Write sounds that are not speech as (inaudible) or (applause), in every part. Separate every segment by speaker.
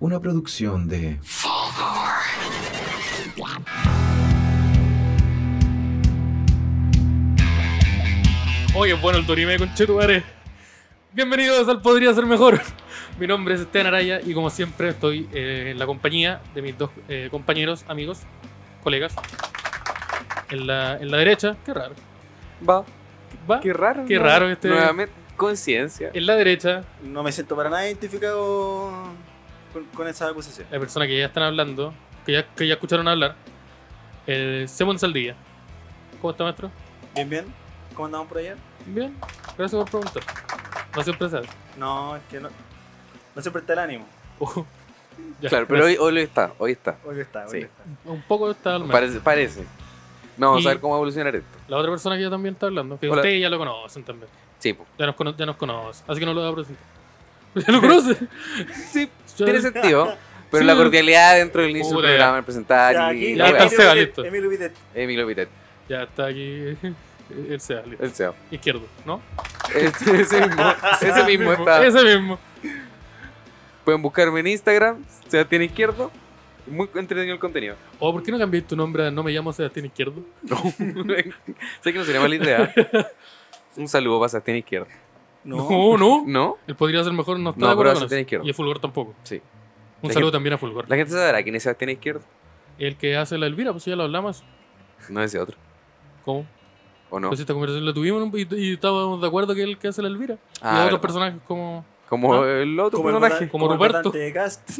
Speaker 1: Una producción de...
Speaker 2: Oye, bueno el Dorime con Chetuare. Bienvenidos al Podría Ser Mejor. (laughs) Mi nombre es Esteban Araya y como siempre estoy eh, en la compañía de mis dos eh, compañeros, amigos, colegas. En la, en la derecha, qué raro.
Speaker 3: Va,
Speaker 2: Va.
Speaker 3: qué raro.
Speaker 2: Ah, Qué raro este-
Speaker 3: Nuevamente, conciencia.
Speaker 2: En la derecha,
Speaker 4: No me siento para nada identificado con, con esa acusación.
Speaker 2: la persona que ya están hablando, que ya, que ya escucharon hablar, eh, Semon Saldía. ¿Cómo está, maestro?
Speaker 4: ¿Bien, bien? ¿Cómo andamos por allá?
Speaker 2: Bien, gracias por preguntar. No siempre (laughs) sabes.
Speaker 4: No, es que no. No siempre está el ánimo.
Speaker 2: Uh, ya,
Speaker 3: Claro, pero
Speaker 2: gracias.
Speaker 3: hoy, hoy está, hoy está.
Speaker 4: Hoy está, hoy
Speaker 3: Sí.
Speaker 4: está.
Speaker 2: Un poco está al menos.
Speaker 3: Parece, parece. No, vamos
Speaker 2: Y-
Speaker 3: a ver cómo va a evolucionar esto.
Speaker 2: La otra persona que ya también está hablando, que
Speaker 3: Hola.
Speaker 2: ustedes ya lo conocen también.
Speaker 3: Sí, po.
Speaker 2: Ya nos, cono- ya nos conoce, así que no lo voy a producir. (laughs) ¿Ya lo
Speaker 3: (laughs)
Speaker 2: conoce?
Speaker 3: sí
Speaker 2: Ya-
Speaker 3: tiene sentido.
Speaker 2: (laughs)
Speaker 3: Pero
Speaker 2: Sí.
Speaker 3: la cordialidad dentro del inicio
Speaker 2: Puta,
Speaker 3: del programa, el presentar
Speaker 4: Ya,
Speaker 3: y
Speaker 4: aquí,
Speaker 3: la
Speaker 2: ya
Speaker 3: weá.
Speaker 2: está. Seba,
Speaker 4: Emilio,
Speaker 2: listo.
Speaker 4: Vitet- Emilio Vitet.
Speaker 3: Emilio Vitet,
Speaker 2: Ya está aquí (laughs) el SEA, listo.
Speaker 3: el CEO.
Speaker 2: izquierdo, ¿no?
Speaker 3: Ese, ese mismo,
Speaker 2: (laughs)
Speaker 3: ese mismo está.
Speaker 2: Ese mismo.
Speaker 3: Pueden buscarme en Instagram, Sebastián Izquierdo. Muy entretenido
Speaker 2: (laughs)
Speaker 3: el contenido.
Speaker 2: ¿O Oh, por qué no cambié tu nombre a No me llamo Sebastián Izquierdo?
Speaker 3: sé que no sería
Speaker 2: (laughs)
Speaker 3: mala idea. Un saludo para Sebastián Izquierdo.
Speaker 4: No.
Speaker 2: No, no.
Speaker 3: (laughs) ¿No?
Speaker 2: Él podría ser mejor, no está
Speaker 3: No,
Speaker 2: de acuerdo con
Speaker 3: pero Sebastián
Speaker 2: eso.
Speaker 3: Izquierdo.
Speaker 2: Y a Fulgor tampoco.
Speaker 3: Sí.
Speaker 2: Un
Speaker 3: La
Speaker 2: saludo
Speaker 3: gente-
Speaker 2: también a Fulgor.
Speaker 3: La gente sabrá quién es Sebastián Izquierdo.
Speaker 2: El que hace la Elvira, pues ya lo hablamos.
Speaker 3: No ese otro.
Speaker 2: ¿Cómo?
Speaker 3: ¿O no?
Speaker 2: Pues esta conversación la tuvimos y, y estábamos de acuerdo que es el que hace la Elvira. y a
Speaker 3: Ah,
Speaker 2: otros
Speaker 3: verdad.
Speaker 2: personajes como...
Speaker 3: Como
Speaker 2: ¿no?
Speaker 3: el otro
Speaker 4: Como el
Speaker 3: personaje.
Speaker 4: votan-
Speaker 2: como
Speaker 4: como el
Speaker 2: Ruperto.
Speaker 4: votante de cast.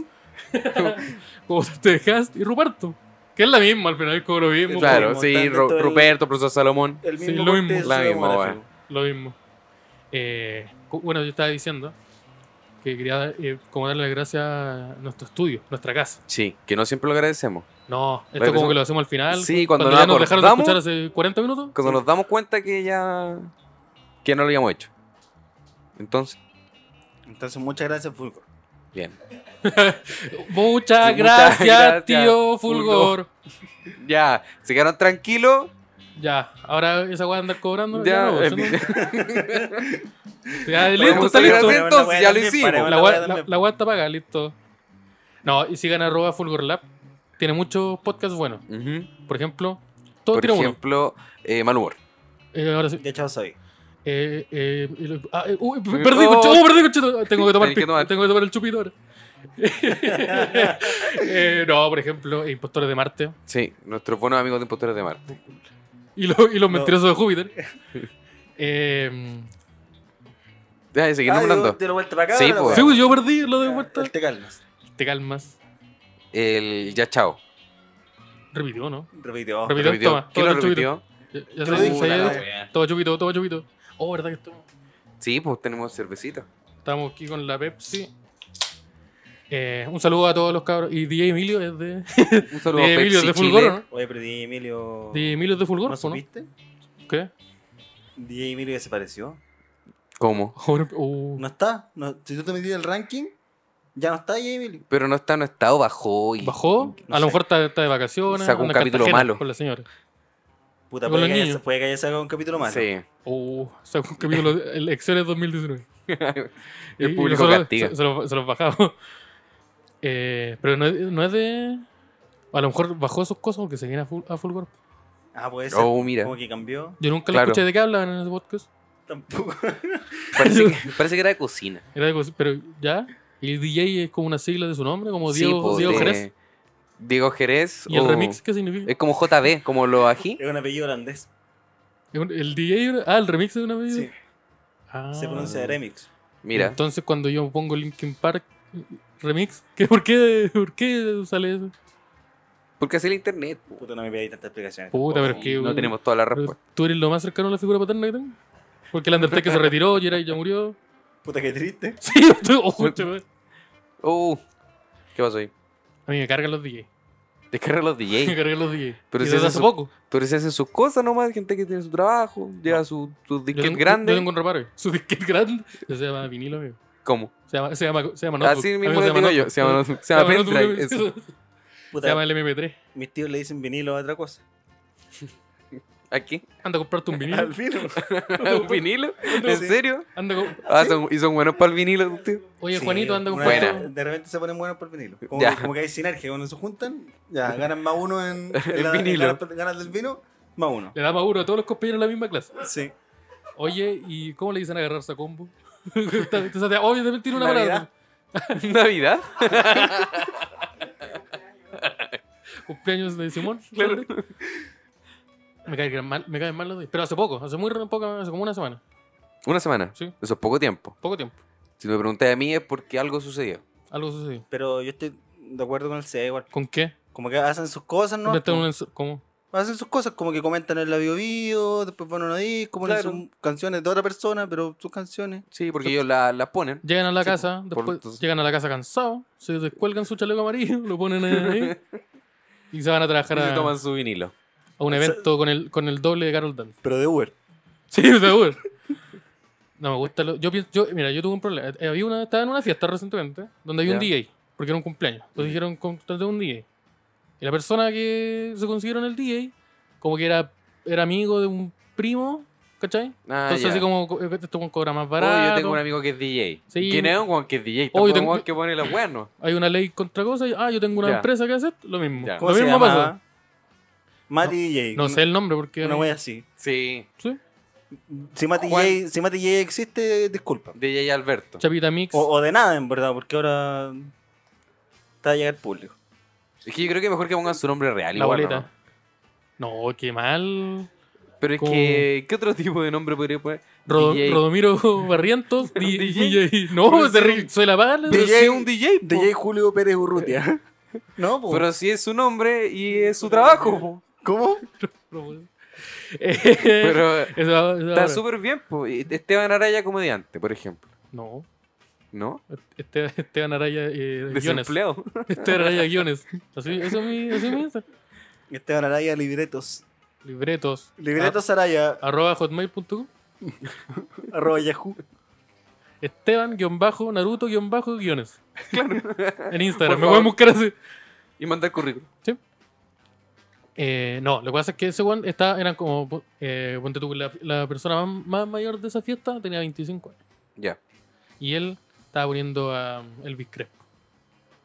Speaker 2: Como (laughs) te dejaste y Ruperto. Que es la misma al final como lo vimos.
Speaker 3: Claro,
Speaker 4: como
Speaker 3: sí,
Speaker 4: tan
Speaker 3: Ro-
Speaker 4: dentro del-
Speaker 3: Ruperto, profesor Salomón.
Speaker 4: El
Speaker 2: Sí,
Speaker 4: mismo
Speaker 2: lo mismo.
Speaker 4: corte de
Speaker 3: La
Speaker 4: su
Speaker 3: misma,
Speaker 4: demógrafo.
Speaker 3: bueno.
Speaker 2: Lo mismo. Eh, cu- bueno, yo estaba diciendo que quería eh, como darle las gracias a nuestro estudio, nuestra casa.
Speaker 3: Sí, que no siempre lo agradecemos.
Speaker 2: No,
Speaker 3: Pero
Speaker 2: esto como
Speaker 3: eso-
Speaker 2: que lo hacemos al final.
Speaker 3: Sí, cuando
Speaker 2: ya
Speaker 3: nos
Speaker 2: nos dejaron de
Speaker 3: acordamos.
Speaker 2: escuchar hace 40 minutos.
Speaker 3: Cuando nos damos cuenta que ya. que no lo habíamos hecho. Entonces,
Speaker 4: Entonces, muchas gracias, Fulgor.
Speaker 3: bien.
Speaker 2: Muchas
Speaker 3: Muchas
Speaker 2: gracias,
Speaker 3: gracias,
Speaker 2: tío Fulgor.
Speaker 3: Ya, se quedaron tranquilos.
Speaker 2: Ya, ahora esa weá de andar cobrando. Ya,
Speaker 3: Ya,
Speaker 2: no,
Speaker 3: (laughs)
Speaker 2: eso no.
Speaker 3: eh,
Speaker 2: Ya, listo,
Speaker 3: Podemos
Speaker 2: está
Speaker 3: seguir
Speaker 2: listo.
Speaker 3: haciendo- entonces, ya lo hicimos.
Speaker 2: La weá- La la weá está pagada, listo. No, y sigan arroba Fulgor Lab. Tiene muchos podcasts buenos.
Speaker 3: Ujú.
Speaker 2: Por ejemplo, todo
Speaker 3: Por
Speaker 2: tiene
Speaker 3: ejemplo, eh, mal humor.
Speaker 2: uno. Eh, ahora sí.
Speaker 4: De hecho, soy.
Speaker 2: Eh, eh, y lo- ah, eh, uy,
Speaker 3: Oh.
Speaker 2: perdí, conche- oh, perdí, conche- Tengo que tomar,
Speaker 3: Tenés que
Speaker 2: pic-
Speaker 3: tomar.
Speaker 2: Tengo que tomar el chupito ahora. (laughs) Eh, no, por ejemplo, eh, Impostores de Marte
Speaker 3: Sí, nuestros buenos amigos de Impostores de Mar.
Speaker 2: y, lo- y los
Speaker 4: No.
Speaker 2: mentirosos de Júpiter. Eh,
Speaker 3: Ya, y seguimos
Speaker 4: Ah,
Speaker 3: hablando.
Speaker 4: yo- de la vuelta para acá.
Speaker 3: Sí,
Speaker 4: ahora la
Speaker 3: pues.
Speaker 2: sí,
Speaker 4: weá. Este
Speaker 2: pues, yo perdí lo de
Speaker 4: Ya,
Speaker 2: vuelta.
Speaker 4: Te calmas.
Speaker 2: Te calmas.
Speaker 3: El ya chao.
Speaker 2: Repitió, ¿no?
Speaker 4: Repitió.
Speaker 2: Repitió.
Speaker 3: ¿Lo repitió?
Speaker 2: Toma,
Speaker 3: ¿Quién
Speaker 2: todo
Speaker 3: lo
Speaker 2: el chupito.
Speaker 3: repitió?
Speaker 2: Ya, ya
Speaker 4: Yo
Speaker 2: se-
Speaker 4: dije,
Speaker 2: se-
Speaker 4: la
Speaker 2: ya-
Speaker 3: wea.
Speaker 2: Todo chupito, todo chupito. Oh, ¿verdad que estamos?
Speaker 3: Sí, pues tenemos
Speaker 2: (laughs)
Speaker 3: cervecita.
Speaker 2: Estamos aquí con la Pepsi. Eh, un saludo a todos los cabros. Y DJ Emilio es de,
Speaker 3: Un saludo a
Speaker 2: DJ Emilio es
Speaker 3: Pepsi
Speaker 2: de
Speaker 3: Chile.
Speaker 2: Fulgor, ¿o ¿no?
Speaker 4: Oye, pero DJ Emilio.
Speaker 2: DJ Emilio es de Fulgor,
Speaker 4: ¿No
Speaker 2: ¿o ¿no?
Speaker 4: supiste?
Speaker 2: ¿Qué? (laughs)
Speaker 4: DJ Emilio desapareció.
Speaker 3: ¿Cómo?
Speaker 2: Ahora- oh.
Speaker 4: No está. No- si tú te metiste en el ranking, ya no está DJ Emilio.
Speaker 3: Pero no está en estado, bajó y.
Speaker 2: Bajó,
Speaker 3: No
Speaker 2: a lo
Speaker 3: sé.
Speaker 2: mejor está, está de vacaciones.
Speaker 3: Sacó un
Speaker 2: anda en
Speaker 3: capítulo
Speaker 2: Cartagena
Speaker 3: malo.
Speaker 2: Con la señora.
Speaker 4: Puta,
Speaker 2: Con
Speaker 4: puede
Speaker 2: los
Speaker 4: que, haya,
Speaker 2: niños.
Speaker 4: puede que haya sacado un capítulo más.
Speaker 3: Sí.
Speaker 2: Oh, sacó un capítulo de elecciones 2019. Y-
Speaker 3: El
Speaker 2: y
Speaker 3: público
Speaker 2: nosotros
Speaker 3: castiga.
Speaker 2: Se, se los, se los bajamos. Eh, pero no, es- no es de. A lo mejor bajó sus cosas porque se viene a, full, a Fulgor.
Speaker 4: Ah, puede ser.
Speaker 3: (laughs) Oh, mira.
Speaker 4: Como que cambió.
Speaker 2: Yo nunca le
Speaker 3: Claro.
Speaker 2: escuché de qué hablaban en ese podcast.
Speaker 4: Tampoco. (laughs)
Speaker 3: Parece que, parece que era de cocina.
Speaker 2: Era algo así, pero ya. Y el DJ es como una sigla de su nombre, como
Speaker 3: Sí,
Speaker 2: Diego,
Speaker 3: po,
Speaker 2: Diego
Speaker 3: de-
Speaker 2: Jerez.
Speaker 3: Diego Jerez.
Speaker 2: ¿Y el
Speaker 3: o-
Speaker 2: remix qué significa?
Speaker 3: Es como JB, como lo ají.
Speaker 4: Es un apellido holandés.
Speaker 2: El DJ. Ah, el remix es una medida.
Speaker 4: Sí.
Speaker 2: Ah.
Speaker 4: Se pronuncia remix.
Speaker 3: Mira.
Speaker 2: Entonces cuando yo pongo Linkin Park remix, ¿qué, por, qué, ¿por qué sale eso?
Speaker 3: Porque así el internet. po.
Speaker 4: Puta, no me pedí tantas explicaciones.
Speaker 2: Puta, pero es que...
Speaker 3: No tenemos toda la
Speaker 2: pero
Speaker 3: respuesta.
Speaker 2: Tú eres lo más cercano a la figura paterna que tengo. Porque el Undertaker se retiró, Jerry ya
Speaker 3: (laughs)
Speaker 2: murió.
Speaker 4: Puta, qué triste.
Speaker 2: Sí, yo estoy- ojo, che, wey.
Speaker 3: Oh, ¿qué pasó ahí?
Speaker 2: A mí me cargan los DJ.
Speaker 3: Descarga los
Speaker 2: Me (laughs)
Speaker 3: DJ.
Speaker 2: cargan los DJ.
Speaker 3: Pero
Speaker 2: Pero
Speaker 3: si
Speaker 2: desde
Speaker 3: ese
Speaker 2: hace
Speaker 3: es-
Speaker 2: poco.
Speaker 3: Pero se hacen sus cosas nomás, gente que tiene su trabajo, lleva su, sus
Speaker 2: Yo
Speaker 3: disquetes
Speaker 2: tengo,
Speaker 3: grandes.
Speaker 2: yo tengo un reparo. eh. Su disquete grande. Se llama vinilo, amigo.
Speaker 3: ¿Cómo?
Speaker 2: Se llama, se llama, se llama notebook.
Speaker 3: Así
Speaker 2: Amigo,
Speaker 3: Ah, mismo le digo yo.
Speaker 2: notebook.
Speaker 3: Se llama, se llama
Speaker 2: notebook,
Speaker 3: pendrive.
Speaker 2: amigo.
Speaker 3: eso.
Speaker 2: Se
Speaker 4: Puta,
Speaker 2: llama el MP3.
Speaker 4: mis tíos le dicen vinilo a otra cosa.
Speaker 3: Aquí.
Speaker 2: Anda a comprarte un vinilo.
Speaker 4: (laughs) Al vino.
Speaker 3: (laughs) ¿Un vinilo? ¿En serio?
Speaker 2: Anda a co-
Speaker 3: Ah, son- y son buenos para el vinilo,
Speaker 2: (laughs)
Speaker 3: tío.
Speaker 2: Oye,
Speaker 4: Sí,
Speaker 2: Juanito, anda a
Speaker 4: una
Speaker 2: comprarte.
Speaker 4: vez De repente se ponen buenos por el vinilo. Como,
Speaker 3: Ya.
Speaker 4: que- como que hay sinergia. Cuando se juntan,
Speaker 3: (laughs)
Speaker 4: ya ganan más uno en, en
Speaker 3: El
Speaker 4: la- en
Speaker 3: vinilo.
Speaker 4: ganas- ganas del vino, más uno.
Speaker 2: Le damos a uno a todos los compañeros de la misma clase.
Speaker 4: Sí.
Speaker 2: Oye, ¿y cómo le dicen agarrarse a combo? (laughs) Entonces, obvio, también tiene una
Speaker 4: Navidad.
Speaker 2: palabra.
Speaker 3: ¿Navidad?
Speaker 2: Cumpleaños de Simón.
Speaker 3: (laughs) Claro.
Speaker 2: Me caen mal, me caen mal los dos. Pero hace poco, hace muy poco, hace como una semana.
Speaker 3: Una semana.
Speaker 2: Sí.
Speaker 3: Eso es poco tiempo.
Speaker 2: Poco tiempo.
Speaker 3: Si me preguntas a mí es porque algo sucedió.
Speaker 2: Algo sucedió.
Speaker 4: Pero yo estoy de acuerdo con el C igual.
Speaker 2: ¿Con qué?
Speaker 4: Como que hacen sus cosas, ¿no?
Speaker 2: Inventan un enso- ¿Cómo?
Speaker 4: Hacen sus cosas, como que comentan en la bio bio, después van a una disco, ponen
Speaker 3: Claro.
Speaker 4: sus canciones de otra persona, pero sus canciones.
Speaker 3: Sí, porque ellos la, la ponen.
Speaker 2: Llegan a la
Speaker 3: Sí,
Speaker 2: casa,
Speaker 3: por-
Speaker 2: después
Speaker 3: entonces-
Speaker 2: llegan a la casa cansados, se descuelgan su chaleco amarillo, (laughs) lo ponen
Speaker 3: (laughs)
Speaker 2: ahí y se van a trabajar
Speaker 3: Y se
Speaker 2: a,
Speaker 3: toman su vinilo.
Speaker 2: a un evento con el, con el doble de Carol Dance.
Speaker 4: Pero de Uber.
Speaker 2: Sí, (laughs) seguro. No me gusta lo. Yo pienso, yo, mira, yo tuve un problema. Eh, Había una, estaba en una fiesta recientemente donde había un
Speaker 3: Ya.
Speaker 2: DJ, porque era un cumpleaños. Entonces dijeron, contraté un DJ. Y la persona que se consiguieron el DJ, como que era, era amigo de un primo, ¿cachai?
Speaker 3: Ah,
Speaker 2: Entonces
Speaker 3: ya.
Speaker 2: así como, co- eh, esto cobra más
Speaker 3: Oh,
Speaker 2: barato.
Speaker 3: yo tengo un amigo que es DJ.
Speaker 2: Sí.
Speaker 3: ¿Quién es un Juan que es DJ?
Speaker 2: Oh, yo
Speaker 3: Tampoco
Speaker 2: tengo-
Speaker 3: un Juan que pone la bueno.
Speaker 2: Hay una ley contra cosas. y, ah, yo tengo una
Speaker 3: Ya.
Speaker 2: empresa que hace esto, lo mismo.
Speaker 3: Ya.
Speaker 2: Lo mismo pasó.
Speaker 4: llamaba? Mati DJ.
Speaker 2: No
Speaker 4: una-
Speaker 2: sé el nombre porque.
Speaker 4: Una wea así.
Speaker 3: Sí.
Speaker 2: Sí.
Speaker 4: Si Mati,
Speaker 3: Juan-
Speaker 4: J, si Mati J existe, disculpa.
Speaker 3: DJ Alberto.
Speaker 2: Chapita Mix.
Speaker 4: O, o de nada, en verdad, porque ahora está a llegar público.
Speaker 3: Es que yo creo que mejor que pongan su nombre real.
Speaker 2: la
Speaker 3: igual, ¿o
Speaker 2: boleta. No, qué mal.
Speaker 3: no? Pero es
Speaker 2: Como-
Speaker 3: que, ¿qué otro tipo de nombre podría poner?
Speaker 2: Rodo-
Speaker 3: DJ.
Speaker 2: Rodomiro Barrientos, di- DJ. No,
Speaker 3: Pero
Speaker 2: se
Speaker 3: sí.
Speaker 2: ri- soy la bala.
Speaker 3: Pero
Speaker 4: DJ.
Speaker 3: si es un DJ. po.
Speaker 4: DJ Julio Pérez Urrutia. (laughs) ¿No? po.
Speaker 3: Pero si es su nombre y es su trabajo. po.
Speaker 4: ¿Cómo?
Speaker 2: (laughs) Pero.
Speaker 3: Pero está súper bien. po. Esteban Araya, comediante, por ejemplo.
Speaker 2: No,
Speaker 3: ¿No?
Speaker 2: este, Esteban Araya eh, Guiones.
Speaker 3: Desempleado.
Speaker 2: (laughs)
Speaker 3: (laughs)
Speaker 2: Esteban Araya Guiones. Así, eso es mi, así me dice.
Speaker 4: Esteban Araya, libretos.
Speaker 2: Libretos.
Speaker 4: Libretos Araya,
Speaker 2: a- arroba hotmail.com.
Speaker 4: arroba Yahoo.
Speaker 2: Esteban-Naruto-Guiones. Claro. En Instagram.
Speaker 3: Por
Speaker 2: Me
Speaker 3: favor.
Speaker 2: pueden buscar así.
Speaker 3: Y mandar currículum.
Speaker 2: Eh, no, lo que pasa es que ese one está, eran como, eh, ponte tú, la, la persona más, más mayor de esa fiesta tenía 25 años.
Speaker 3: Ya.
Speaker 2: Y él estaba poniendo a Elvis Crespo.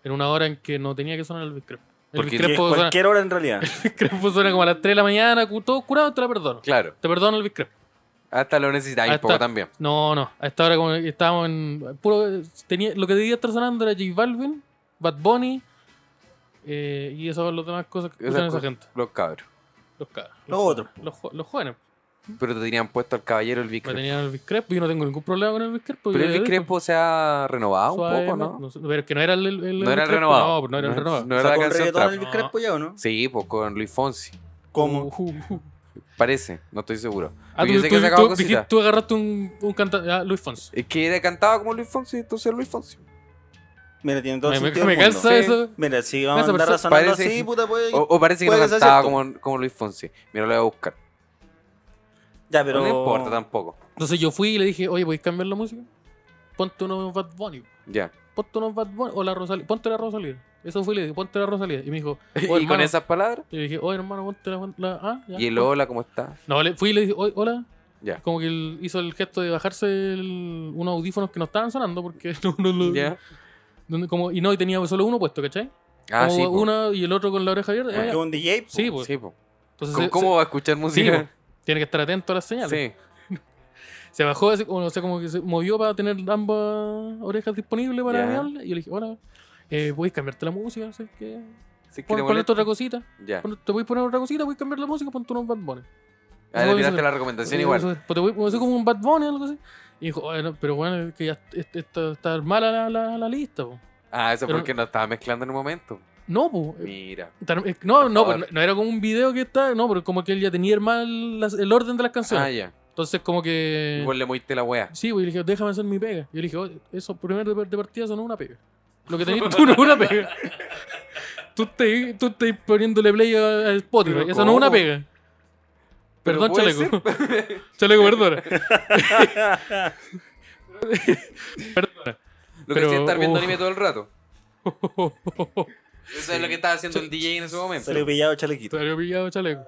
Speaker 2: En una hora en que no tenía que sonar Elvis Crespo. Elvis
Speaker 3: Porque
Speaker 4: Que es
Speaker 2: Crespo, suena,
Speaker 4: cualquier hora en realidad.
Speaker 2: Elvis (laughs) Crespo suena como a las 3 de la mañana, cu- todo curado, te la perdono.
Speaker 3: Claro.
Speaker 2: Te perdono Elvis Crespo.
Speaker 3: Ah, Hasta lo necesitáis un
Speaker 2: Hasta-
Speaker 3: poco también.
Speaker 2: No, no, a esta hora como que estábamos en... Puro, tenía, lo que debía estar sonando era J Balvin, Bad Bunny eh, y esas son las demás cosas que
Speaker 3: Esas
Speaker 2: escuchan esa
Speaker 3: cosas.
Speaker 2: gente.
Speaker 3: Los cabros.
Speaker 2: Los cabros.
Speaker 4: Los otros.
Speaker 2: Los, jo- los jóvenes. Mm. Pues,
Speaker 3: Pero te tenían puesto al caballero el
Speaker 2: Me
Speaker 3: Victor.
Speaker 2: tenían el Crespo, yo no tengo ningún problema con el Crespo.
Speaker 3: Pero
Speaker 2: yo ya
Speaker 3: el
Speaker 2: dije,
Speaker 3: Crespo se ha renovado
Speaker 2: suave,
Speaker 3: un poco,
Speaker 2: no-
Speaker 3: ¿no?
Speaker 2: sé, pero es que no era el, el- el
Speaker 3: No era
Speaker 2: Elvis Crespo,
Speaker 3: renovado.
Speaker 2: No, pues no era el
Speaker 3: No-
Speaker 2: renovado.
Speaker 3: no era la
Speaker 4: ¿Sacó un
Speaker 3: canción
Speaker 4: reggaetón
Speaker 3: trap.
Speaker 4: Elvis
Speaker 2: No.
Speaker 4: Crespo ya o no?
Speaker 3: Sí, pues con Luis Fonsi.
Speaker 4: ¿Cómo?
Speaker 2: Uh, uh, uh.
Speaker 3: Parece, no estoy seguro.
Speaker 2: Ah,
Speaker 3: Pero
Speaker 2: tú,
Speaker 3: yo sé que
Speaker 2: tú-
Speaker 3: ha sacado
Speaker 2: tú- dijiste-
Speaker 3: cositas.
Speaker 2: tú agarraste un, un cantante, ah, Luis Fons.
Speaker 3: Es que era cantaba como Luis Fonsi, entonces era Luis Fonsi.
Speaker 4: Mira, tiene todo
Speaker 2: Me,
Speaker 4: el
Speaker 2: me,
Speaker 4: sentido
Speaker 2: me
Speaker 4: del mundo.
Speaker 2: cansa
Speaker 3: Sí.
Speaker 2: eso.
Speaker 4: Mira, si vamos a
Speaker 2: Esa
Speaker 4: andar
Speaker 2: persona-
Speaker 4: razonando
Speaker 3: parece-
Speaker 4: así, puta, pues...
Speaker 3: O, o parece que
Speaker 4: Puede
Speaker 3: no
Speaker 4: que sea
Speaker 3: cantaba
Speaker 4: cierto.
Speaker 3: como, como Luis Fonsi. Mira, lo voy a buscar.
Speaker 4: ya,
Speaker 3: Pero...
Speaker 4: pero...
Speaker 3: No le importa tampoco.
Speaker 2: Entonces yo fui y le dije, oye, ¿podéis cambiar la música? Ponte unos Bad Bunny.
Speaker 3: Ya.
Speaker 2: Ponte unos Bad Bunny. O la Rosalía. Ponte la Rosalía. Eso fui y le dije, ponte la Rosalía. Y me dijo,
Speaker 3: (laughs) y
Speaker 2: oye,
Speaker 3: con
Speaker 2: hermano.
Speaker 3: esas palabras.
Speaker 2: Y le dije, oye, hermano, ponte la. la- ah, ya.
Speaker 3: Y el hola, ¿cómo está?
Speaker 2: No, le, fui y le dije, oye, hola.
Speaker 3: Ya.
Speaker 2: Como que él hizo el gesto de bajarse el- unos audífonos que no estaban sonando porque (laughs) no, no lo.
Speaker 3: Ya.
Speaker 2: donde como- y no, y tenía solo uno puesto, ¿cachai?
Speaker 3: Ah,
Speaker 2: Como
Speaker 3: sí. po.
Speaker 2: una y el otro con la oreja abierta.
Speaker 3: Ah,
Speaker 2: Ah,
Speaker 4: Porque
Speaker 2: ya.
Speaker 4: es un DJ, po.
Speaker 2: Sí, pues.
Speaker 3: Sí, po.
Speaker 2: Entonces,
Speaker 3: ¿Cómo,
Speaker 2: se-
Speaker 3: cómo va a escuchar
Speaker 2: se- sí,
Speaker 3: música?
Speaker 2: pues, tiene que estar atento a las
Speaker 3: Sí.
Speaker 2: señales. Se bajó, así, como, o sea, como que se movió para tener ambas orejas disponibles para
Speaker 3: Ya.
Speaker 2: hablarle. Y yo le dije, hola, eh, ¿puedes cambiarte la música? No sé qué.
Speaker 3: Sí, que le
Speaker 2: Pon, ponle
Speaker 3: molesta.
Speaker 2: otra cosita.
Speaker 3: Ya.
Speaker 2: Pon- ¿Te voy a poner otra cosita? ¿Puedes cambiar la música? Pon tu nombre Bad Bunny.
Speaker 3: Ah, le
Speaker 2: Eso-
Speaker 3: tiraste
Speaker 2: eso-
Speaker 3: la recomendación
Speaker 2: Eh,
Speaker 3: igual.
Speaker 2: eso- pues te voy- voy a hacer como un Bad Bunny o algo así. Y dijo, "Oye, no, pero bueno, es que ya est- está, está mala la, la- la lista. po".
Speaker 3: Ah, eso
Speaker 2: pero-
Speaker 3: porque no estaba mezclando en un momento.
Speaker 2: No, po. eh,
Speaker 3: Mira.
Speaker 2: tan- eh, No, no,
Speaker 3: favor.
Speaker 2: pues, no era como un video que está, no, pero como que él ya tenía mal las- el orden de las canciones.
Speaker 3: Ah, ya.
Speaker 2: Entonces, como que.
Speaker 3: Igual le moviste la wea.
Speaker 2: Sí, güey, le dije, déjame hacer mi pega. Y yo le dije, "Oye, eso primero de, de partida son una pega. Lo que tenías tú no es una
Speaker 3: (laughs)
Speaker 2: pega. Tú te tú te poniéndole play a, a Spotify.
Speaker 3: Pero
Speaker 2: Eso no es una
Speaker 3: ¿cómo?
Speaker 2: pega.
Speaker 3: Pero
Speaker 2: Perdón,
Speaker 3: puede
Speaker 2: chaleco.
Speaker 3: (laughs)
Speaker 2: (laughs) chaleco, perdona. perdona.
Speaker 3: Lo que
Speaker 2: Pero-
Speaker 3: hacía estar viendo
Speaker 2: oh.
Speaker 3: anime todo
Speaker 2: (laughs)
Speaker 3: el rato. Eso es lo que estaba haciendo el DJ en ese momento.
Speaker 4: Salió pillado chalequito.
Speaker 2: Salió pillado, chaleco.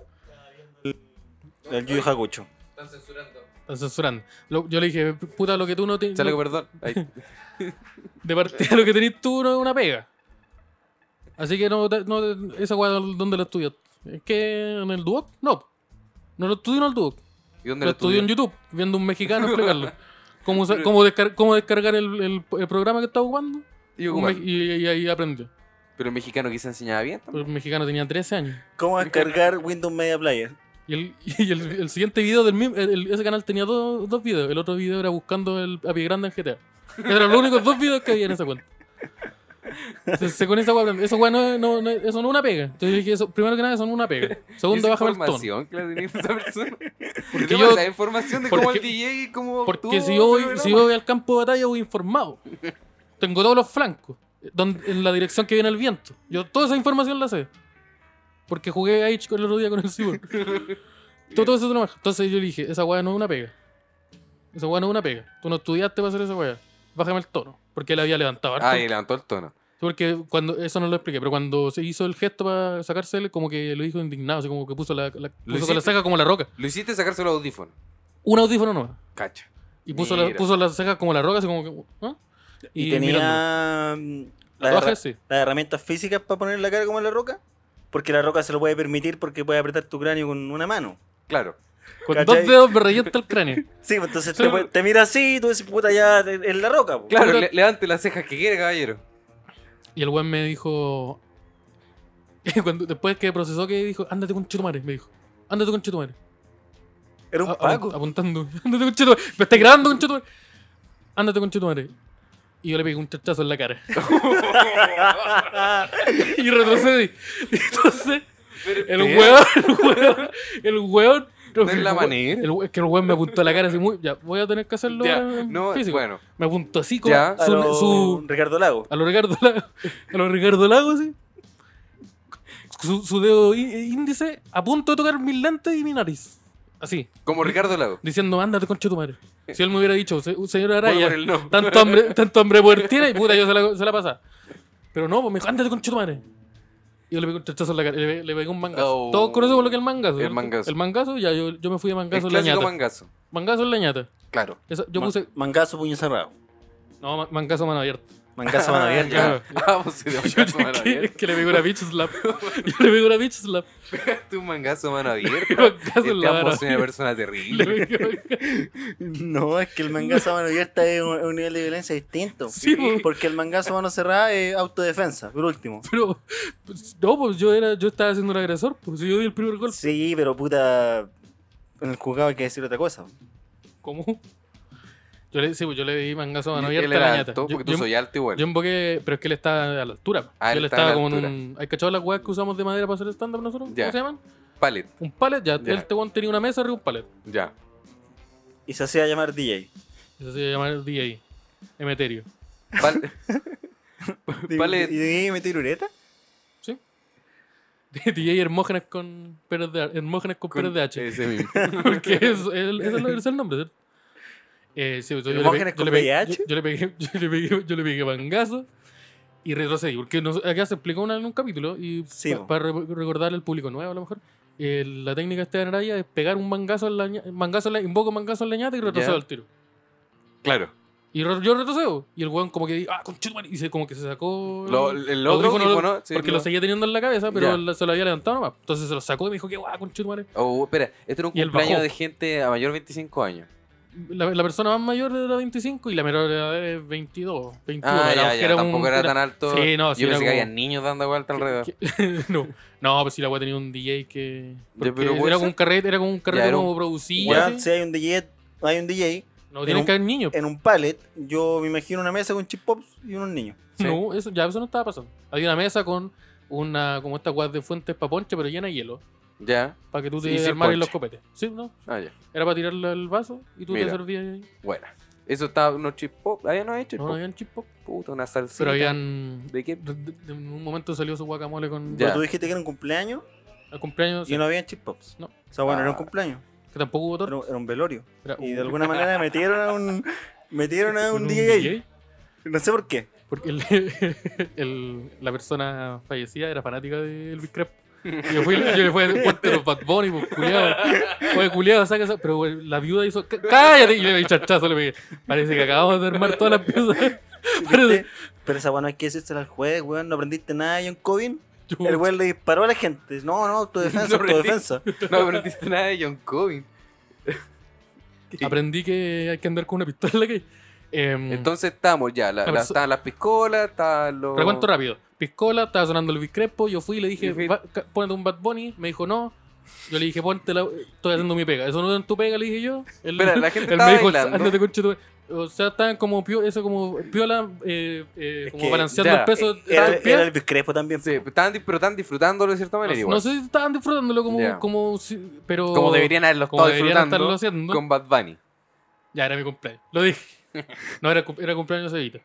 Speaker 1: El Yu Yu Hakucho.
Speaker 3: Están censurando.
Speaker 2: Están censurando. Lo- yo le dije, puta, lo que tú no tienes.
Speaker 3: Chaleco, perdón. Ahí.
Speaker 2: De partida, lo que tenés tú no es una pega. Así que no, te- no te- esa weá, ¿dónde la estudias? ¿Es que en el Duoc? No. No lo estudio en el Duoc.
Speaker 3: ¿Y dónde
Speaker 2: Lo estudió en YouTube, viendo un mexicano explicarlo. ¿Cómo, usa-
Speaker 3: Pero-
Speaker 2: cómo, descar- cómo descargar el, el- el programa que estaba jugando?
Speaker 3: Y yo,
Speaker 2: Un
Speaker 3: cubano.
Speaker 2: me- y, y ahí aprendió.
Speaker 3: Pero el mexicano quizá enseñaba bien también.
Speaker 2: El mexicano tenía 13 años.
Speaker 1: ¿Cómo descargar Windows Media Player?
Speaker 2: Y el, (laughs) y el, el siguiente video del mismo, el- el- ese canal tenía dos, dos videos. El otro video era buscando el, a pie grande en GTA. Eran los únicos dos videos que había en esa cuenta. Se, se- con esa weá aprende. Esa weá no, es- no- no es- eso no es una pega. Entonces yo dije, eso, primero que nada, eso no es una pega. Segundo,
Speaker 3: Esa
Speaker 2: baja el tono.
Speaker 3: información que le tenía
Speaker 2: (laughs)
Speaker 3: esa persona.
Speaker 2: Porque
Speaker 3: Porque
Speaker 2: yo-
Speaker 3: la información de
Speaker 2: porque-
Speaker 3: cómo el DJ y cómo
Speaker 2: Porque
Speaker 3: obtuvo
Speaker 2: si yo, voy,
Speaker 3: ese pues.
Speaker 2: si yo
Speaker 3: programa.
Speaker 2: voy al campo de batalla voy informado. Tengo todos los flancos. Donde, en la dirección que viene el viento. Yo toda esa información la sé. Porque jugué a Hitch el otro día con el
Speaker 3: (laughs)
Speaker 2: Cyborg. todo, todo eso trabaja. Entonces yo le dije, esa weá no es una pega. Esa weá no es una pega. Tú no estudiaste para hacer esa weá. Bájame el tono. Porque él había levantado harto.
Speaker 3: Ah, y levantó el tono.
Speaker 2: Sí, Porque cuando, eso no lo expliqué, pero cuando se hizo el gesto para sacársele, como que lo dijo indignado, así como que puso la, la-
Speaker 3: Lo
Speaker 2: puso con la
Speaker 3: hiciste.
Speaker 2: ceja como la roca.
Speaker 3: Lo hiciste sacarse los audífonos.
Speaker 2: Un audífono no.
Speaker 3: Cacha.
Speaker 2: Y puso la,
Speaker 3: Mira.
Speaker 2: puso la ceja como la roca, así como que. ¿ah?
Speaker 1: Y,
Speaker 2: mirando.
Speaker 1: tenía mm, la
Speaker 2: Tatuajes,
Speaker 1: herra-
Speaker 2: sí.
Speaker 1: las herramientas físicas para poner la cara como en la roca. Porque la roca se lo puede permitir porque puede apretar tu cráneo con una mano.
Speaker 3: Claro.
Speaker 2: Con
Speaker 1: ¿Cachai?
Speaker 2: dos dedos me reyenta el cráneo.
Speaker 1: Sí, pues entonces
Speaker 2: Sí.
Speaker 1: te, puede- te mira así y tú dices, puta, ya es la roca. pues". po.
Speaker 3: Claro,
Speaker 2: Puta-
Speaker 3: le- levante las cejas que quiere, caballero.
Speaker 2: Y el weón me dijo. (laughs) cuando- después que procesó, que dijo, ándate con chetumare, me dijo. Ándate con chetumare.
Speaker 1: Era un
Speaker 2: A-
Speaker 1: paco.
Speaker 2: apu- Apuntando. (laughs) Ándate con chetumare. Me está grabando con chetumare. Ándate con chetumare. Y yo le pegué un chachazo en la cara. ah.
Speaker 1: (laughs)
Speaker 2: (laughs) y retrocedí. Y Entonces, el weón, el weón, el weón.
Speaker 3: es la manera.
Speaker 2: el we- Es que el weón me apuntó a la cara así muy. Ya, voy a tener que hacerlo.
Speaker 3: Ya,
Speaker 2: ahora
Speaker 3: no,
Speaker 2: físico.
Speaker 3: bueno.
Speaker 2: Me apuntó así como
Speaker 3: Ya.
Speaker 1: A
Speaker 2: su-
Speaker 1: lo
Speaker 2: su,
Speaker 1: Ricardo Lago.
Speaker 2: a lo Ricardo Lago, a lo Ricardo Lago, sí. Su, su dedo í- índice a punto de tocar mis lentes y mi nariz. Así,
Speaker 3: Como Ricardo Lago.
Speaker 2: diciendo, ándate, concha tu madre. Si él me hubiera dicho, "Se- señor
Speaker 3: Voy
Speaker 2: Araya,
Speaker 3: por el no.
Speaker 2: tanto hambre, tanto hambre poder tiene", y puta, yo se la, se la pasaba. Pero no, pues me dijo, ándate, concha tu madre. Y yo le pegué un chachazo en la cara, le, le pegué un mangazo.
Speaker 3: Oh.
Speaker 2: Todos conocemos lo que es el mangazo.
Speaker 3: El
Speaker 2: ¿no?
Speaker 3: mangazo.
Speaker 2: El mangazo, ya, yo, yo me fui de
Speaker 3: El
Speaker 2: mangazo en la
Speaker 3: clásico
Speaker 2: ñata.
Speaker 3: mangazo.
Speaker 2: mangazo en la ñata.
Speaker 3: Claro.
Speaker 2: Esa- yo
Speaker 1: Ma-
Speaker 2: puse,
Speaker 1: Mangazo puño cerrado.
Speaker 2: no, ma- mangazo mano abierta. (laughs)
Speaker 1: Mangazo mano abierta.
Speaker 2: ya.
Speaker 3: Ah,
Speaker 2: (laughs)
Speaker 3: pues sí, de mangazo mano
Speaker 2: que,
Speaker 3: abierta.
Speaker 2: que le pegué una bitch slap. Yo le pegué una bitch
Speaker 3: (laughs)
Speaker 2: slap.
Speaker 3: Tu mangazo
Speaker 2: (laughs)
Speaker 3: mano abierta.
Speaker 2: Y mangazo en
Speaker 3: Este
Speaker 2: la
Speaker 3: ambos
Speaker 2: mano
Speaker 3: es una persona
Speaker 2: (laughs) Le
Speaker 3: terrible.
Speaker 2: pegué-
Speaker 1: (laughs) No, es que el mangazo mano abierta es un, un nivel de violencia distinto.
Speaker 2: Sí, po.
Speaker 1: Porque el mangazo mano cerrada es autodefensa, por último.
Speaker 2: Pero pues, no, pues yo era, yo estaba siendo el agresor, pues yo di el primer golpe.
Speaker 1: Sí, pero puta. En el juzgado hay que decir otra cosa.
Speaker 2: ¿Cómo? Yo le, sí, pues yo le di mangazo a mano
Speaker 3: Él
Speaker 2: abierta a la
Speaker 3: era
Speaker 2: ñata.
Speaker 3: alto,
Speaker 2: Yo,
Speaker 3: porque tú
Speaker 2: yo-
Speaker 3: soy alto igual.
Speaker 2: yo emboqué, pero es que él estaba a la altura.
Speaker 3: Ah,
Speaker 2: yo
Speaker 3: él
Speaker 2: le
Speaker 3: estaba a
Speaker 2: estaba
Speaker 3: la
Speaker 2: como en
Speaker 3: altura.
Speaker 2: un. ¿Hay cachado las weas que usamos de madera para hacer stand-up nosotros?
Speaker 3: Ya.
Speaker 2: ¿Cómo se llaman?
Speaker 3: Pallet.
Speaker 2: Un palet, ya.
Speaker 3: Ya.
Speaker 2: Él te tenía una mesa arriba de un palet.
Speaker 3: Ya.
Speaker 1: Y se hacía llamar DJ.
Speaker 2: Eso se llama el DJ. Emeterio. (laughs)
Speaker 3: Pal- Pallet.
Speaker 1: ¿Y DJ metió irureta?
Speaker 2: ¿Sí? DJ Hermógenes con Pérez de, Hermógenes con Pérez de H.
Speaker 3: Ese mismo.
Speaker 2: Porque
Speaker 1: (laughs)
Speaker 2: es, el, ese es el- ese es el nombre, ¿cierto? Eh, sí, yo, yo le pegué,
Speaker 1: ¿Hermógenes
Speaker 2: yo,
Speaker 1: con
Speaker 2: le pegué,
Speaker 1: VIH?
Speaker 2: yo, yo le pegué, (laughs) yo le pegué, yo le pegué mangazo y retrocedí. Porque nos- acá se explicó una, en un capítulo y
Speaker 1: Sí,
Speaker 2: pa-
Speaker 1: po.
Speaker 2: para re- recordarle al público nuevo a lo mejor. eh, la técnica esta de Araya es pegar un mangazo en la ña- mangazo en la, invoco mangazo en la ñata y retrocedo
Speaker 3: Ya.
Speaker 2: al tiro. (laughs)
Speaker 3: Claro.
Speaker 2: Y re- yo retrocedo. Y el weón como que ah, conchetumare", y se, como que se sacó
Speaker 3: Lo- el otro
Speaker 2: audífono,
Speaker 3: audífono, sí,
Speaker 2: porque
Speaker 3: lo-
Speaker 2: lo seguía teniendo en la cabeza,
Speaker 3: Ya.
Speaker 2: pero la- se lo había levantado nomás. Entonces se lo sacó y me dijo que guau, conchetumare".
Speaker 3: Oh, espera, esto era un
Speaker 2: Y él
Speaker 3: cumpleaños
Speaker 2: bajó.
Speaker 3: de gente a mayor de 25 años.
Speaker 2: La, la persona más mayor era 25 y la menor edad es 22. 21,
Speaker 3: Ah,
Speaker 2: era,
Speaker 3: ya,
Speaker 2: que
Speaker 3: ya,
Speaker 2: era
Speaker 3: tampoco
Speaker 2: un-
Speaker 3: era tan alto.
Speaker 2: Sí, no, sí,
Speaker 3: Yo
Speaker 2: era
Speaker 3: pensé que
Speaker 2: como-
Speaker 3: había niños dando vuelta alrededor.
Speaker 2: (laughs) no, no, pues si la wea tenía un DJ que.
Speaker 3: Ya, pero
Speaker 2: porque
Speaker 3: puede
Speaker 2: era
Speaker 3: ser.
Speaker 2: como un carrete, era como un carrete
Speaker 3: era un-
Speaker 2: como producido.
Speaker 1: Weón,
Speaker 2: así.
Speaker 1: si hay un DJ, hay un DJ
Speaker 2: No tienen
Speaker 1: un-
Speaker 2: que haber niños.
Speaker 3: eh,
Speaker 1: en un pallet, yo me imagino una mesa con chip pops y unos niños.
Speaker 3: sí.
Speaker 2: No, eso, ya eso no estaba pasando. Había una mesa con una, como estas guas de fuentes para ponche, pero llena de hielo.
Speaker 3: Ya,
Speaker 2: Para que tú
Speaker 3: Y
Speaker 2: te
Speaker 3: sin
Speaker 2: armaras
Speaker 3: ponche.
Speaker 2: los copetes. Sí, no.
Speaker 3: ah, ya.
Speaker 2: Era para tirarle el vaso y tú
Speaker 3: Mira.
Speaker 2: te servías ahí.
Speaker 3: Bueno, eso estaba unos chip pop. Ahí no hay chip
Speaker 2: No,
Speaker 3: pop.
Speaker 2: no habían chip pop,
Speaker 3: Puta, una salsita.
Speaker 2: Pero habían.
Speaker 3: ¿De qué?
Speaker 2: de- de- en un momento salió su guacamole con.
Speaker 3: Ya.
Speaker 1: Pero tú dijiste que era un cumpleaños
Speaker 2: Al cumpleaños.
Speaker 1: y no había chip pops.
Speaker 2: No.
Speaker 1: O sea, bueno, era un
Speaker 3: Ah.
Speaker 1: cumpleaños.
Speaker 2: Que tampoco hubo torta.
Speaker 1: Era, era un velorio.
Speaker 2: Era
Speaker 1: Y
Speaker 2: un-
Speaker 1: de alguna manera metieron a un. Metieron a
Speaker 2: uh. (laughs) con
Speaker 1: un DJ. No sé por qué.
Speaker 2: (laughs) Porque el- el- la persona fallecida era fanática de Elvis Crespo. Yo, fui, yo le fui a decir, ponte los Bad Bunny, pues, culiado. Oye, culiado, saca esa. Pero güey, la viuda hizo, "Cá- cállate. Y le di chachazo, le pegué. Parece que acabamos de armar todas las
Speaker 1: (laughs)
Speaker 2: piezas. Parece-
Speaker 1: ¿Viste? Pero esa weá no hay que decírsela al juez, weón. No aprendiste nada, John Cobin. El weón le disparó a la gente. No, no,
Speaker 2: (laughs)
Speaker 1: tu defensa,
Speaker 3: No
Speaker 1: tu
Speaker 3: aprendí.
Speaker 1: defensa.
Speaker 3: No aprendiste nada de John Cobin.
Speaker 2: Aprendí que hay que andar con una pistola en la calle. Em,
Speaker 3: Entonces estamos ya. La,
Speaker 2: La
Speaker 3: la-
Speaker 2: perso-
Speaker 3: estaban las piscolas, estaban los.
Speaker 2: Recuento rápido. Piscola, estaba sonando Luis Crespo, yo fui y le dije,
Speaker 3: Y fui-
Speaker 2: "Va- ca- ponete un Bad Bunny, me dijo no. Yo le dije, ponte la... Estoy haciendo mi pega. Eso no es tu pega, le dije yo. El,
Speaker 3: Espera, la
Speaker 2: (laughs) el
Speaker 3: gente estaba
Speaker 2: me dijo,
Speaker 3: bailando.
Speaker 2: "Ándate, conche tu madre". O sea, estaban como pio- eso como piola, eh, eh,
Speaker 1: Es
Speaker 2: como
Speaker 1: que,
Speaker 2: balanceando
Speaker 3: ya, eh,
Speaker 2: el peso.
Speaker 1: Era,
Speaker 2: del pie.
Speaker 1: era el discrepo también.
Speaker 3: Sí, pero estaban, di- pero estaban disfrutándolo de cierta
Speaker 2: no,
Speaker 3: manera
Speaker 2: sé-
Speaker 3: igual.
Speaker 2: no sé si estaban disfrutándolo como,
Speaker 3: Ya.
Speaker 2: como si- pero
Speaker 3: como deberían haberlo
Speaker 2: como
Speaker 3: estado
Speaker 2: deberían
Speaker 3: disfrutando
Speaker 2: estarlo haciendo.
Speaker 3: con Bad Bunny.
Speaker 2: Ya era mi cumpleaños. Lo dije. No, era, cum- era cumpleaños de Seguita.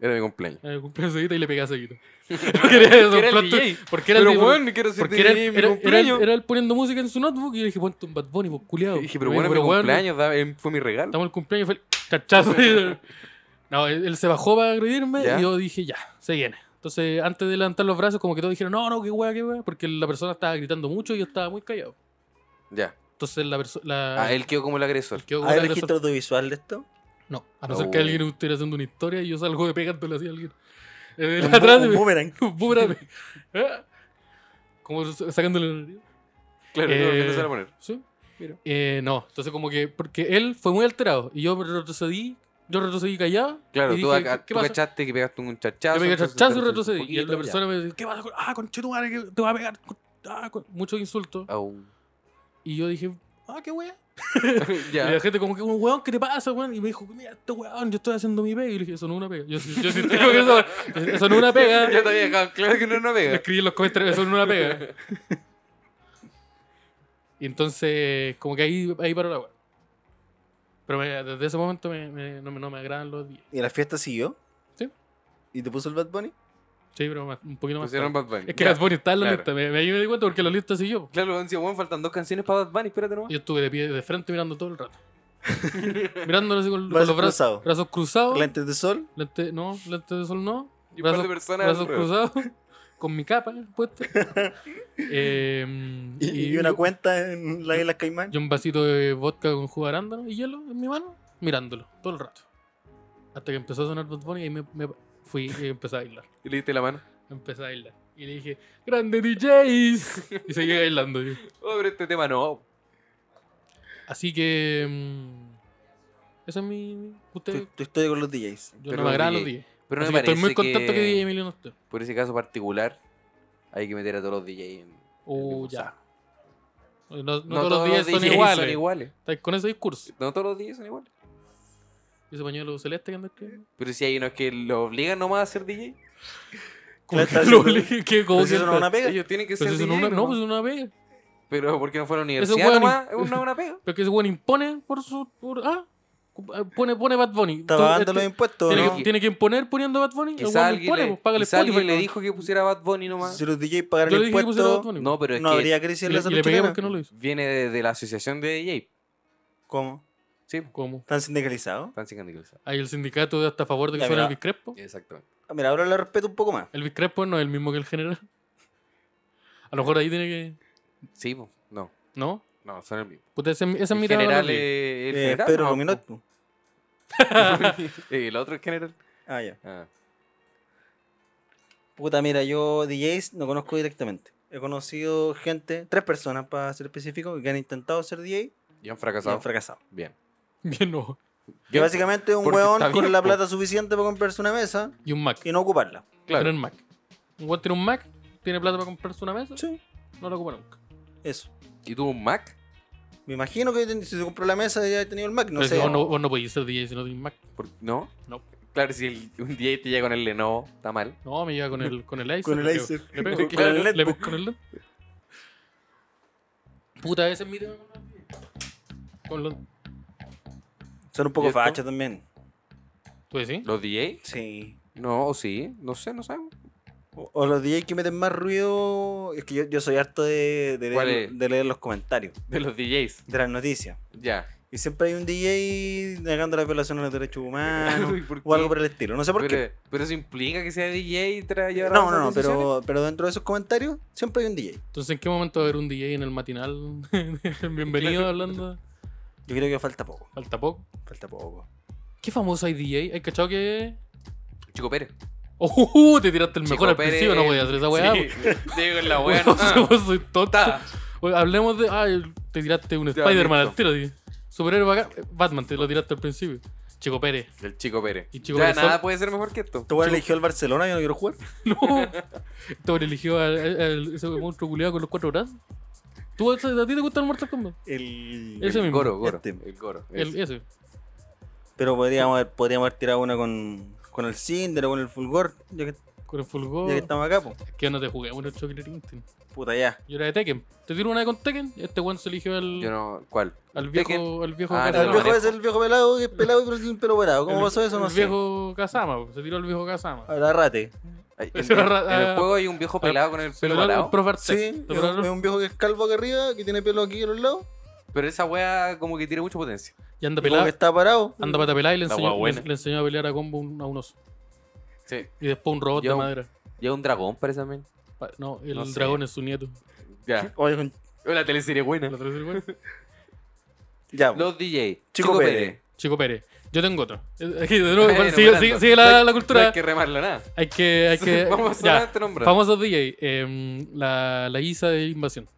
Speaker 3: Era mi cumpleaños.
Speaker 2: Era cumpleaños de Seguita y le pegué a
Speaker 3: (laughs)
Speaker 2: Seguita. Porque era eso,
Speaker 3: Era el
Speaker 2: plot twist.
Speaker 3: DJ.
Speaker 2: Porque era el
Speaker 3: Pero
Speaker 2: tipo-
Speaker 3: bueno, quiero decirte
Speaker 2: Porque era,
Speaker 3: que
Speaker 2: era,
Speaker 3: mi
Speaker 2: era-
Speaker 3: cumpleaños.
Speaker 2: era él poniendo música en su notebook y yo dije, ponte un Bad Bunny, pues culiado.
Speaker 3: Y dije, pero bueno, mi cumpleaños da- eh, fue mi regalo.
Speaker 2: Estamos en el cumpleaños y fue el
Speaker 3: (laughs)
Speaker 2: chachazo. no, él, él se bajó para agredirme
Speaker 3: Ya.
Speaker 2: y yo dije, ya, se viene. Entonces, antes de levantar los brazos, como que todos dijeron, no, no, qué hueá, qué hueá, porque la persona estaba gritando mucho y yo estaba muy callado.
Speaker 3: Ya.
Speaker 2: Entonces, la persona.
Speaker 3: Ah, él quedó como el agresor.
Speaker 2: pues,
Speaker 1: ¿Hay registro audiovisual de esto?
Speaker 2: No, a no ser que
Speaker 3: Oh.
Speaker 2: alguien estuviera haciendo una historia y yo salgo de pegándole así a alguien. Eh, de (laughs)
Speaker 1: Un
Speaker 2: atrás
Speaker 1: bu-
Speaker 2: de
Speaker 1: un boomerang.
Speaker 2: (laughs) un boomerang. Ah, Como sacándole la nariz.
Speaker 3: Claro,
Speaker 2: Eh,
Speaker 3: no, no se lo voy a poner.
Speaker 2: ¿Sí?
Speaker 3: Mira.
Speaker 2: Eh, no, entonces como que, porque él fue muy alterado y yo me retrocedí, yo retrocedí callado.
Speaker 3: Claro,
Speaker 2: y
Speaker 3: tú,
Speaker 2: dije,
Speaker 3: acá-
Speaker 2: ¿qué, qué
Speaker 3: tú
Speaker 2: pasa?
Speaker 3: cachaste que pegaste un
Speaker 2: Yo
Speaker 3: chachazo.
Speaker 2: pegué
Speaker 3: entonces
Speaker 2: chachazo y
Speaker 3: te retrocedí
Speaker 2: retrocedí. Y la
Speaker 3: un poquito,
Speaker 2: persona me dice, ¿qué pasa? con- Ah, conchetumare, que te va a pegar. con- Ah, con muchos insultos.
Speaker 3: ya. Au.
Speaker 2: Y yo dije, ah, qué wea.
Speaker 3: (laughs)
Speaker 2: (laughs)
Speaker 3: Ya.
Speaker 2: Y la gente como que, un weón, ¿qué te pasa, weón? Y me dijo, mira, este weón, yo estoy haciendo mi pega. Y le dije, eso no es una pega. Yo, sí- yo sí tengo que eso, eso
Speaker 3: (laughs)
Speaker 2: no es una pega.
Speaker 3: Ya te había dejado claro que no es una
Speaker 2: Le
Speaker 3: pega.
Speaker 2: escribí en los comentarios, eso no es una pega. Y entonces, como que ahí, ahí paró la weá. Pero me- desde ese momento me- me- no, me, no me agradan los días.
Speaker 1: ¿Y la fiesta siguió?
Speaker 2: Sí.
Speaker 1: ¿Y te puso el Bad Bunny?
Speaker 2: Sí, pero más- un poquito más.
Speaker 3: Pusieron
Speaker 2: tarde.
Speaker 3: Pues Bad Bunny.
Speaker 2: Es que
Speaker 3: Ya.
Speaker 2: Bad Bunny está en la
Speaker 3: claro.
Speaker 2: lista. Me, me, ahí me di cuenta porque la lista siguió.
Speaker 3: Claro, han sido bueno, faltan dos canciones para Bad Bunny, espérate nomás.
Speaker 2: Yo estuve de pie de frente mirando todo el rato. (laughs) Mirándolo así con, con
Speaker 1: Brazos
Speaker 2: los brazos,
Speaker 1: cruzados.
Speaker 2: brazos cruzados.
Speaker 1: ¿Lentes de sol?
Speaker 2: Lente- no, lentes de sol no.
Speaker 3: Y un par de
Speaker 2: Brazos-
Speaker 3: personas
Speaker 2: brazos
Speaker 3: alrededor.
Speaker 2: cruzados. (laughs) Con mi capa
Speaker 1: (laughs)
Speaker 2: puesta. Eh,
Speaker 1: ¿Y, y una cuenta en la isla Caimán?
Speaker 2: Yo un vasito de vodka con jugo de arándano y hielo en mi mano, mirándolo todo el rato. Hasta que empezó a sonar Bad Bunny y ahí me, me fui y empecé a bailar.
Speaker 3: Y le diste la mano.
Speaker 2: Empecé a bailar. Y le dije, ¡Grande DJs! Y seguí bailando. yo.
Speaker 3: Oh, pero este tema no.
Speaker 2: Así que. mm, esa es mi.
Speaker 1: Tu,
Speaker 2: Usted.
Speaker 1: tu historia con los DJs.
Speaker 2: Yo
Speaker 3: pero
Speaker 2: no me agradan los
Speaker 3: DJ.
Speaker 2: días.
Speaker 3: Pero no
Speaker 2: Así
Speaker 3: me
Speaker 2: que
Speaker 3: parece
Speaker 2: estoy muy contento que, DJ
Speaker 3: que
Speaker 2: Emilio no esté.
Speaker 3: por ese caso particular hay que meter a todos los DJs en
Speaker 2: Uh,
Speaker 3: en
Speaker 2: ya.
Speaker 3: saco.
Speaker 2: No, no todos los días son
Speaker 3: DJs
Speaker 2: iguales.
Speaker 3: son iguales.
Speaker 2: Estáis Con ese discurso.
Speaker 3: No todos los DJs son iguales.
Speaker 2: Y Ese pañuelo celeste que anda
Speaker 1: (laughs)
Speaker 2: escribiendo.
Speaker 3: Pero si hay unos que lo obligan nomás a ser DJ.
Speaker 2: Como
Speaker 1: está
Speaker 2: que lo
Speaker 1: haciendo-
Speaker 2: obliguen, que como
Speaker 1: ¿Pero si
Speaker 2: que
Speaker 1: eso no es una pega?
Speaker 3: Ellos tienen que
Speaker 2: Pero
Speaker 3: ser
Speaker 2: si eso no
Speaker 3: DJ.
Speaker 2: es una- no,
Speaker 3: nomás.
Speaker 2: pues es una pega.
Speaker 3: Pero porque no fueron a la
Speaker 2: Ese
Speaker 3: universidad
Speaker 2: weón-
Speaker 3: nomás, es una, una
Speaker 2: (laughs)
Speaker 3: pega.
Speaker 2: Pero que ese weón impone por su. por- ah, pone, pone Bad Bunny.
Speaker 1: Está
Speaker 2: Tú,
Speaker 1: pagando
Speaker 2: este,
Speaker 1: los impuestos,
Speaker 2: tiene,
Speaker 1: ¿no?
Speaker 3: ¿no?
Speaker 2: que, tiene que imponer poniendo Bad Bunny. El
Speaker 3: Quizá
Speaker 2: weón
Speaker 3: alguien,
Speaker 2: impone,
Speaker 3: le,
Speaker 2: pues págale
Speaker 3: quizá
Speaker 2: Spotify.
Speaker 3: alguien le
Speaker 2: ¿no?
Speaker 3: dijo que pusiera Bad Bunny nomás.
Speaker 1: Si los DJs pagaran
Speaker 2: Yo le dije que pusiera Bad
Speaker 1: impuestos,
Speaker 2: Bunny.
Speaker 3: No, pero es
Speaker 1: no
Speaker 3: que
Speaker 1: habría crisis
Speaker 2: y
Speaker 1: en
Speaker 2: le,
Speaker 1: la
Speaker 2: y
Speaker 1: salud
Speaker 2: le pegué
Speaker 1: chilena.
Speaker 2: porque no lo hizo.
Speaker 3: viene de, de la asociación de DJ.
Speaker 1: ¿Cómo?
Speaker 3: Sí,
Speaker 2: ¿Cómo?
Speaker 1: ¿Están sindicalizados?
Speaker 3: están sin candidatos.
Speaker 2: Ahí el sindicato de hasta a favor de que
Speaker 1: Ya,
Speaker 2: fuera
Speaker 1: mira.
Speaker 2: Elvis Crespo.
Speaker 3: Exactamente.
Speaker 1: Ah, mira, ahora lo respeto un poco más.
Speaker 2: Elvis Crespo no es el mismo que el general. A lo mejor ahí tiene que.
Speaker 3: Sí, po. no.
Speaker 2: ¿No?
Speaker 3: No, son el mismo.
Speaker 2: Puta, esa, esa
Speaker 3: El
Speaker 2: mirada.
Speaker 3: general
Speaker 2: no la vi.
Speaker 3: eh, el
Speaker 1: Eh,
Speaker 3: general,
Speaker 1: Pedro
Speaker 3: no, (laughs)
Speaker 1: Rominot.
Speaker 3: po. el otro es general.
Speaker 1: Ah, ya.
Speaker 3: Ah.
Speaker 1: Puta, mira, yo DJs no conozco directamente. He conocido gente, tres personas para ser específico, que han intentado ser DJ
Speaker 3: Y han
Speaker 1: y
Speaker 3: fracasado.
Speaker 1: han fracasado.
Speaker 3: Bien.
Speaker 2: Bien, no.
Speaker 1: Que básicamente es un
Speaker 3: Porque
Speaker 1: hueón
Speaker 3: está
Speaker 1: con la
Speaker 3: viejo.
Speaker 1: plata suficiente para comprarse una mesa
Speaker 2: Y un Mac.
Speaker 1: y no ocuparla.
Speaker 3: Claro.
Speaker 2: Tener Mac. Un weón tiene un Mac, tiene plata para comprarse una mesa,
Speaker 1: Sí,
Speaker 2: no lo ocupa nunca.
Speaker 1: eso.
Speaker 3: ¿Y tuvo un Mac?
Speaker 1: Me imagino que ten- si se compró la mesa ya he tenido el Mac, no
Speaker 2: Pero si
Speaker 1: sé.
Speaker 2: vos no, vos no podías ser DJ si no tenés Mac.
Speaker 3: ¿Por- ¿No?
Speaker 2: No.
Speaker 3: Claro, si el- un DJ te llega con el Lenovo, está mal.
Speaker 2: No, me lleva con el con el Acer.
Speaker 1: Con el
Speaker 2: le pego.
Speaker 1: Acer.
Speaker 2: Le pego,
Speaker 1: Con
Speaker 2: claro,
Speaker 1: el
Speaker 2: le
Speaker 1: netbook.
Speaker 2: pego con el LED. Puta, ese es mi tema. Con los...
Speaker 1: Son un
Speaker 3: ¿Y
Speaker 1: poco
Speaker 3: esto?
Speaker 1: fachas también.
Speaker 2: ¿Tú decís?
Speaker 3: ¿Los DJ?
Speaker 1: Sí.
Speaker 3: No, o sí. No sé, no sabemos.
Speaker 1: O, o los DJs que meten más ruido. Es que yo, yo soy harto de, de
Speaker 3: ¿Cuál
Speaker 1: leer,
Speaker 3: es?
Speaker 1: de leer los comentarios,
Speaker 3: De los DJs.
Speaker 1: de las noticias.
Speaker 3: Ya.
Speaker 1: Y siempre hay un DJ negando las violaciones a los derechos
Speaker 2: (laughs)
Speaker 1: humanos
Speaker 3: (laughs) Uy, ¿por
Speaker 1: Ah, o algo
Speaker 3: qué?
Speaker 1: por el estilo. No sé por qué.
Speaker 3: pero, pero eso implica que sea DJ y traiga
Speaker 1: No, no, no, pero, pero dentro de esos comentarios siempre hay un DJ.
Speaker 2: Entonces, ¿en qué momento va a haber un DJ en el matinal? (laughs) Bienvenido hablando.
Speaker 1: Yo creo que falta poco.
Speaker 2: Falta poco.
Speaker 1: Falta poco.
Speaker 2: ¿Qué famoso hay DJ? ¿Hay cachado que.?
Speaker 3: Chico Pérez.
Speaker 2: ¡Oh! Te tiraste el mejor
Speaker 3: Chico
Speaker 2: al
Speaker 3: Pérez.
Speaker 2: principio, no voy a hacer esa weá.
Speaker 3: Sí, Digo, en
Speaker 2: (laughs)
Speaker 3: la weá.
Speaker 2: Weón,
Speaker 3: no.
Speaker 2: vos sois tonto.
Speaker 3: Está.
Speaker 2: Oye, hablemos de. Ah, te tiraste un
Speaker 3: Ya,
Speaker 2: Spider-Man al
Speaker 3: listo.
Speaker 2: tiro, tío. Superhéroe acá. Batman, te lo tiraste al principio. Chico Pérez. (laughs)
Speaker 3: El Chico Pérez.
Speaker 2: Y Chico
Speaker 3: ya
Speaker 2: Pérez
Speaker 3: nada
Speaker 2: solo-
Speaker 3: puede ser mejor que esto.
Speaker 1: ¿Tú Este eligió el Barcelona? Yo no quiero jugar.
Speaker 2: No. Te eligió al, al- al- ese monstruo culiado con los cuatro brazos. ¿Tú, a a ti te gusta el Mortal Kombat?
Speaker 1: El...
Speaker 2: Ese
Speaker 3: el
Speaker 2: mismo.
Speaker 3: Goro, Goro.
Speaker 1: Este.
Speaker 3: El Goro.
Speaker 2: El,
Speaker 3: ese.
Speaker 2: ese.
Speaker 1: Pero podríamos haber, podríamos haber tirado una con, con el Cinder o con el Fulgor, ya que,
Speaker 2: Con el
Speaker 1: ya que
Speaker 2: fulgor.
Speaker 1: estamos acá, po.
Speaker 2: Que no te jugué, bueno, el Killer Instinct.
Speaker 1: Puta ya.
Speaker 2: Yo era de Tekken. Te tiro una con Tekken. Este weón se eligió al,
Speaker 3: Yo no. ¿Cuál?
Speaker 2: al viejo.
Speaker 3: Tekken.
Speaker 2: Al viejo
Speaker 3: Ah,
Speaker 1: El
Speaker 3: no,
Speaker 2: Kazama.
Speaker 1: viejo
Speaker 3: vale.
Speaker 1: es el viejo pelado, que es pelado pero sin pelo pelado. ¿Cómo
Speaker 2: El-
Speaker 1: pasó eso? No
Speaker 2: el
Speaker 1: sé.
Speaker 2: viejo Kazama. po. Se tiró al viejo Kazama.
Speaker 1: Ahora rate.
Speaker 3: Ay,
Speaker 2: (laughs)
Speaker 3: En,
Speaker 2: Ese
Speaker 3: en-
Speaker 2: ra-
Speaker 3: en el
Speaker 2: ah,
Speaker 3: juego hay un viejo pelado con el
Speaker 2: Se
Speaker 3: pelo
Speaker 2: lo tiró
Speaker 3: parado.
Speaker 2: al Prof. Artex.
Speaker 1: Sí,
Speaker 2: ¿Te
Speaker 1: es
Speaker 2: acuerdas?
Speaker 1: un, es un viejo que es calvo acá arriba, que tiene pelo aquí a los lados.
Speaker 3: Pero esa weá como que tiene mucha potencia.
Speaker 2: Y anda
Speaker 1: y como
Speaker 2: pelado.
Speaker 1: que está parado.
Speaker 2: Anda pata pelada y le
Speaker 3: La
Speaker 2: enseñó,
Speaker 3: guagüena.
Speaker 2: le- le enseñó a pelear a combo un- a un oso.
Speaker 3: Sí.
Speaker 2: Y después un robot
Speaker 3: Yo-
Speaker 2: de madera.
Speaker 3: Lleva un dragón, parece también.
Speaker 2: Pa- No, el
Speaker 3: No sé.
Speaker 2: dragón es su
Speaker 3: (laughs)
Speaker 2: nieto. Ah.
Speaker 3: Ya.
Speaker 1: Oye, con-
Speaker 3: La teleserie buena.
Speaker 2: ¿Lo traes el güey?
Speaker 1: ya.
Speaker 3: Los DJ.
Speaker 1: Chico Pérez.
Speaker 2: Chico Pérez. Yo tengo otro. Eh, Aquí,
Speaker 3: (laughs)
Speaker 2: de nuevo,
Speaker 3: Bueno,
Speaker 2: sigue,
Speaker 3: bueno,
Speaker 2: sigue-
Speaker 3: no-
Speaker 2: sigue
Speaker 3: no
Speaker 2: la,
Speaker 3: hay-
Speaker 2: la
Speaker 3: No
Speaker 2: cultura.
Speaker 3: hay que remarla nada.
Speaker 2: Hay que.
Speaker 3: (laughs)
Speaker 2: Hay que
Speaker 3: Vamos a
Speaker 2: ya.
Speaker 3: solamente nombrar.
Speaker 2: Famosos DJ. eh, la, la Isa de Invasión.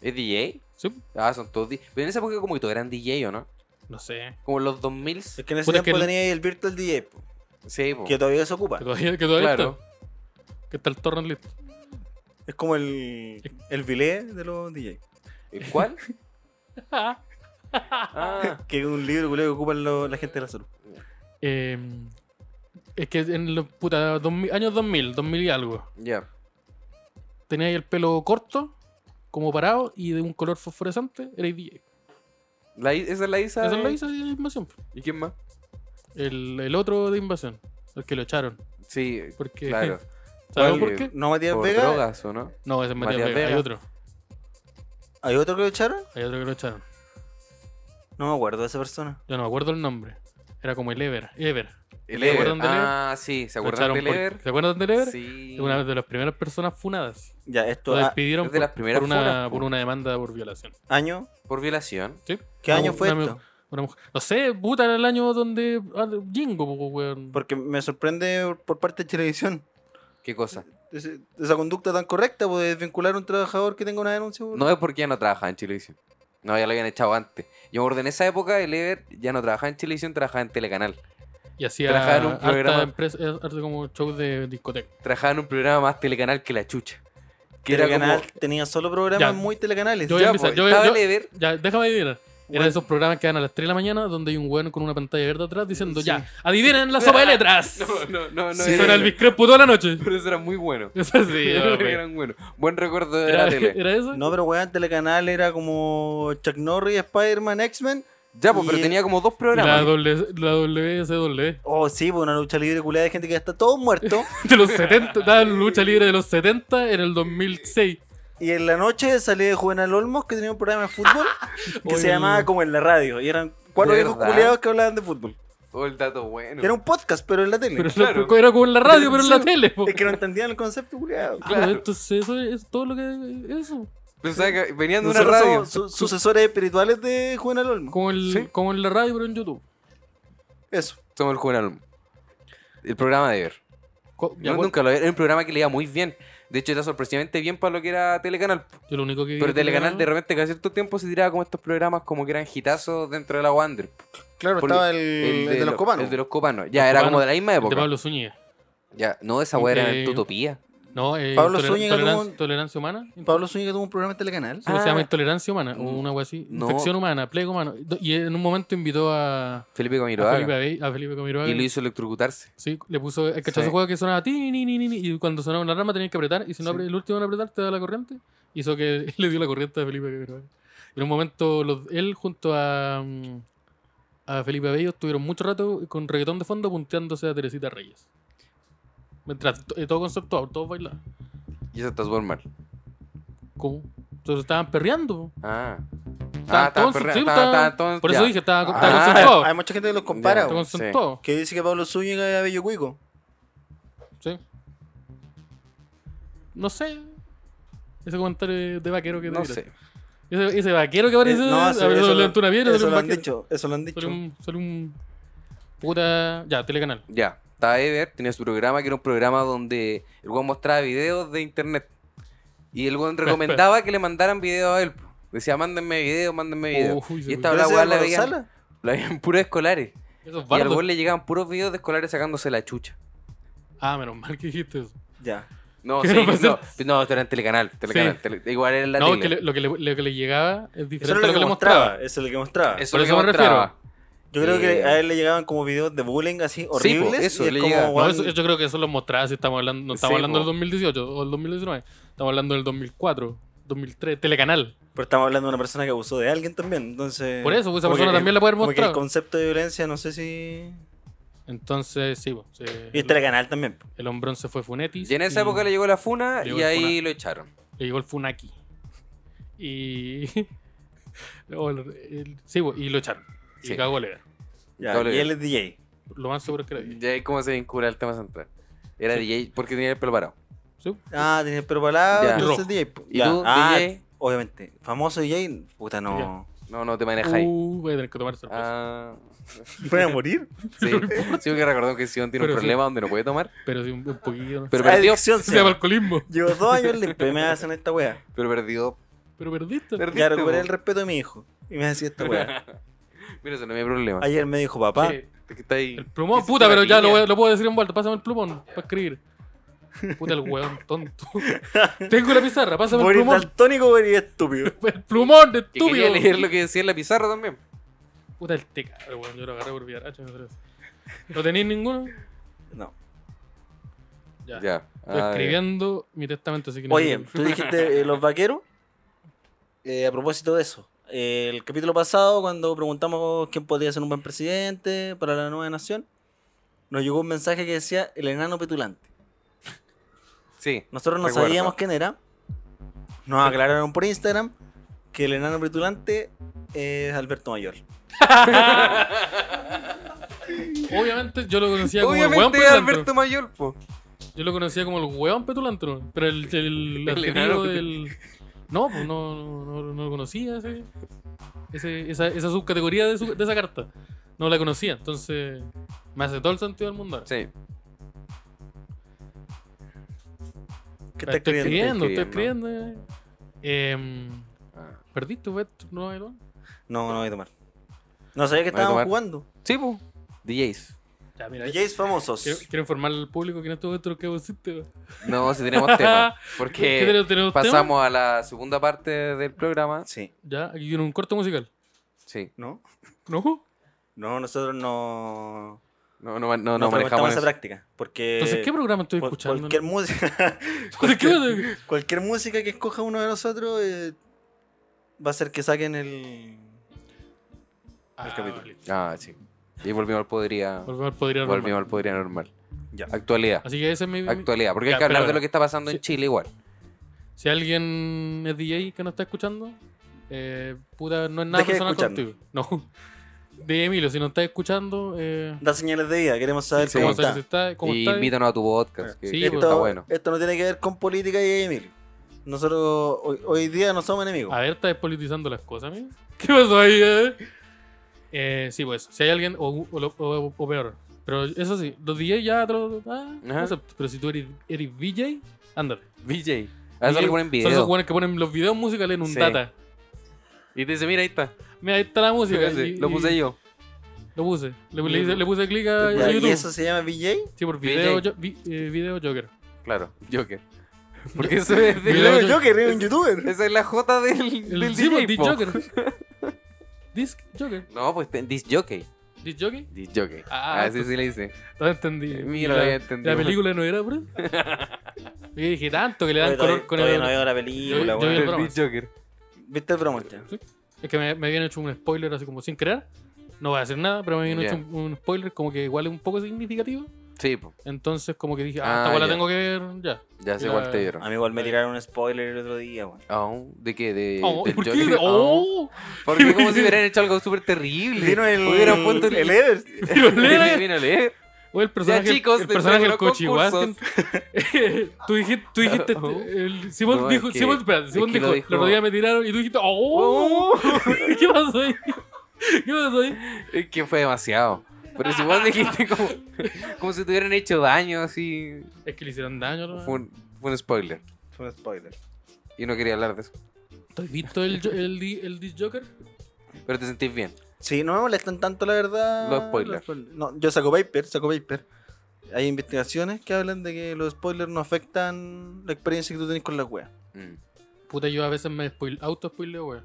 Speaker 3: ¿Es DJ?
Speaker 2: ¿Sí?
Speaker 3: Ah, son todos DJ. Pero en esa época como que todos eran DJ, ¿o no?
Speaker 2: No sé.
Speaker 3: Como los 2000.
Speaker 1: Es que en ese
Speaker 2: Puta,
Speaker 1: tiempo
Speaker 2: que el-
Speaker 1: tenía ahí el Virtual DJ, po,
Speaker 3: Sí, po.
Speaker 1: que todavía se ocupa.
Speaker 2: Que todavía, que todavía
Speaker 3: Claro.
Speaker 2: está. Que está el torrent listo.
Speaker 1: Es como el, el bilé de los DJ.
Speaker 3: ¿El
Speaker 2: (laughs)
Speaker 3: ¿Cuál? Ah,
Speaker 1: Que es un libro culiao, que ocupan lo- la gente de la salud.
Speaker 2: Eh, es que en los puta, 2000 años 2000, 2000 y algo.
Speaker 3: ya.
Speaker 2: Teníais el pelo corto, como parado y de un color fosforescente. Erais DJ.
Speaker 3: La I- esa es la Isa.
Speaker 2: Esa es la
Speaker 3: de-
Speaker 2: Isa de Invasión.
Speaker 3: ¿Y quién más?
Speaker 2: El, el otro de invasión, el que lo echaron.
Speaker 3: Sí,
Speaker 2: Porque,
Speaker 1: (laughs)
Speaker 3: claro.
Speaker 2: (laughs) ¿Sabes
Speaker 3: ¿Cuál?
Speaker 2: por qué?
Speaker 1: No, Matías
Speaker 3: Por
Speaker 1: Vega.
Speaker 3: drogas, ¿o no?
Speaker 2: No, ese es Matías
Speaker 3: Matías
Speaker 2: Vega. Hay
Speaker 3: Vega.
Speaker 2: otro.
Speaker 1: ¿Hay otro que lo echaron?
Speaker 2: Hay otro que lo echaron.
Speaker 1: No me acuerdo de esa persona.
Speaker 2: Yo no me acuerdo el nombre. Era como el Ever. Ever.
Speaker 3: El
Speaker 2: ¿Se
Speaker 3: Ever.
Speaker 2: acuerdan del Ever?
Speaker 3: Ah, sí. ¿Se
Speaker 2: Lo
Speaker 3: acuerdan
Speaker 2: echaron
Speaker 3: del
Speaker 2: por-
Speaker 3: Ever?
Speaker 2: ¿Se acuerdan del Ever?
Speaker 3: Sí.
Speaker 2: Es Una de las primeras personas funadas.
Speaker 1: Ya,
Speaker 2: Lo
Speaker 1: esto ah,
Speaker 2: despidieron
Speaker 3: es de
Speaker 2: por,
Speaker 3: las primeras
Speaker 2: por una,
Speaker 3: funas,
Speaker 2: por
Speaker 3: po.
Speaker 2: una demanda por violación.
Speaker 1: año.
Speaker 3: Por violación.
Speaker 2: ¿Sí?
Speaker 1: ¿Qué
Speaker 2: Una
Speaker 1: año
Speaker 2: mu-
Speaker 1: fue
Speaker 2: una mu-
Speaker 1: esto?
Speaker 2: una mujer- No sé, puta, era el año donde. ah, Jingo, po, weón.
Speaker 1: Porque me sorprende por parte de televisión.
Speaker 3: ¿Qué cosa?
Speaker 1: ese- esa conducta tan correcta, pues desvincular a un trabajador que tenga una denuncia. pues. por-
Speaker 3: No es porque ya no trabajaba en Chilevisión. No, ya lo habían echado antes. Yo me acuerdo en esa época, el Ever ya no trabajaba en Chilevisión, trabajaba en Telecanal.
Speaker 2: Y hacía
Speaker 3: Trabajaba en un
Speaker 2: harta
Speaker 3: programa.
Speaker 2: empresa- eh, harta como show de discoteca.
Speaker 3: Trabajaba en un programa más Telecanal que la chucha. Que era
Speaker 1: Telecanal
Speaker 3: como...
Speaker 1: tenía solo programas
Speaker 2: Ya.
Speaker 1: muy telecanales.
Speaker 2: Yo voy a
Speaker 3: Ya,
Speaker 2: empezar,
Speaker 3: po,
Speaker 2: yo voy-
Speaker 3: estaba
Speaker 2: yo-
Speaker 3: el Ever,
Speaker 2: Ya, déjame adivinar. Era de esos programas que dan a las 3 de la mañana donde hay un weón con una pantalla verde atrás diciendo
Speaker 1: Sí.
Speaker 2: ya, adivinen la sopa de letras.
Speaker 3: (laughs) No, no, no. no
Speaker 2: Sí,
Speaker 3: era
Speaker 2: suena el
Speaker 3: eso.
Speaker 2: Biscrepo toda la
Speaker 3: (laughs)
Speaker 2: noche.
Speaker 3: Pero eso era muy bueno.
Speaker 2: Eso sí,
Speaker 3: (laughs)
Speaker 2: no, güey.
Speaker 3: Eran buenos. Buen recuerdo de
Speaker 2: era,
Speaker 3: la tele.
Speaker 2: (laughs) ¿Era eso?
Speaker 1: No, pero weón, telecanal era como Chuck Norris, Spider-Man, X-Men.
Speaker 3: Ya, pues, pero
Speaker 1: Y-
Speaker 3: tenía como dos
Speaker 2: Y la,
Speaker 3: programas.
Speaker 2: doble, la WSW
Speaker 1: Oh, sí, pues una lucha libre culada de gente que ya está todo muerto.
Speaker 2: (laughs) de los 70, daban lucha libre de los 70 en el 2006.
Speaker 1: y en la noche salía de Juvenal Olmos, que tenía un programa de fútbol que
Speaker 2: Oye,
Speaker 1: se llamaba como en la radio. Y eran cuatro
Speaker 3: ¿De
Speaker 1: viejos
Speaker 3: verdad?
Speaker 1: culiados que hablaban de fútbol.
Speaker 3: Oh, el dato bueno.
Speaker 1: Era un podcast, pero en la tele.
Speaker 2: Pero
Speaker 3: claro.
Speaker 2: lo- era como en la radio, pero en la
Speaker 1: Sí.
Speaker 2: tele. po.
Speaker 1: Es que no entendían el concepto culiado.
Speaker 2: Claro,
Speaker 3: claro.
Speaker 2: entonces eso es todo lo que eso.
Speaker 3: Pero, ¿sabes qué? Venían de una
Speaker 1: Nosotros
Speaker 3: radio.
Speaker 1: somos su- sucesores espirituales de Juvenal Olmos.
Speaker 2: Como, el,
Speaker 1: Sí.
Speaker 2: como en la radio, pero en YouTube.
Speaker 1: Eso.
Speaker 3: Somos el Juvenal. Olmo. El programa de Ever.
Speaker 2: Co- ya, pues.
Speaker 3: Yo
Speaker 2: bueno,
Speaker 3: nunca lo vi. Era un programa que le iba muy bien. De hecho, era sorpresivamente bien para lo que era Telecanal.
Speaker 2: yo lo único que
Speaker 3: Pero Telecanal de repente cada cierto tiempo se tiraba como estos programas como que eran hitazos dentro de la Wander.
Speaker 1: Claro,
Speaker 3: Porque
Speaker 1: estaba el, el de los
Speaker 3: lo-
Speaker 1: copanos.
Speaker 3: El de los copanos. Ya, era
Speaker 2: Copanos,
Speaker 3: como de la misma
Speaker 2: el de
Speaker 3: época.
Speaker 2: Pablo Zúñiga.
Speaker 3: Ya, no, esa weá era
Speaker 2: Eh,
Speaker 3: en Tutopía.
Speaker 2: No, eh,
Speaker 1: Pablo
Speaker 2: toler-
Speaker 1: Zúñiga tuvo
Speaker 2: tolerancia,
Speaker 1: un-
Speaker 2: tolerancia humana.
Speaker 1: Pablo Zúñiga tuvo un programa en telecanal.
Speaker 2: Sí, se llama
Speaker 3: Ah.
Speaker 2: intolerancia humana, o
Speaker 3: Mm.
Speaker 2: una wea así.
Speaker 3: No.
Speaker 2: Infección humana, plego humano. Y en un momento invitó a, a
Speaker 3: Felipe Camiroaga.
Speaker 2: Ah, Felipe, Abey- a Felipe Camiroaga.
Speaker 3: Y lo hizo electrocutarse.
Speaker 2: Sí, le puso el cachazo
Speaker 3: Sí.
Speaker 2: juego que sonaba ti, ni, ni, ni, ni, y cuando sonaba una alarma tenías que apretar, y si no
Speaker 3: Sí.
Speaker 2: apre- el último en apretar te da la corriente, hizo que (laughs) le dio la corriente a Felipe Camiroaga. En un momento los- él junto a, mm, a Felipe Abello estuvieron mucho rato con reggaetón de fondo punteándose a Teresita Reyes. Mientras to- eh, todo concepto, todos bailaban.
Speaker 3: Y eso está súper mal.
Speaker 2: ¿Cómo? Entonces estaban perreando.
Speaker 3: Ah.
Speaker 2: Estaban
Speaker 3: Ah,
Speaker 2: todos
Speaker 3: perrea-
Speaker 2: sí,
Speaker 3: estaban-
Speaker 2: estaban-
Speaker 3: estaban todos-
Speaker 2: Por eso
Speaker 3: ya.
Speaker 2: dije, estaba,
Speaker 3: Ah,
Speaker 2: estaba
Speaker 3: ya.
Speaker 2: consensuado.
Speaker 4: Hay mucha gente que los compara.
Speaker 3: Ya,
Speaker 2: Estaba
Speaker 3: bueno,
Speaker 4: weón,
Speaker 2: consensuado,
Speaker 4: Que dice que Pablo Zúñiga era bello cuico.
Speaker 2: sí. No sé. Ese comentario de vaquero que te
Speaker 3: No
Speaker 2: tiraste.
Speaker 3: sé.
Speaker 2: Ese, ese vaquero que aparece.
Speaker 1: Eh,
Speaker 2: no,
Speaker 1: eso- eso lo-
Speaker 2: levantó una piedra.
Speaker 1: eso
Speaker 2: salió un
Speaker 1: lo han
Speaker 2: vaquero.
Speaker 1: dicho, eso lo han dicho.
Speaker 2: Salió un, salió un. Puta. Ya, telecanal.
Speaker 3: Ya, estaba Ever, tenía su programa, que era un programa donde el weón mostraba videos de internet. Y el weón recomendaba que le mandaran videos a él. po. Decía, mándenme videos, mándenme videos.
Speaker 2: Uy,
Speaker 3: y esta
Speaker 1: ¿Pero
Speaker 3: la
Speaker 1: ese
Speaker 3: weá
Speaker 1: era
Speaker 3: la
Speaker 1: Álvaro
Speaker 3: veían,
Speaker 1: Sala?
Speaker 3: la veían puros escolares.
Speaker 2: Esos
Speaker 3: Y al
Speaker 2: bardos.
Speaker 3: weón le llegaban puros videos de escolares sacándose la chucha.
Speaker 2: Ah, menos mal que dijiste eso.
Speaker 1: Ya.
Speaker 3: No,
Speaker 2: ¿Qué
Speaker 3: sí,
Speaker 2: no va a
Speaker 3: no,
Speaker 2: ser?
Speaker 3: no, esto era en telecanal. telecanal
Speaker 2: Sí.
Speaker 3: tele- igual era en la
Speaker 2: No,
Speaker 3: tele.
Speaker 2: que le- lo, que le, lo que le llegaba es diferente
Speaker 1: Eso era
Speaker 2: a
Speaker 1: lo que
Speaker 2: le
Speaker 1: mostraba. Eso es lo que mostraba.
Speaker 3: Eso
Speaker 2: por
Speaker 3: es
Speaker 2: eso
Speaker 3: lo que
Speaker 2: me refiero.
Speaker 3: mostraba.
Speaker 1: Yo creo que
Speaker 3: Eh,
Speaker 1: a él le llegaban como videos de bullying así
Speaker 3: po,
Speaker 1: horribles.
Speaker 3: eso,
Speaker 1: y es
Speaker 3: le
Speaker 1: como,
Speaker 3: llegaba.
Speaker 2: No,
Speaker 1: weón,
Speaker 2: eso- yo creo que eso lo mostraba si estamos hablando, no estamos
Speaker 3: Sí,
Speaker 2: hablando
Speaker 3: po.
Speaker 2: del 2018 o del 2019. Estamos hablando del 2004, 2003, telecanal.
Speaker 1: Pero estamos hablando de una persona que abusó de alguien también. Entonces.
Speaker 2: Por eso, pues, esa
Speaker 1: como
Speaker 2: persona
Speaker 1: que
Speaker 2: también la puede haber
Speaker 1: como que el
Speaker 2: mostrado.
Speaker 1: concepto de violencia, no sé si.
Speaker 2: Entonces, sí, po, sí,
Speaker 1: Y
Speaker 2: el,
Speaker 1: el telecanal también.
Speaker 2: el hombrón se fue Funetis.
Speaker 3: Y en esa época le llegó la funa
Speaker 2: llegó
Speaker 3: y
Speaker 2: la
Speaker 3: ahí lo echaron.
Speaker 2: le llegó el Funaki. Y. (laughs) o el- el- sí, po, y lo echaron. Y
Speaker 3: Sí.
Speaker 2: cagó Lever.
Speaker 1: Ya,
Speaker 3: Cable.
Speaker 1: y él es DJ.
Speaker 2: Lo más seguro es que era DJ.
Speaker 3: Y ahí cómo se vincula el tema central. Era
Speaker 2: Sí.
Speaker 3: DJ porque tenía el pelo parado.
Speaker 2: Sí.
Speaker 1: Ah, tenía el pelo parado,
Speaker 3: Ya.
Speaker 1: entonces
Speaker 2: Rojo.
Speaker 1: DJ. po.
Speaker 3: ¿Y
Speaker 1: Ya.
Speaker 3: tú,
Speaker 1: ah,
Speaker 3: DJ?
Speaker 1: Obviamente. Famoso DJ. Puta, no.
Speaker 3: No, no te manejas ahí.
Speaker 2: Uh, voy a tener que tomar cerveza.
Speaker 3: Ah,
Speaker 1: ¿Puede morir?
Speaker 3: sí. sí, que recordó que Sion tiene
Speaker 2: Pero
Speaker 3: un
Speaker 2: sí.
Speaker 3: problema donde no puede tomar.
Speaker 2: Pero sí, un, un poquito. ¿no?
Speaker 3: Pero perdió.
Speaker 2: (laughs)
Speaker 1: Adicción.
Speaker 2: se
Speaker 1: se
Speaker 2: llama
Speaker 1: llama.
Speaker 2: alcoholismo.
Speaker 1: Llevo dos años limpio y me hacen esta
Speaker 2: (laughs)
Speaker 1: wea.
Speaker 3: Pero perdió.
Speaker 2: Pero perdiste.
Speaker 3: Perdiste,
Speaker 1: Ya recuperé
Speaker 3: po.
Speaker 1: el respeto de mi hijo. Y me hacía esta wea.
Speaker 2: (laughs)
Speaker 3: Mira, eso no es mi problema.
Speaker 1: Ayer me dijo, papá,
Speaker 2: Sí.
Speaker 3: Es que está ahí.
Speaker 2: El plumón,
Speaker 3: Hiciste
Speaker 2: puta,
Speaker 3: la
Speaker 2: pero ya lo,
Speaker 3: línea.
Speaker 2: voy- lo puedo decir en vuelta. Pásame el plumón para
Speaker 3: (laughs)
Speaker 2: escribir. Puta, el hueón tonto. Tengo la pizarra, pásame el
Speaker 1: morir
Speaker 2: plumón.
Speaker 1: daltónico, morir estúpido.
Speaker 2: El plumón de
Speaker 3: Que quería
Speaker 2: estúpido.
Speaker 3: leer lo que decía en la pizarra también.
Speaker 2: Puta, el teca. el hueón, yo lo agarré por viaracho, me parece. ¿No tenéis ninguno?
Speaker 1: No.
Speaker 2: Ya.
Speaker 3: Ya.
Speaker 2: Estoy
Speaker 3: Ah,
Speaker 2: escribiendo mi testamento, así que no-
Speaker 1: Oye, tú dijiste eh, los vaqueros. Eh, a propósito de eso, eh, el capítulo pasado, cuando preguntamos quién podría ser un buen presidente para la nueva nación, nos llegó un mensaje que decía el enano petulante.
Speaker 3: Sí.
Speaker 1: Nosotros no
Speaker 3: Recuerdo.
Speaker 1: sabíamos quién era. Nos aclararon por Instagram que el enano petulante es Alberto Mayor.
Speaker 2: Obviamente yo lo conocía como el hueón
Speaker 3: Obviamente
Speaker 2: petulante.
Speaker 3: Alberto Mayor, po.
Speaker 2: Yo lo conocía como el hueón petulante, ¿no? Pero el, el,
Speaker 3: (laughs) El
Speaker 2: adjetivo
Speaker 3: enano
Speaker 2: del. No, pues no, no, no- no lo conocía ese- ese- esa, esa subcategoría de, su- de esa carta. No la conocía, entonces me hace todo el sentido del mundo. ahora.
Speaker 3: Sí.
Speaker 1: ¿Qué está
Speaker 2: estoy
Speaker 1: escribiendo?
Speaker 2: escribiendo, estoy
Speaker 3: escribiendo.
Speaker 2: escribiendo. Eh,
Speaker 3: Ah.
Speaker 2: ¿Perdiste, Beth? ¿No hay don?
Speaker 1: No, no voy a tomar. No sabía que
Speaker 3: Voy a
Speaker 1: estábamos
Speaker 3: tomar.
Speaker 1: jugando.
Speaker 3: Sí, po. DJs.
Speaker 2: Ya, mira,
Speaker 1: DJs famosos.
Speaker 2: quiero, quiero informar al público que en estos momentos que pusiste.
Speaker 3: No, si tenemos
Speaker 2: (laughs)
Speaker 3: tema.
Speaker 2: ¿Qué
Speaker 3: Porque
Speaker 2: tenemos? ¿Tenemos
Speaker 3: pasamos a la segunda parte del programa.
Speaker 1: Sí,
Speaker 2: tema? Ya, aquí tiene un corto musical.
Speaker 3: Sí.
Speaker 1: ¿no?
Speaker 2: ¿No?
Speaker 1: No, nosotros no.
Speaker 3: No, no, no,
Speaker 1: no
Speaker 3: no
Speaker 1: frecuentamos
Speaker 3: manejamos
Speaker 1: esa
Speaker 3: eso.
Speaker 1: práctica. Porque.
Speaker 2: Entonces, ¿qué programa estoy
Speaker 1: cual-
Speaker 2: escuchando?
Speaker 1: Cualquier música. (laughs)
Speaker 2: (laughs) Entonces, ¿qué-
Speaker 1: cualquier música que escoja uno de nosotros eh, va a ser que saquen el.
Speaker 2: Ah,
Speaker 1: capítulo.
Speaker 2: vale.
Speaker 3: Ah, sí. Y volvimos al podría.
Speaker 2: Volvemos al podría normal.
Speaker 3: Volvimos al podría normal.
Speaker 1: Ya.
Speaker 3: Actualidad.
Speaker 2: Así que ese es mi. mi-
Speaker 3: Actualidad. Porque
Speaker 2: Ya,
Speaker 3: hay que hablar
Speaker 2: espera,
Speaker 3: de lo que está pasando en
Speaker 2: Sí.
Speaker 3: Chile igual.
Speaker 2: Si alguien es DJ que no está escuchando, eh, puta, no es nada
Speaker 1: Deje de
Speaker 2: personal
Speaker 1: escucharnos.
Speaker 2: contigo. (laughs) No. De Emilio, si no está escuchando, eh,
Speaker 1: Da señales de vida, queremos saber
Speaker 3: Sí,
Speaker 1: cómo
Speaker 2: ¿cómo
Speaker 1: está.
Speaker 2: sabes si está? ¿Cómo
Speaker 3: y
Speaker 2: está?
Speaker 3: invítanos a tu podcast. Que,
Speaker 2: Sí,
Speaker 3: que
Speaker 2: pues.
Speaker 3: está
Speaker 1: esto,
Speaker 3: bueno.
Speaker 1: esto no tiene que ver con política y Emilio. Nosotros hoy, hoy día no somos enemigos.
Speaker 2: A ver, está despolitizando las cosas, amigo. (laughs) ¿Qué pasó ahí? eh? Eh, sí, pues, si hay alguien, o, o lo- o- o peor. Pero eso sí, los DJ ya te lo. ah,
Speaker 3: Ajá.
Speaker 2: acepto. pero si tú eres, eres DJ, ándate.
Speaker 3: VJ. A eso le ponen
Speaker 2: Son esos
Speaker 3: video.
Speaker 2: jugadores que ponen los videos musicales en un
Speaker 3: Sí.
Speaker 2: data.
Speaker 3: Y te dice, mira, ahí
Speaker 2: (laughs)
Speaker 3: está.
Speaker 2: Mira, ahí está la música.
Speaker 3: Ese,
Speaker 2: y-
Speaker 3: lo puse
Speaker 2: y-
Speaker 3: yo.
Speaker 2: Lo puse. Le, le hice- le puse clic a, a
Speaker 1: Ya,
Speaker 2: YouTube.
Speaker 1: ¿Y eso se llama VJ?
Speaker 2: Sí, por
Speaker 3: VJ.
Speaker 2: video, jo- vi- eh, video Joker.
Speaker 3: Claro, Joker. (laughs) Porque eso (laughs) es de
Speaker 2: Video
Speaker 3: la-
Speaker 2: Joker.
Speaker 1: que era un youtuber.
Speaker 3: Esa es la J del,
Speaker 2: El
Speaker 3: del
Speaker 2: sí, pues,
Speaker 3: DJ,
Speaker 2: Disc
Speaker 3: po.
Speaker 2: Joker.
Speaker 3: (laughs)
Speaker 2: Disc Joker.
Speaker 3: No, pues ten- disc jockey.
Speaker 2: Disc Joker.
Speaker 3: Disc jockey.
Speaker 2: Ah,
Speaker 3: Así sí le dice.
Speaker 2: No entendí.
Speaker 3: Eh,
Speaker 2: Y
Speaker 3: mira,
Speaker 2: la,
Speaker 3: ya entendí.
Speaker 2: la película no era,
Speaker 3: (laughs)
Speaker 2: bro. Yo dije tanto que le dan color con
Speaker 1: todavía no
Speaker 2: el.
Speaker 1: veo la película,
Speaker 2: Yo- yo-
Speaker 1: weón.
Speaker 2: el broma.
Speaker 3: disc joker.
Speaker 1: ¿Viste el promo? ya?
Speaker 2: Es que me, me habían hecho un spoiler así como sin creer. No voy a hacer nada, pero me habían
Speaker 3: Ya.
Speaker 2: hecho un, un spoiler como que igual es un poco significativo.
Speaker 3: Sí, po,
Speaker 2: Entonces, como que dije,
Speaker 3: Ah,
Speaker 2: ah, esta weá la
Speaker 3: ya.
Speaker 2: tengo que ver ya.
Speaker 3: ya sé
Speaker 2: Y
Speaker 3: cuál
Speaker 2: la-
Speaker 3: te dieron.
Speaker 1: A mí igual me tiraron un spoiler el otro día, weón.
Speaker 3: Ah, ¿De qué? ¿De,
Speaker 2: Oh, ¿y
Speaker 3: del
Speaker 2: por qué?
Speaker 3: Joker? Ah,
Speaker 2: ¡Oh!
Speaker 3: Porque como
Speaker 2: (laughs)
Speaker 3: si hubieran hecho algo súper terrible.
Speaker 4: Vino el.
Speaker 3: Hubieran puesto
Speaker 4: el Ever.
Speaker 2: Pero lee-
Speaker 3: (laughs) Vino E. a leer.
Speaker 2: Oye, el personaje,
Speaker 3: Ya, chicos,
Speaker 2: el
Speaker 3: te
Speaker 2: personaje
Speaker 3: traigo
Speaker 2: del coche
Speaker 3: los concursos.
Speaker 2: (laughs) tú dijiste, tú dijiste, el- Simón
Speaker 3: No, es
Speaker 2: dijo,
Speaker 3: que-
Speaker 2: Simón, espérate,
Speaker 3: es
Speaker 2: Simón
Speaker 3: que lo
Speaker 2: dijo,
Speaker 3: dijo-
Speaker 2: el otro día me tiraron y tú dijiste,
Speaker 3: (laughs)
Speaker 2: ¡oh! (laughs) ¿Qué pasó ahí? (laughs) ¿Qué pasó ahí?
Speaker 3: Es que fue demasiado. Pero si vos dijiste como, (laughs) como si te hubieran hecho daño, así.
Speaker 2: Es que le hicieron daño, ¿no?
Speaker 3: Fue un, fue un spoiler.
Speaker 4: Fue un spoiler.
Speaker 3: Y no quería hablar de eso.
Speaker 2: ¿Tú has visto el, jo- el, di- el Disc Joker?
Speaker 3: Pero te sentís bien.
Speaker 1: Sí, no me molestan tanto, la verdad.
Speaker 3: Los spoilers.
Speaker 1: No, yo saco paper, saco paper. Hay investigaciones que hablan de que los spoilers no afectan la experiencia que tú tenés con la wea.
Speaker 3: Mm.
Speaker 2: Puta, yo a veces me spoil, auto spoileo, weón.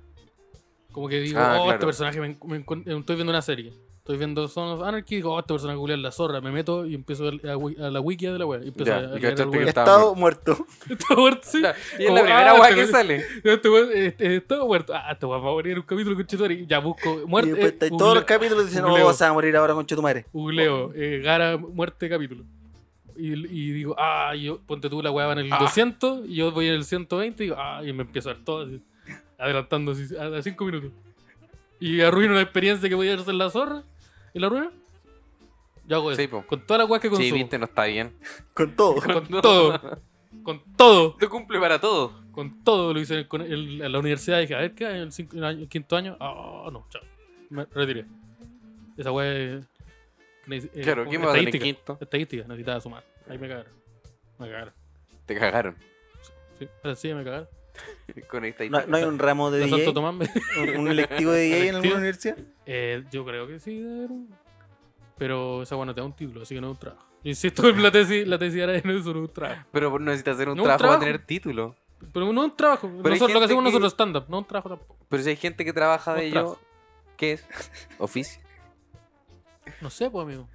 Speaker 2: Como que digo,
Speaker 3: Ah,
Speaker 2: oh,
Speaker 3: claro.
Speaker 2: este personaje, me, encu- me encuent- estoy viendo una serie. Estoy viendo Son of Anarchy y digo, oh, este personaje culiao es la zorra. Me meto y empiezo a, a wi- a la wiki de la wea. Y empiezo
Speaker 3: Ya,
Speaker 2: a,
Speaker 3: y
Speaker 2: leer
Speaker 3: cachaste
Speaker 2: el
Speaker 3: que
Speaker 2: wea. (laughs)
Speaker 3: Estaba
Speaker 1: Estado muerto.
Speaker 2: Está muerto, sí.
Speaker 3: Claro, Y es
Speaker 2: Como,
Speaker 3: la primera
Speaker 2: ah,
Speaker 3: weá
Speaker 2: te-
Speaker 3: que sale.
Speaker 2: Este weón eh, eh, está muerto. Ah, este weón va a morir en un capítulo con Chitori. Ya busco muerte.
Speaker 1: y después
Speaker 2: eh,
Speaker 1: está- y
Speaker 2: googleo-
Speaker 1: todos los capítulos dicen,
Speaker 2: googleo.
Speaker 1: oh, vas a morir ahora con tu madre.
Speaker 2: Googleo, eh, Gara, muerte, capítulo. Y, y digo, ah, yo, ponte tú, la weá va en el
Speaker 3: Ah.
Speaker 2: 200, y yo voy en el 120, y digo, ah, y me empiezo a dar todo, así, adelantando así, a 5 minutos. Y arruino una experiencia que podía hacer la zorra, y la arruino. Yo hago eso.
Speaker 3: Sí, po.
Speaker 2: con toda la weá que
Speaker 3: Sí,
Speaker 2: (laughs) consumo.
Speaker 3: viste, no está bien. (laughs)
Speaker 1: Con todo.
Speaker 2: con
Speaker 3: no.
Speaker 2: todo. Con todo.
Speaker 3: Te cumple para todo.
Speaker 2: con todo lo hice en, el- con el- en la universidad. Dije, a ver, ¿qué? El, cinco- el año- el quinto año. Ah, no, chao. Me retiré. Esa wea es. eh,
Speaker 3: Claro,
Speaker 2: como
Speaker 3: ¿quién me va a dar el
Speaker 2: estadística.
Speaker 3: quinto?
Speaker 2: Estadística, necesitaba sumar. Ahí me cagaron. Me cagaron.
Speaker 3: Te cagaron. (laughs)
Speaker 2: Sí, pero sí, me cagaron.
Speaker 3: Con esta
Speaker 1: No, no hay un ramo de
Speaker 2: La Santo
Speaker 1: DJ,
Speaker 2: Tomás me- (laughs)
Speaker 1: un, un electivo de DJ en alguna
Speaker 2: ¿Electivo?
Speaker 1: universidad.
Speaker 2: Eh, yo creo que sí, debe haber un- pero esa wea no te da un título, así que no es un trabajo. Yo insisto en la tesis, la tesis era no es solo un trabajo.
Speaker 3: Pero no necesitas hacer un
Speaker 2: No, un
Speaker 3: trabajo para
Speaker 2: trabajo.
Speaker 3: tener título.
Speaker 2: Pero no es un trabajo.
Speaker 3: hay
Speaker 2: nosotros lo que
Speaker 3: gente
Speaker 2: hacemos
Speaker 3: que-
Speaker 2: nosotros stand-up, no es un trabajo tampoco.
Speaker 3: Pero si hay gente que trabaja de
Speaker 2: Un
Speaker 3: ello, ¿qué es? (laughs)
Speaker 2: (laughs)
Speaker 3: Oficio.
Speaker 2: No sé, pues amigo.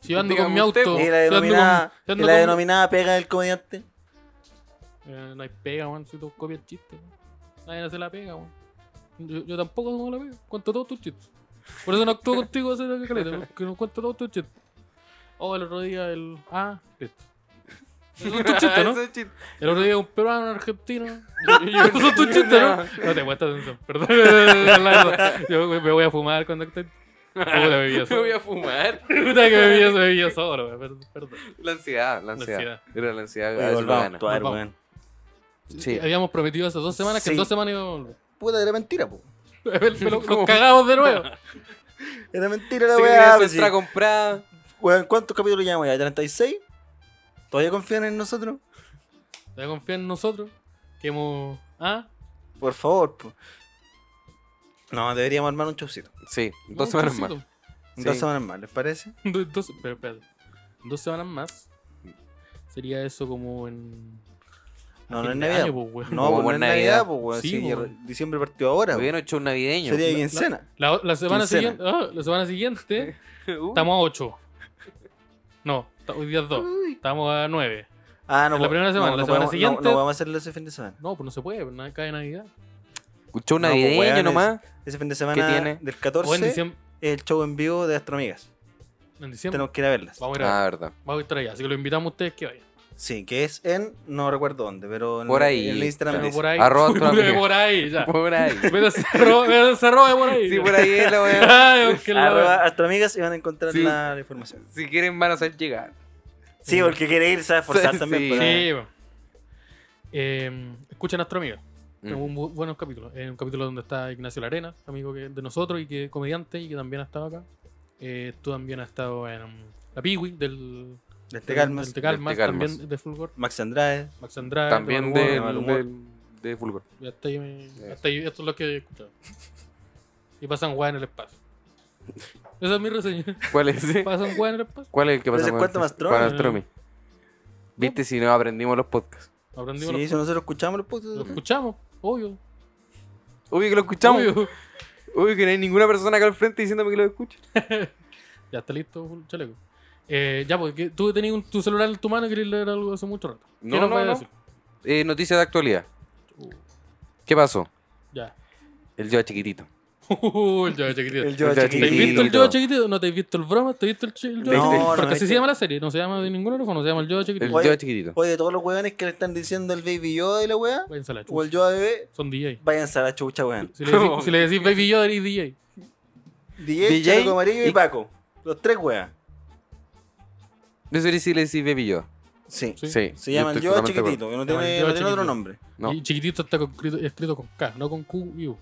Speaker 2: Si yo ando
Speaker 3: Dígame
Speaker 2: con mi auto.
Speaker 3: usted, pues.
Speaker 1: Y
Speaker 2: si
Speaker 1: la
Speaker 2: ando con- si
Speaker 1: denominada, y
Speaker 2: ando
Speaker 1: la
Speaker 2: con-
Speaker 1: denominada pega del comediante.
Speaker 2: Eh, no hay pega, weón, si tú copias chistes. weón. Nadie hace la pega, weón. Yo, yo tampoco hago la pega. Cuento todos tus chistes. Por eso no
Speaker 3: (laughs)
Speaker 2: actúo contigo hace la caleta, porque no cuento todos tus chistes. Oh, el otro día el. Ah, listo. Esos son tus
Speaker 3: (laughs)
Speaker 2: chistes, ¿no?
Speaker 3: Ah, Eso es chiste.
Speaker 2: El otro día un peruano, un
Speaker 3: (laughs)
Speaker 2: argentino. Esos son tus chistes, ¿no? No te cuesta atención. Perdón. (laughs) la verdad. Yo me me voy a fumar cuando esté. Puta, bebí eso.
Speaker 3: (laughs) Me voy a fumar. (laughs)
Speaker 2: Puta que bebí eso, bebí eso, solo, weón. Perdón, Perdón.
Speaker 3: La ansiedad, la ansiedad.
Speaker 2: ansiedad.
Speaker 3: Era la ansiedad.
Speaker 1: Oye,
Speaker 3: a veces lo
Speaker 1: volvamos a
Speaker 3: gana.
Speaker 1: actuar,
Speaker 2: Volvamos.
Speaker 1: weón.
Speaker 3: Sí.
Speaker 2: Habíamos prometido hace dos semanas que en
Speaker 1: Sí.
Speaker 2: dos semanas íbamos a volver.
Speaker 1: Puta, era mentira, po.
Speaker 3: (laughs)
Speaker 2: Pero Nos cagamos de (laughs) nuevo.
Speaker 1: Era mentira la
Speaker 3: Sí,
Speaker 1: weá.
Speaker 3: que
Speaker 1: pues,
Speaker 3: se
Speaker 1: sí.
Speaker 3: entra comprada.
Speaker 1: Weón, ¿cuántos capítulos llevamos ya? ¿36? ¿Todavía confían en nosotros?
Speaker 2: Debe confiar en nosotros. Que hemos. Ah,
Speaker 1: Por favor, po. No, deberíamos armar un chupcito.
Speaker 3: Sí,
Speaker 2: un
Speaker 3: dos semanas más.
Speaker 2: trocito.
Speaker 3: Sí.
Speaker 1: Dos semanas más, ¿les parece?
Speaker 2: Do- dos, pero espérate. Dos semanas más. Sería eso como en. a
Speaker 1: No,
Speaker 2: fin
Speaker 1: no es
Speaker 2: de
Speaker 1: Navidad.
Speaker 2: año,
Speaker 1: po.
Speaker 2: pues, weón.
Speaker 1: No,
Speaker 3: Como
Speaker 1: pues no
Speaker 3: por
Speaker 1: es
Speaker 3: Navidad.
Speaker 1: Navidad, po, weón.
Speaker 2: Sí,
Speaker 1: Sí,
Speaker 2: po,
Speaker 1: ya
Speaker 2: weón.
Speaker 1: diciembre partió ahora, po.
Speaker 3: Hubieran hecho un navideño. (laughs)
Speaker 1: Sería de
Speaker 2: La-
Speaker 1: quincena.
Speaker 2: La, la semana
Speaker 1: Quincena.
Speaker 2: siguiente. ah, la semana siguiente.
Speaker 3: Uh,
Speaker 2: Estamos a 8. No, ta- hoy día es 2.
Speaker 3: uy.
Speaker 2: Estamos a 9.
Speaker 1: Ah, no.
Speaker 2: La
Speaker 1: po-
Speaker 2: primera semana,
Speaker 1: no,
Speaker 2: la
Speaker 1: no
Speaker 2: semana
Speaker 1: podemos-
Speaker 2: siguiente.
Speaker 1: No, no vamos a hacerlo ese fin de semana.
Speaker 2: No, pues no se puede, pues nada, cae Navidad.
Speaker 3: Un show
Speaker 1: No, pues,
Speaker 3: navideño
Speaker 1: weones.
Speaker 3: nomás.
Speaker 1: Ese fin de semana
Speaker 3: tiene?
Speaker 1: del
Speaker 2: O en
Speaker 1: 14
Speaker 2: diciembre.
Speaker 1: el show en vivo de Astroamigas.
Speaker 2: En diciembre.
Speaker 1: Tenemos que ir a verlas.
Speaker 2: Vamos a ir a,
Speaker 3: Ah, verdad.
Speaker 2: vamos a estar allá. Así que lo invitamos a ustedes que vayan.
Speaker 1: Sí, que es en, no recuerdo dónde, pero en,
Speaker 3: Por ahí.
Speaker 1: en el Instagram
Speaker 3: Claro.
Speaker 2: Pero
Speaker 1: dice.
Speaker 2: por ahí.
Speaker 3: Arroba
Speaker 2: (laughs)
Speaker 3: tu amiga.
Speaker 2: por ahí,
Speaker 3: (laughs)
Speaker 2: ya.
Speaker 3: (laughs) Por ahí.
Speaker 2: Pero se arroba, pero se arroba por ahí.
Speaker 3: Sí, por ahí es la (laughs) weá.
Speaker 2: Ay,
Speaker 1: (laughs)
Speaker 2: qué la-
Speaker 1: Arroba Astroamigas y van a encontrar
Speaker 3: Sí.
Speaker 1: la información.
Speaker 3: Si quieren van a hacer llegar.
Speaker 1: Sí, porque quiere ir, se va a esforzar
Speaker 3: Sí,
Speaker 1: también.
Speaker 3: sí.
Speaker 1: para-
Speaker 2: Sí, po. Eh, escuchen a nuestro amigo. Es
Speaker 3: Mm.
Speaker 2: un bu- buenos capítulos. Es un capítulo donde está Ignacio Larena, amigo que, de nosotros y que es comediante y que también ha estado acá. Eh, tú también has estado en um, La Piwi del,
Speaker 1: Del Te
Speaker 2: del-
Speaker 1: Calmas,
Speaker 2: del Te Calmas,
Speaker 3: Del Te Calmas.
Speaker 2: también de Fulgor,
Speaker 1: Max Andrade.
Speaker 2: Max Andrade.
Speaker 3: También
Speaker 2: Manuel
Speaker 3: del-
Speaker 1: mal
Speaker 2: Bueno,
Speaker 1: humor.
Speaker 3: del- de Fulgor.
Speaker 2: y hasta ahí me- hasta ahí- esto es lo que he escuchado. Y pasan guay en el espacio. Esa es mi
Speaker 1: (laughs)
Speaker 2: reseña.
Speaker 3: ¿Cuál es? eh?
Speaker 2: Pasan guay en el espacio.
Speaker 3: (laughs) ¿Cuál es el que
Speaker 1: Pero
Speaker 3: pasa
Speaker 1: ese cuento más
Speaker 3: con
Speaker 1: troll.
Speaker 3: Astromi? ¿Viste si no aprendimos los podcasts?
Speaker 2: Aprendimos
Speaker 1: Sí,
Speaker 2: los-
Speaker 1: si nosotros escuchamos pues, los
Speaker 2: lo,
Speaker 1: podcasts.
Speaker 2: escuchamos, obvio.
Speaker 3: Uy, que lo escuchamos. Uy,
Speaker 2: obvio.
Speaker 3: que no hay ninguna persona acá al frente diciéndome que lo escuche.
Speaker 2: Ya está listo, full chaleco. Eh, ya, porque tú tenías un- tu celular en tu mano y querías leer algo hace mucho rato. ¿Qué
Speaker 3: No,
Speaker 2: nos
Speaker 3: no,
Speaker 2: vas a
Speaker 3: no.
Speaker 2: decir?
Speaker 3: Eh, noticias de actualidad.
Speaker 2: Uh,
Speaker 3: ¿Qué pasó?
Speaker 2: ya.
Speaker 3: El yo chiquitito.
Speaker 2: Uh, el Joe Chiquitito.
Speaker 4: El yo
Speaker 3: Ya,
Speaker 2: ¿Te has visto el
Speaker 3: Chiquitito.
Speaker 2: Joe Chiquitito? ¿No te has visto el broma? ¿Te has visto el, Ch- el Joe
Speaker 3: No,
Speaker 2: Chiquitito?
Speaker 1: no,
Speaker 2: Porque así
Speaker 1: este-
Speaker 2: se llama la serie. No se llama de ningún otro no se llama el Joe
Speaker 3: El
Speaker 2: Chiquitito.
Speaker 1: Oye.
Speaker 3: yo chiquitito.
Speaker 1: Oye, todos los weones que le están diciendo el Baby Yoda y la weá,
Speaker 2: Váyanse a la chucha.
Speaker 1: o el Yoda bebé,
Speaker 2: Son DJ.
Speaker 1: váyanse a la chucha, weón.
Speaker 3: (laughs)
Speaker 2: Si le decís, si le decís Baby Yoda, eres DJ.
Speaker 1: DJ,
Speaker 3: DJ,
Speaker 1: Chaleco Amarillo y,
Speaker 3: y-
Speaker 1: Paco. Los tres weas.
Speaker 3: Eso sí le decís Baby yo.
Speaker 1: Sí.
Speaker 2: Sí.
Speaker 3: Sí.
Speaker 1: Se llaman
Speaker 3: estoy
Speaker 1: Yoda
Speaker 3: totalmente de acuerdo.
Speaker 1: Chiquitito, que no
Speaker 2: Llaman
Speaker 1: tiene,
Speaker 2: Yoda
Speaker 1: no tiene otro
Speaker 2: Chiquitito.
Speaker 1: nombre.
Speaker 3: No,
Speaker 2: Y chiquitito está con- escrito, escrito con K, no con Q y U.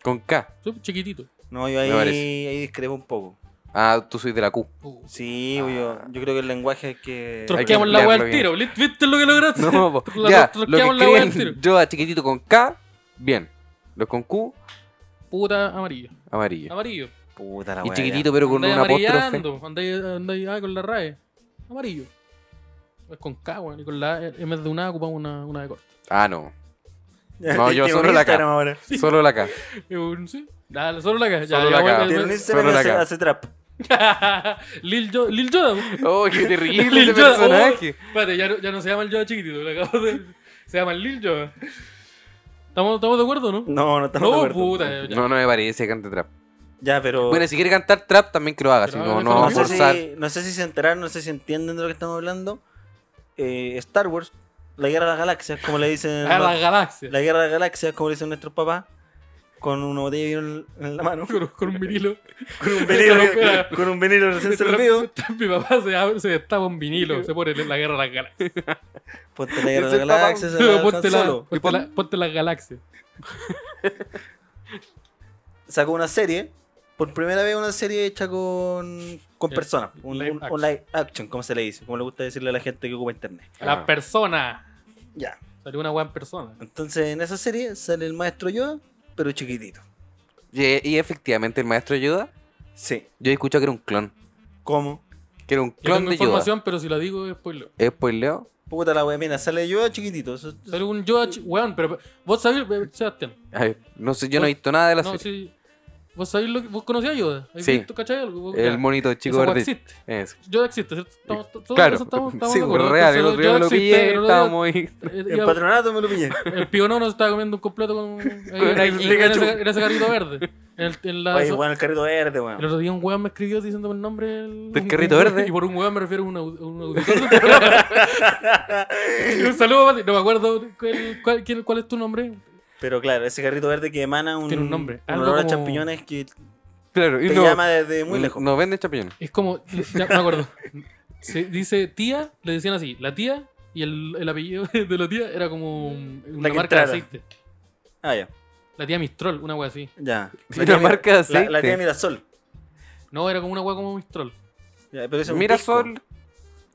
Speaker 3: con K.
Speaker 2: Yo, chiquitito.
Speaker 1: No, yo
Speaker 3: Me
Speaker 1: ahí,
Speaker 3: parece.
Speaker 1: ahí discrepo un poco.
Speaker 3: Ah, tú soy
Speaker 2: (laughs)
Speaker 3: de la Q.
Speaker 2: Uh.
Speaker 1: Sí, yo, yo creo que el lenguaje es que...
Speaker 2: Trosqueamos
Speaker 3: Ah. Hay que
Speaker 2: la weá al tiro.
Speaker 3: emplearlo
Speaker 2: ¿Viste viste lo que lograste?
Speaker 3: No, po.
Speaker 2: La-
Speaker 3: ya,
Speaker 2: lo
Speaker 3: lo que
Speaker 2: quedamos la wea al
Speaker 3: escriben
Speaker 2: tiro.
Speaker 3: yo a chiquitito con K, bien. Los con Q,
Speaker 2: Puta amarillo.
Speaker 3: amarillo.
Speaker 2: Amarillo.
Speaker 1: Puta la
Speaker 3: Y
Speaker 1: wea,
Speaker 3: chiquitito pero con
Speaker 2: Andáis
Speaker 3: una apóstrofe.
Speaker 2: amarillando. Andáis andáis, ah, con la RAE. Amarillo. Es con K, weón. Y con la A, eh, en vez de una A ocupamos una, una de corta.
Speaker 3: Ah, no.
Speaker 1: ya.
Speaker 3: No, yo
Speaker 1: (laughs) Tiene un
Speaker 3: solo la
Speaker 1: Instagram
Speaker 3: cara.
Speaker 1: ahora.
Speaker 3: Solo la K.
Speaker 2: Y un- Sí. Dale, solo la K. Ya, ya
Speaker 3: Solo la
Speaker 2: voy-
Speaker 3: K.
Speaker 2: ya
Speaker 1: Tiene un
Speaker 2: voy-
Speaker 1: Instagram y
Speaker 3: la
Speaker 1: hace,
Speaker 3: cara.
Speaker 1: hace trap.
Speaker 2: (laughs) Lil, Yo- Lil Yoda. weón.
Speaker 3: Oh,
Speaker 2: (laughs)
Speaker 3: qué terrible
Speaker 2: Lil
Speaker 3: ese
Speaker 2: Yoda. oh,
Speaker 3: personaje.
Speaker 2: espérate, ya, no- ya no se llama el Yoda chiquitito. le acabo de- se llama el Lil Yoda. ¿Estamos, estamos de acuerdo, no?
Speaker 1: No, no estamos de
Speaker 2: No,
Speaker 1: acuerdo.
Speaker 2: puta. ya.
Speaker 3: No, no me parece que cante trap.
Speaker 1: Ya, pero...
Speaker 3: Bueno, si quiere cantar trap, también que lo haga. Si
Speaker 2: Pero
Speaker 3: no,
Speaker 2: no
Speaker 3: no vamos a
Speaker 1: no, sé
Speaker 3: forzar.
Speaker 1: si, no sé si se enteraron, no sé si entienden de lo que estamos hablando. Eh, Star Wars, la guerra de las galaxias, como le dicen...
Speaker 2: A la galaxia.
Speaker 1: la guerra de las galaxias, como le dicen nuestros papás, con una botella de vino en- en la mano.
Speaker 2: Con, con un vinilo.
Speaker 1: Con (laughs) un
Speaker 2: Claro,
Speaker 1: veneno, con un veneno recién servido.
Speaker 2: (laughs) Mi papá se, abre- se destapa un vinilo, se pone la guerra de las galaxias.
Speaker 1: Ponte la guerra
Speaker 3: Es
Speaker 1: de
Speaker 3: el
Speaker 1: las galaxias, se
Speaker 2: (laughs)
Speaker 1: la
Speaker 2: ponte,
Speaker 1: dejan
Speaker 2: la,
Speaker 1: solo.
Speaker 2: ponte, la, ponte las galaxias.
Speaker 1: Sacó una serie, por primera vez una serie hecha con, con
Speaker 2: Eh,
Speaker 1: personas, un,
Speaker 2: live
Speaker 1: un- un
Speaker 2: action.
Speaker 1: live action, como se le dice, como le gusta decirle a la gente que ocupa internet.
Speaker 2: A La
Speaker 3: Ah.
Speaker 2: persona.
Speaker 1: Ya.
Speaker 2: Salió una buena persona.
Speaker 1: Entonces en esa serie sale el maestro Yoda, pero chiquitito.
Speaker 3: Y, y efectivamente, el maestro Yoda,
Speaker 1: Sí.
Speaker 3: yo he escuchado que era un clon.
Speaker 1: ¿Cómo?
Speaker 3: Que era un
Speaker 2: Yo
Speaker 3: clon
Speaker 2: tengo
Speaker 3: de Yoda.
Speaker 2: información, pero si la digo después lo.
Speaker 3: Después leo.
Speaker 1: Puta la wea, mira, sale Yoda chiquitito. Eso- eso-
Speaker 2: Salió un Yoda, chi- weón, pero vos sabés, eh, Sebastián.
Speaker 3: A ver, no sé, yo no he visto nada de la
Speaker 2: No,
Speaker 3: serie.
Speaker 2: sí. Vos sabés lo que. Vos conocías a Yoda. ¿Has
Speaker 3: Sí.
Speaker 2: visto, cachai? Algo? Vos- ya.
Speaker 3: El monito chico
Speaker 2: Esa weá
Speaker 3: verde.
Speaker 2: existe.
Speaker 3: Eso.
Speaker 2: Yoda existe, ¿cierto? Estamos- todos
Speaker 3: Claro,
Speaker 2: estamos- estamos
Speaker 3: sí,
Speaker 2: de acuerdo.
Speaker 3: real, el
Speaker 2: Entonces,
Speaker 3: otro día me
Speaker 2: Yoda
Speaker 3: lo
Speaker 2: existe,
Speaker 3: pillé,
Speaker 2: el otro día-
Speaker 3: estábamos ahí.
Speaker 2: eh,
Speaker 1: En
Speaker 2: iba-
Speaker 1: patronato me lo pillé.
Speaker 2: El pionono se estaba comiendo un completo
Speaker 3: (laughs)
Speaker 2: con. eh, en,
Speaker 3: una
Speaker 2: en- en
Speaker 3: Pikachu.
Speaker 2: ese, en ese carrito verde. En el, en la-
Speaker 1: Oye,
Speaker 2: so-
Speaker 1: weón, el carrito verde,
Speaker 2: el
Speaker 1: weón.
Speaker 2: otro día un weón me escribió diciéndome el nombre del.
Speaker 3: ¿Del
Speaker 2: un-
Speaker 3: carrito
Speaker 2: un-
Speaker 3: verde?
Speaker 2: Y por un weón me refiero a un, au- a un auditor. (laughs) Y un saludo, Mati. No me acuerdo cuál, cuál- quién- cuál es tu nombre.
Speaker 1: Pero claro, ese carrito verde que emana un,
Speaker 2: Tiene un nombre, algo
Speaker 1: olor
Speaker 2: como-
Speaker 1: a champiñones que
Speaker 3: Claro, y
Speaker 1: te
Speaker 3: no. Mm.
Speaker 1: llama desde muy
Speaker 3: no-
Speaker 1: lejos.
Speaker 3: No venden champiñones.
Speaker 2: Es como. Ya me acuerdo. Se dice tía, le decían así, la tía. Y el, el apellido (laughs) de la tía era como un- una
Speaker 1: que
Speaker 2: marca
Speaker 1: entrara.
Speaker 2: de aceite.
Speaker 1: Ah, ya.
Speaker 2: La tía Mistrol, una wea así.
Speaker 1: Ya.
Speaker 3: Una marca de
Speaker 1: la- La,
Speaker 3: aceite.
Speaker 1: tía Mirasol.
Speaker 2: No, era como una wea como Mistrol. (laughs)
Speaker 1: Ya, pero ese es un
Speaker 3: Mira
Speaker 1: pisco. (laughs)
Speaker 3: Sol.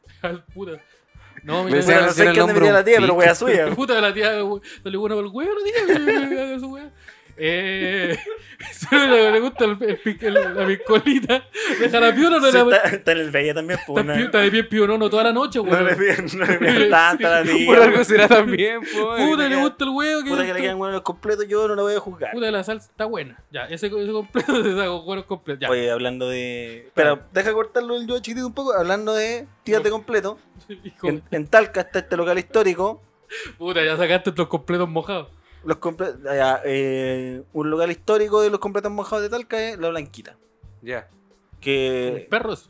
Speaker 3: (laughs)
Speaker 2: Al puta. No, mira,
Speaker 3: Le decían
Speaker 1: Bueno,
Speaker 3: al señor
Speaker 1: no sé
Speaker 3: el
Speaker 1: qué onda
Speaker 3: nombre
Speaker 1: metía
Speaker 3: un
Speaker 1: la tía, pero
Speaker 3: pico.
Speaker 1: wea
Speaker 2: (laughs)
Speaker 1: suya.
Speaker 2: Puta, la tía we- dale bueno para el huevo, la tía que haga su wea. Eh, (laughs) solo le, le gusta el, el pic- el- la piscolita. Deja la piura, no
Speaker 1: Sí,
Speaker 2: la
Speaker 1: está, está en el Bella también,
Speaker 2: está
Speaker 1: pues. No,
Speaker 2: pi- está de pie pionono toda la noche,
Speaker 1: no le
Speaker 2: weón.
Speaker 1: piden,
Speaker 2: (laughs)
Speaker 1: no le piden tanta la tía.
Speaker 3: Por algo
Speaker 1: weón.
Speaker 3: será también, pues.
Speaker 2: Puta, le
Speaker 1: queda-
Speaker 2: gusta el huevo. Que
Speaker 1: Puta que le quedan buenos los completos, yo no la voy a juzgar.
Speaker 2: Puta, la salsa está buena. Ya, ese, ese completo (laughs) se sacó bueno completo. Ya.
Speaker 1: Oye, hablando de. Pero deja cortarlo el yo chiquitito un poco. Hablando de tías de completo.
Speaker 2: Hijo,
Speaker 1: En, en Talca está este local histórico.
Speaker 2: puta, ya sacaste los completos mojados.
Speaker 1: Los comple- ya, eh, un local histórico de los completos mojados de Talca es La Blanquita.
Speaker 3: Ya.
Speaker 1: Que
Speaker 2: Perros.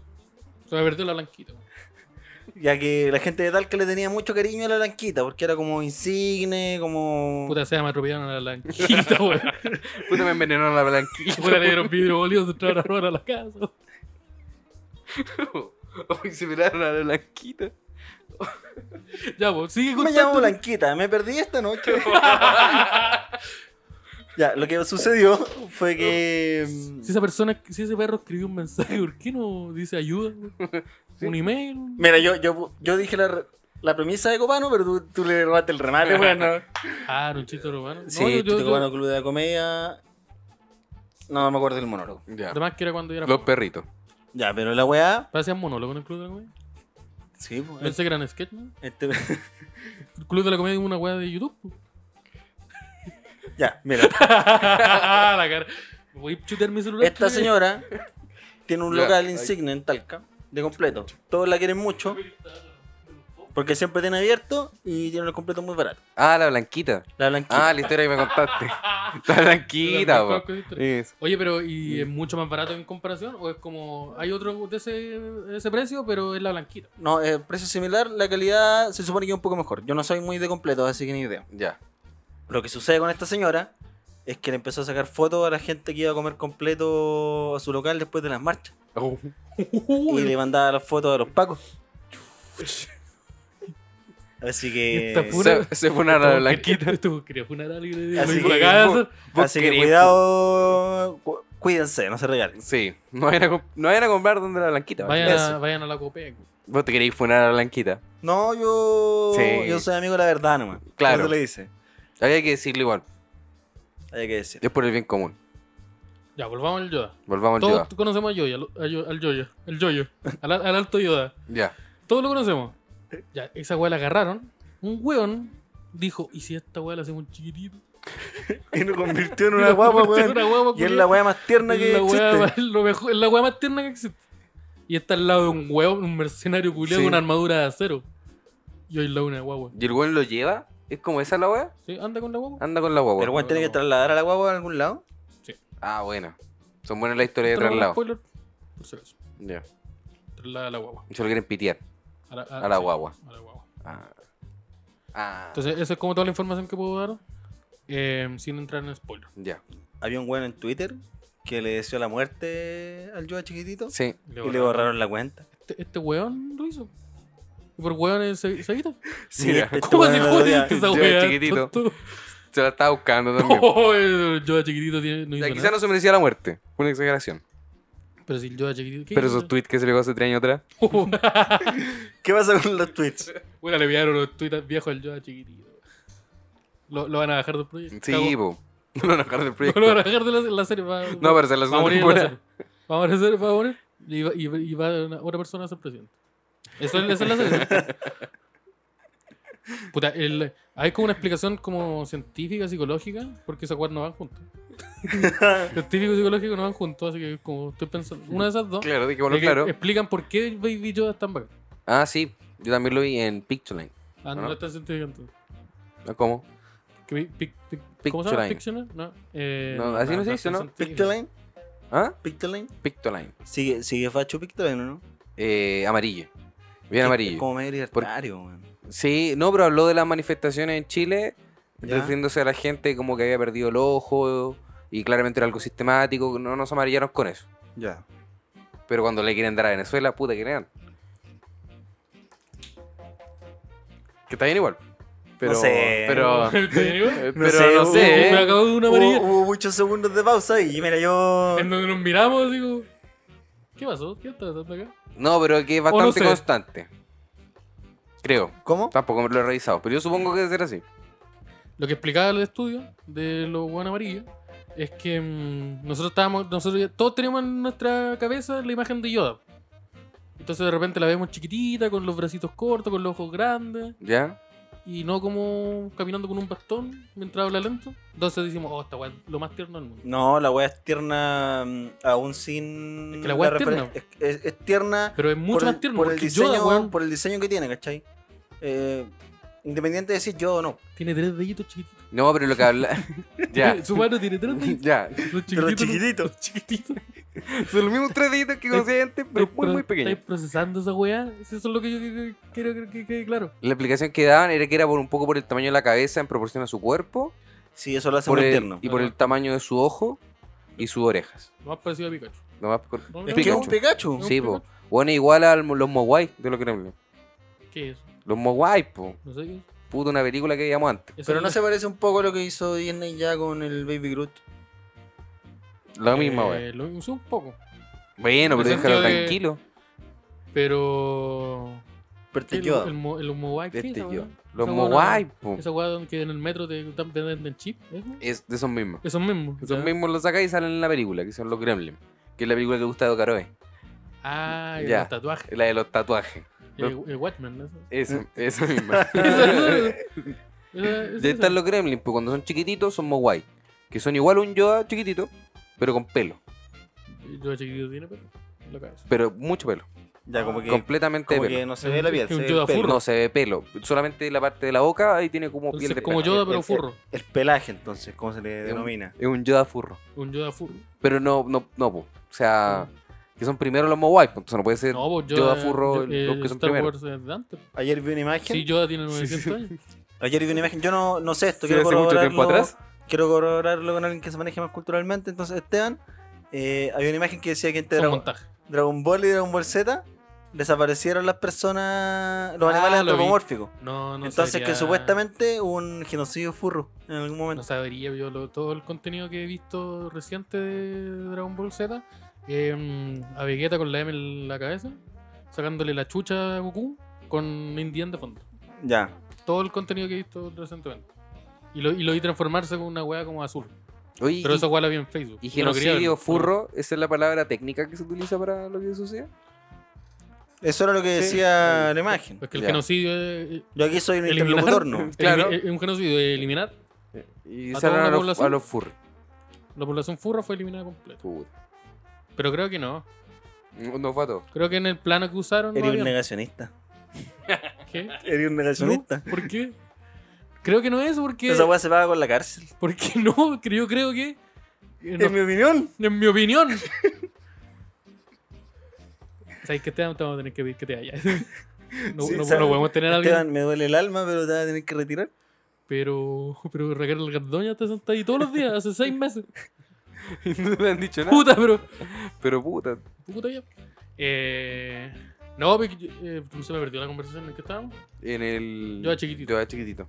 Speaker 2: Se me perdió la blanquita. weón.
Speaker 1: Ya que la gente de Talca le tenía mucho cariño a la blanquita, porque era como insigne, como.
Speaker 2: Puta, se me atropellaron a la blanquita, (laughs) weón.
Speaker 3: Puta, me envenenaron la blanquilla.
Speaker 2: (laughs) Puta,
Speaker 3: (laughs)
Speaker 2: le dieron vidrio bolido, se entraron a robar a la casa.
Speaker 3: Hoy se miraron a la blanquita.
Speaker 2: Ya, vos, sigue
Speaker 1: me
Speaker 2: contando.
Speaker 1: llamo Blanquita, me perdí
Speaker 2: (laughs)
Speaker 1: esta noche. ya, lo que sucedió fue que. mm,
Speaker 2: Si esa persona, si ese perro escribió un mensaje, ¿por qué no dice ayuda? (laughs) Un email.
Speaker 1: Mira, yo, yo, yo dije la, la premisa de Copano, pero tú, tú le robaste el
Speaker 2: (laughs)
Speaker 1: remate, bueno.
Speaker 2: Ah, era un chiste urbano. No,
Speaker 1: sí,
Speaker 2: yo-
Speaker 1: este
Speaker 2: yo- yo-
Speaker 1: Copano Club de la Comedia. No, me acuerdo del monólogo.
Speaker 3: Ya.
Speaker 2: Además que era cuando yo era.
Speaker 3: Los perritos.
Speaker 1: Ya, pero la weá.
Speaker 2: Parecían monólogo en el Club de la Comedia.
Speaker 1: Eh. Sí, pues.
Speaker 2: Pensé que eran sketch, ¿no?
Speaker 1: este- (laughs)
Speaker 2: El Club de la Comedia es una weá de YouTube. (laughs)
Speaker 1: ya, mira.
Speaker 2: la cara. Voy a chutear mi celular. (laughs)
Speaker 1: Esta señora tiene un
Speaker 3: Ya,
Speaker 1: local
Speaker 3: ahí.
Speaker 1: insigne en Talca, de completo. Todos la quieren mucho. Porque siempre tiene abierto y tiene los completos muy baratos.
Speaker 3: Ah, la blanquita.
Speaker 1: La blanquita.
Speaker 3: Ah, la historia que me
Speaker 2: (laughs)
Speaker 3: contaste. La blanquita, po. Eso.
Speaker 2: Oye, pero ¿y es mucho más barato en comparación? ¿O es como, hay otro de ese, de ese precio, pero es la blanquita?
Speaker 1: No, eh, precio similar, la calidad se supone que es un poco mejor. Yo no soy muy de completos, así que ni idea.
Speaker 3: Ya.
Speaker 1: Lo que sucede con esta señora es que le empezó a sacar fotos a la gente que iba a comer completo a su local después de las marchas.
Speaker 3: Oh,
Speaker 2: Uh,
Speaker 1: Y le mandaba las fotos a los pacos. Así
Speaker 2: Esta
Speaker 1: que.
Speaker 2: pura-
Speaker 3: Se, se fue una la blanquita.
Speaker 2: Tú querías funar a alguien de
Speaker 1: Así
Speaker 2: lo
Speaker 1: que-
Speaker 2: acabas de hacer.
Speaker 3: Vos
Speaker 1: Así que
Speaker 3: querés,
Speaker 1: cuidado. cu- Cuídense, no se regalen.
Speaker 3: Sí. No vayan a, comp- no vayan a comprar donde la blanquita.
Speaker 2: Vayan a,
Speaker 1: Eso.
Speaker 2: vayan a la Copec.
Speaker 3: Vos te queréis funar a la blanquita.
Speaker 1: No, yo.
Speaker 3: Sí.
Speaker 1: Yo soy amigo de la verdad nomás.
Speaker 3: Claro.
Speaker 1: Eso le dice.
Speaker 3: Había que decirlo igual.
Speaker 1: Hay que decir.
Speaker 3: Es por el bien común.
Speaker 2: Ya, volvamos al Yoda.
Speaker 3: Volvamos al
Speaker 2: Todos
Speaker 3: Yoda.
Speaker 2: conocemos al Yoya, al Yo- al Yoya, al Yoyo, al, al alto Yoda.
Speaker 3: Ya.
Speaker 2: Todos lo conocemos. Ya, esa weá la agarraron. Un weón dijo, ¿y si esta weá la hacemos chiquitito?
Speaker 1: (laughs) Y lo convirtió
Speaker 2: (laughs)
Speaker 1: en
Speaker 2: Y
Speaker 1: una
Speaker 2: la
Speaker 1: guapa,
Speaker 2: (laughs) convirtió en
Speaker 1: weón.
Speaker 2: una guagua,
Speaker 1: Y es
Speaker 2: culiao.
Speaker 1: la weá más tierna que
Speaker 2: Es la weá
Speaker 1: existe.
Speaker 2: más- lo mejor- es la weá más tierna que existe. Y está al lado de un weón, un mercenario culiado
Speaker 3: Sí.
Speaker 2: con armadura de acero. Y hoy la una guagua.
Speaker 3: ¿Y el weón lo lleva? ¿Es como esa la weá?
Speaker 2: ¿Sí? ¿Anda con la guagua?
Speaker 3: Anda con la guagua.
Speaker 1: Pero bueno, tiene que trasladar a la guagua a algún lado.
Speaker 3: Ah, bueno. Son buenas las historias de
Speaker 2: Entramos al
Speaker 3: traslado.
Speaker 2: spoiler, por si acaso.
Speaker 3: Ya.
Speaker 2: Traslada a la guagua.
Speaker 3: Se lo quieren pitear.
Speaker 2: A la,
Speaker 3: A la guagua.
Speaker 2: A la guagua.
Speaker 3: Ah. Ah.
Speaker 2: Entonces, esa es como toda la información que puedo dar. eh, sin entrar en spoiler.
Speaker 3: ya.
Speaker 1: Había un weón en Twitter que le deseó la muerte al Yoda chiquitito.
Speaker 3: Sí.
Speaker 1: Y le borraron la cuenta.
Speaker 2: Este, este weón lo hizo. Y por weón se, se quita.
Speaker 1: Sí,
Speaker 3: Mira,
Speaker 1: este
Speaker 2: (laughs) ¿Cómo
Speaker 1: weón
Speaker 2: se
Speaker 1: el otro
Speaker 2: jode
Speaker 1: día-
Speaker 2: esa
Speaker 3: Yo
Speaker 2: weá?
Speaker 3: chiquitito.
Speaker 2: tonto?
Speaker 3: Se la estaba buscando
Speaker 2: (laughs)
Speaker 3: también.
Speaker 2: No, el Yoda chiquitito tiene, no
Speaker 3: O
Speaker 2: hizo
Speaker 3: sea, quizá
Speaker 2: nada.
Speaker 3: no se merecía la muerte. Fue una exageración.
Speaker 2: Pero si el Yoda chiquitito. ¿qué
Speaker 3: Pero
Speaker 2: hizo?
Speaker 3: esos tweets que se le hace tres años atrás.
Speaker 1: ¿Qué pasa con los tweets?
Speaker 2: Bueno, le enviaron los tweets viejos al Yoda chiquitito. Lo, lo van a bajar del proyecto.
Speaker 3: Sí,
Speaker 2: Cago.
Speaker 3: po. (laughs) No lo dejaron del
Speaker 2: No (laughs)
Speaker 3: proyecto.
Speaker 2: lo van a bajar de la, la serie. Va, va-
Speaker 3: No, pero se
Speaker 2: va
Speaker 3: la
Speaker 2: a
Speaker 3: segunda
Speaker 2: morir en la
Speaker 3: temporada.
Speaker 2: serie. Va a morir, en la serie, va a morir. Y va, y, va- y va una- otra persona a ser presidente. Eso es, esa es la serie. Puta, el, hay como una explicación como científica, psicológica, porque esas cuatro no van
Speaker 3: (laughs)
Speaker 2: juntos. Científico y psicológico no van juntos, así que como estoy pensando, una de esas dos
Speaker 3: (laughs) Claro, dije, bueno,
Speaker 2: es que
Speaker 3: claro.
Speaker 2: explican por qué Baby Yoda es tan bacán.
Speaker 3: Ah, sí. Yo también lo vi en Pictoline.
Speaker 2: Ah, no,
Speaker 3: Ajá.
Speaker 2: no es tan científica entonces.
Speaker 3: ¿No? ¿Cómo?
Speaker 2: Que vi- pic- pic- ¿Cómo se llama?
Speaker 3: Pictoline.
Speaker 2: Pictionary? No. eh,
Speaker 3: No, así no se
Speaker 2: es
Speaker 3: dice,
Speaker 2: tan
Speaker 3: ¿no?
Speaker 2: científica.
Speaker 1: ¿Pictoline?
Speaker 3: ¿Ah?
Speaker 1: ¿Pictoline?
Speaker 3: Pictoline.
Speaker 1: ¿Sigue, sigue facho Pictoline o no?
Speaker 3: Eh, amarillo. Bien
Speaker 1: Es-
Speaker 3: amarillo.
Speaker 1: Es como medio libertario, weón.
Speaker 3: Sí, no, pero habló de las manifestaciones en Chile,
Speaker 1: Ya.
Speaker 3: refiriéndose a la gente como que había perdido el ojo y claramente era algo sistemático. No nos amarillaron con eso.
Speaker 1: Ya.
Speaker 3: Pero cuando le quieren dar a Venezuela, puta que le dan. Que está bien igual. Pero.
Speaker 1: No sé.
Speaker 3: Pero. eh,
Speaker 2: (laughs) ¿Te digo?
Speaker 3: Pero
Speaker 1: No sé,
Speaker 3: no
Speaker 1: hubo-
Speaker 3: sé.
Speaker 2: Me
Speaker 3: ¿eh?
Speaker 2: acabo de una amarilla.
Speaker 1: Hubo, hubo muchos segundos de pausa y mira, yo.
Speaker 2: En donde nos miramos, digo. ¿Qué pasó? ¿Qué está pasando acá?
Speaker 3: No, pero que es bastante
Speaker 2: sé.
Speaker 3: constante. Creo.
Speaker 1: ¿Cómo?
Speaker 3: Tampoco me lo he revisado. Pero yo supongo que debe ser así.
Speaker 2: Lo que explicaba el estudio de los hueones amarillos es que mm, nosotros estábamos, nosotros ya- todos teníamos en nuestra cabeza la imagen de Yoda. Entonces de repente la vemos chiquitita, con los bracitos cortos, con los ojos grandes,
Speaker 3: ¿Ya?
Speaker 2: y no como caminando con un bastón mientras habla lento. Entonces decimos, oh, esta weá es lo más tierno del mundo.
Speaker 1: No, la wea es tierna mm, aún sin.
Speaker 2: Es que la wea es
Speaker 1: refer-
Speaker 2: tierna.
Speaker 1: Es, es- es tierna
Speaker 2: Pero es mucho
Speaker 1: por,
Speaker 2: más
Speaker 1: el,
Speaker 2: tierno
Speaker 1: por el
Speaker 2: porque
Speaker 1: diseño,
Speaker 2: Yoda,
Speaker 1: weón,
Speaker 2: weón,
Speaker 1: por el diseño que tiene, ¿cachai? Eh, independiente de si yo o no.
Speaker 2: tiene tres deditos chiquititos.
Speaker 3: No, pero lo que (laughs) habla. ya.
Speaker 2: (laughs) Su mano tiene tres (laughs) deditos.
Speaker 3: ya.
Speaker 2: Los
Speaker 1: Pero
Speaker 2: chiquititos.
Speaker 1: chiquitito.
Speaker 2: los chiquititos.
Speaker 3: Son los mismos tres deditos que conocí antes, pero
Speaker 2: Estáis
Speaker 3: muy,
Speaker 2: pro-
Speaker 3: muy pequeños.
Speaker 2: Estáis procesando esa weá. Eso es lo que yo que- que- quiero que que quede claro.
Speaker 3: La explicación que daban era que era por un poco por el tamaño de la cabeza en proporción a su cuerpo
Speaker 1: Sí, eso lo hace
Speaker 3: por
Speaker 1: muy
Speaker 3: el-
Speaker 1: tierno.
Speaker 3: y por el tamaño de su ojo y sus orejas.
Speaker 2: Lo más parecido a Pikachu.
Speaker 3: No más por-
Speaker 2: No, no,
Speaker 1: Es
Speaker 3: Pikachu.
Speaker 1: que es un Pikachu.
Speaker 2: un
Speaker 3: Sí, po.
Speaker 2: Pikachu.
Speaker 3: Bueno, igual a los Mogwai de los Gremlins.
Speaker 2: ¿Qué es?
Speaker 3: Los Mogwai, po.
Speaker 2: No sé qué es.
Speaker 3: Puta, una película que veíamos antes.
Speaker 2: Esa
Speaker 1: Pero no
Speaker 2: es
Speaker 1: se parece un poco a lo que hizo Disney ya con el Baby Groot.
Speaker 3: La
Speaker 2: la- eh,
Speaker 3: misma, wey.
Speaker 2: Lo mismo, sí, un poco.
Speaker 3: Bueno,
Speaker 2: en
Speaker 3: pero
Speaker 2: el
Speaker 3: déjalo
Speaker 2: sentido de-
Speaker 3: tranquilo.
Speaker 2: Pero.
Speaker 1: Pero te
Speaker 2: ¿qué es
Speaker 1: Yoda.
Speaker 2: lo- El, mo- el, Mogwai, ¿qué es
Speaker 3: Este
Speaker 2: esa
Speaker 3: yo.
Speaker 2: weá?
Speaker 3: Los
Speaker 2: Esa
Speaker 3: Mogwai,
Speaker 2: weá-
Speaker 3: po.
Speaker 2: Esa weá donde- que en el metro te dan- te venden chip. ¿eso?
Speaker 3: Es de esos mismos.
Speaker 2: Esos mismos.
Speaker 3: Esos
Speaker 2: ya.
Speaker 3: mismos los sacáis y salen en la película, que son los Gremlins. Que es la película que gusta de Ocaroe.
Speaker 2: Ah, y
Speaker 3: Ya.
Speaker 2: los tatuajes.
Speaker 3: La de los tatuajes.
Speaker 2: El, el Watchman.
Speaker 3: (laughs)
Speaker 2: ¿no?
Speaker 3: Esa, esa misma.
Speaker 2: Esa- esa- esa- esa-
Speaker 3: Ya están los gremlins, pues cuando son chiquititos son Mogwai. Que son igual a un Yoda chiquitito, pero con pelo.
Speaker 2: Yo chiquitito tiene pelo. en La cabeza.
Speaker 3: Pero mucho pelo.
Speaker 1: Ya, como que,
Speaker 3: completamente de
Speaker 1: como
Speaker 3: pelo.
Speaker 1: que no se ve la piel.
Speaker 2: Es un
Speaker 1: se ve
Speaker 2: Yoda
Speaker 1: el, pelo.
Speaker 2: furro.
Speaker 3: No se ve pelo, solamente la parte de la boca ahí tiene como piel
Speaker 2: Entonces,
Speaker 3: de
Speaker 2: como
Speaker 3: pelo.
Speaker 2: Yoda,
Speaker 1: el-
Speaker 2: pero
Speaker 1: el-
Speaker 2: furro.
Speaker 1: El pelaje, entonces, ¿cómo se le
Speaker 3: un-
Speaker 1: denomina?
Speaker 3: Es un Yoda furro.
Speaker 2: Un Yoda furro.
Speaker 3: Pero no, no, no, po. o sea, que son primero los Mowai, po, entonces no puede ser
Speaker 2: Mm. No, pues Yoda,
Speaker 3: Yoda furro
Speaker 2: yo-
Speaker 3: los
Speaker 2: eh,
Speaker 3: que son
Speaker 2: Star
Speaker 3: primero.
Speaker 2: Wars es de antes.
Speaker 1: Ayer vi una imagen.
Speaker 2: Sí, Yoda tiene 900 años.
Speaker 1: Ayer vi una imagen. Yo no, no sé esto.
Speaker 3: Sí,
Speaker 1: Quiero
Speaker 3: hace mucho tiempo
Speaker 1: corroborarlo-
Speaker 3: atrás.
Speaker 1: Quiero corroborarlo con alguien que se maneje más culturalmente. Entonces, Esteban, eh, había una imagen que decía que entre
Speaker 2: Son
Speaker 1: Dragon,
Speaker 2: montaje.
Speaker 1: Dragon Ball y Dragon Ball Z desaparecieron las personas, los
Speaker 2: Ah,
Speaker 1: animales
Speaker 2: lo vi.
Speaker 1: antropomórficos.
Speaker 2: No, no
Speaker 1: Entonces,
Speaker 2: sabría-
Speaker 1: que supuestamente hubo un genocidio furro en algún
Speaker 2: No
Speaker 1: momento.
Speaker 2: sabría yo lo- todo el contenido que he visto reciente de Dragon Ball Z. eh, a Vegeta con la M en la cabeza, sacándole la chucha a Goku con Indian de fondo.
Speaker 1: Ya.
Speaker 2: Todo el contenido que he visto recientemente. Y lo, y lo vi transformarse con una wea como azul.
Speaker 3: Oye,
Speaker 2: Pero
Speaker 3: y-
Speaker 2: esa wea la vi en Facebook.
Speaker 3: y,
Speaker 2: No lo quería
Speaker 3: genocidio,
Speaker 2: ver.
Speaker 3: furro, esa es la palabra técnica que se utiliza para lo que sucede.
Speaker 1: Eso era lo que decía la imagen.
Speaker 2: Es que el
Speaker 3: Ya.
Speaker 2: genocidio es,
Speaker 1: Yo aquí soy un
Speaker 2: Eliminar.
Speaker 1: interlocutor,
Speaker 2: (laughs)
Speaker 1: ¿no?
Speaker 3: Claro.
Speaker 2: elimi- es un genocidio de eliminar.
Speaker 3: Y
Speaker 2: Eh, ¿A
Speaker 3: salen
Speaker 2: toda
Speaker 3: a
Speaker 2: la
Speaker 3: los,
Speaker 2: población?
Speaker 3: a los furros.
Speaker 2: La población furra fue eliminada completa.
Speaker 3: Puta.
Speaker 2: Pero creo que no.
Speaker 3: No, no fue a todos.
Speaker 2: Creo que en el plano que usaron. no
Speaker 1: Eres un
Speaker 2: había-
Speaker 1: negacionista.
Speaker 2: ¿Qué?
Speaker 1: Eres un negacionista.
Speaker 2: ¿No? ¿Por qué? Creo que no es porque.
Speaker 1: Esa weá se paga con la cárcel.
Speaker 2: Porque (laughs) no, que yo creo que. eh, no,
Speaker 1: En mi opinión.
Speaker 2: en mi
Speaker 1: (laughs)
Speaker 2: opinión. ¿Sabes que te, te vamos a tener que pedir que te vayas. (laughs) No,
Speaker 1: Sí,
Speaker 2: no-
Speaker 1: ¿sabes?
Speaker 2: no podemos tener a alguien.
Speaker 1: Esteban, me duele el alma, pero te vas a tener que retirar.
Speaker 2: Pero, pero Raquel Gardoña está sentada ahí todos los días, hace seis
Speaker 1: (laughs)
Speaker 2: meses.
Speaker 3: (laughs) Y no le han dicho nada.
Speaker 2: Puta, pero.
Speaker 3: Pero puta.
Speaker 2: Puta ya. Eh, no, porque yo- eh, se me perdió la conversación en que estábamos.
Speaker 3: En el.
Speaker 2: Yoda chiquitito.
Speaker 3: Yoda chiquitito.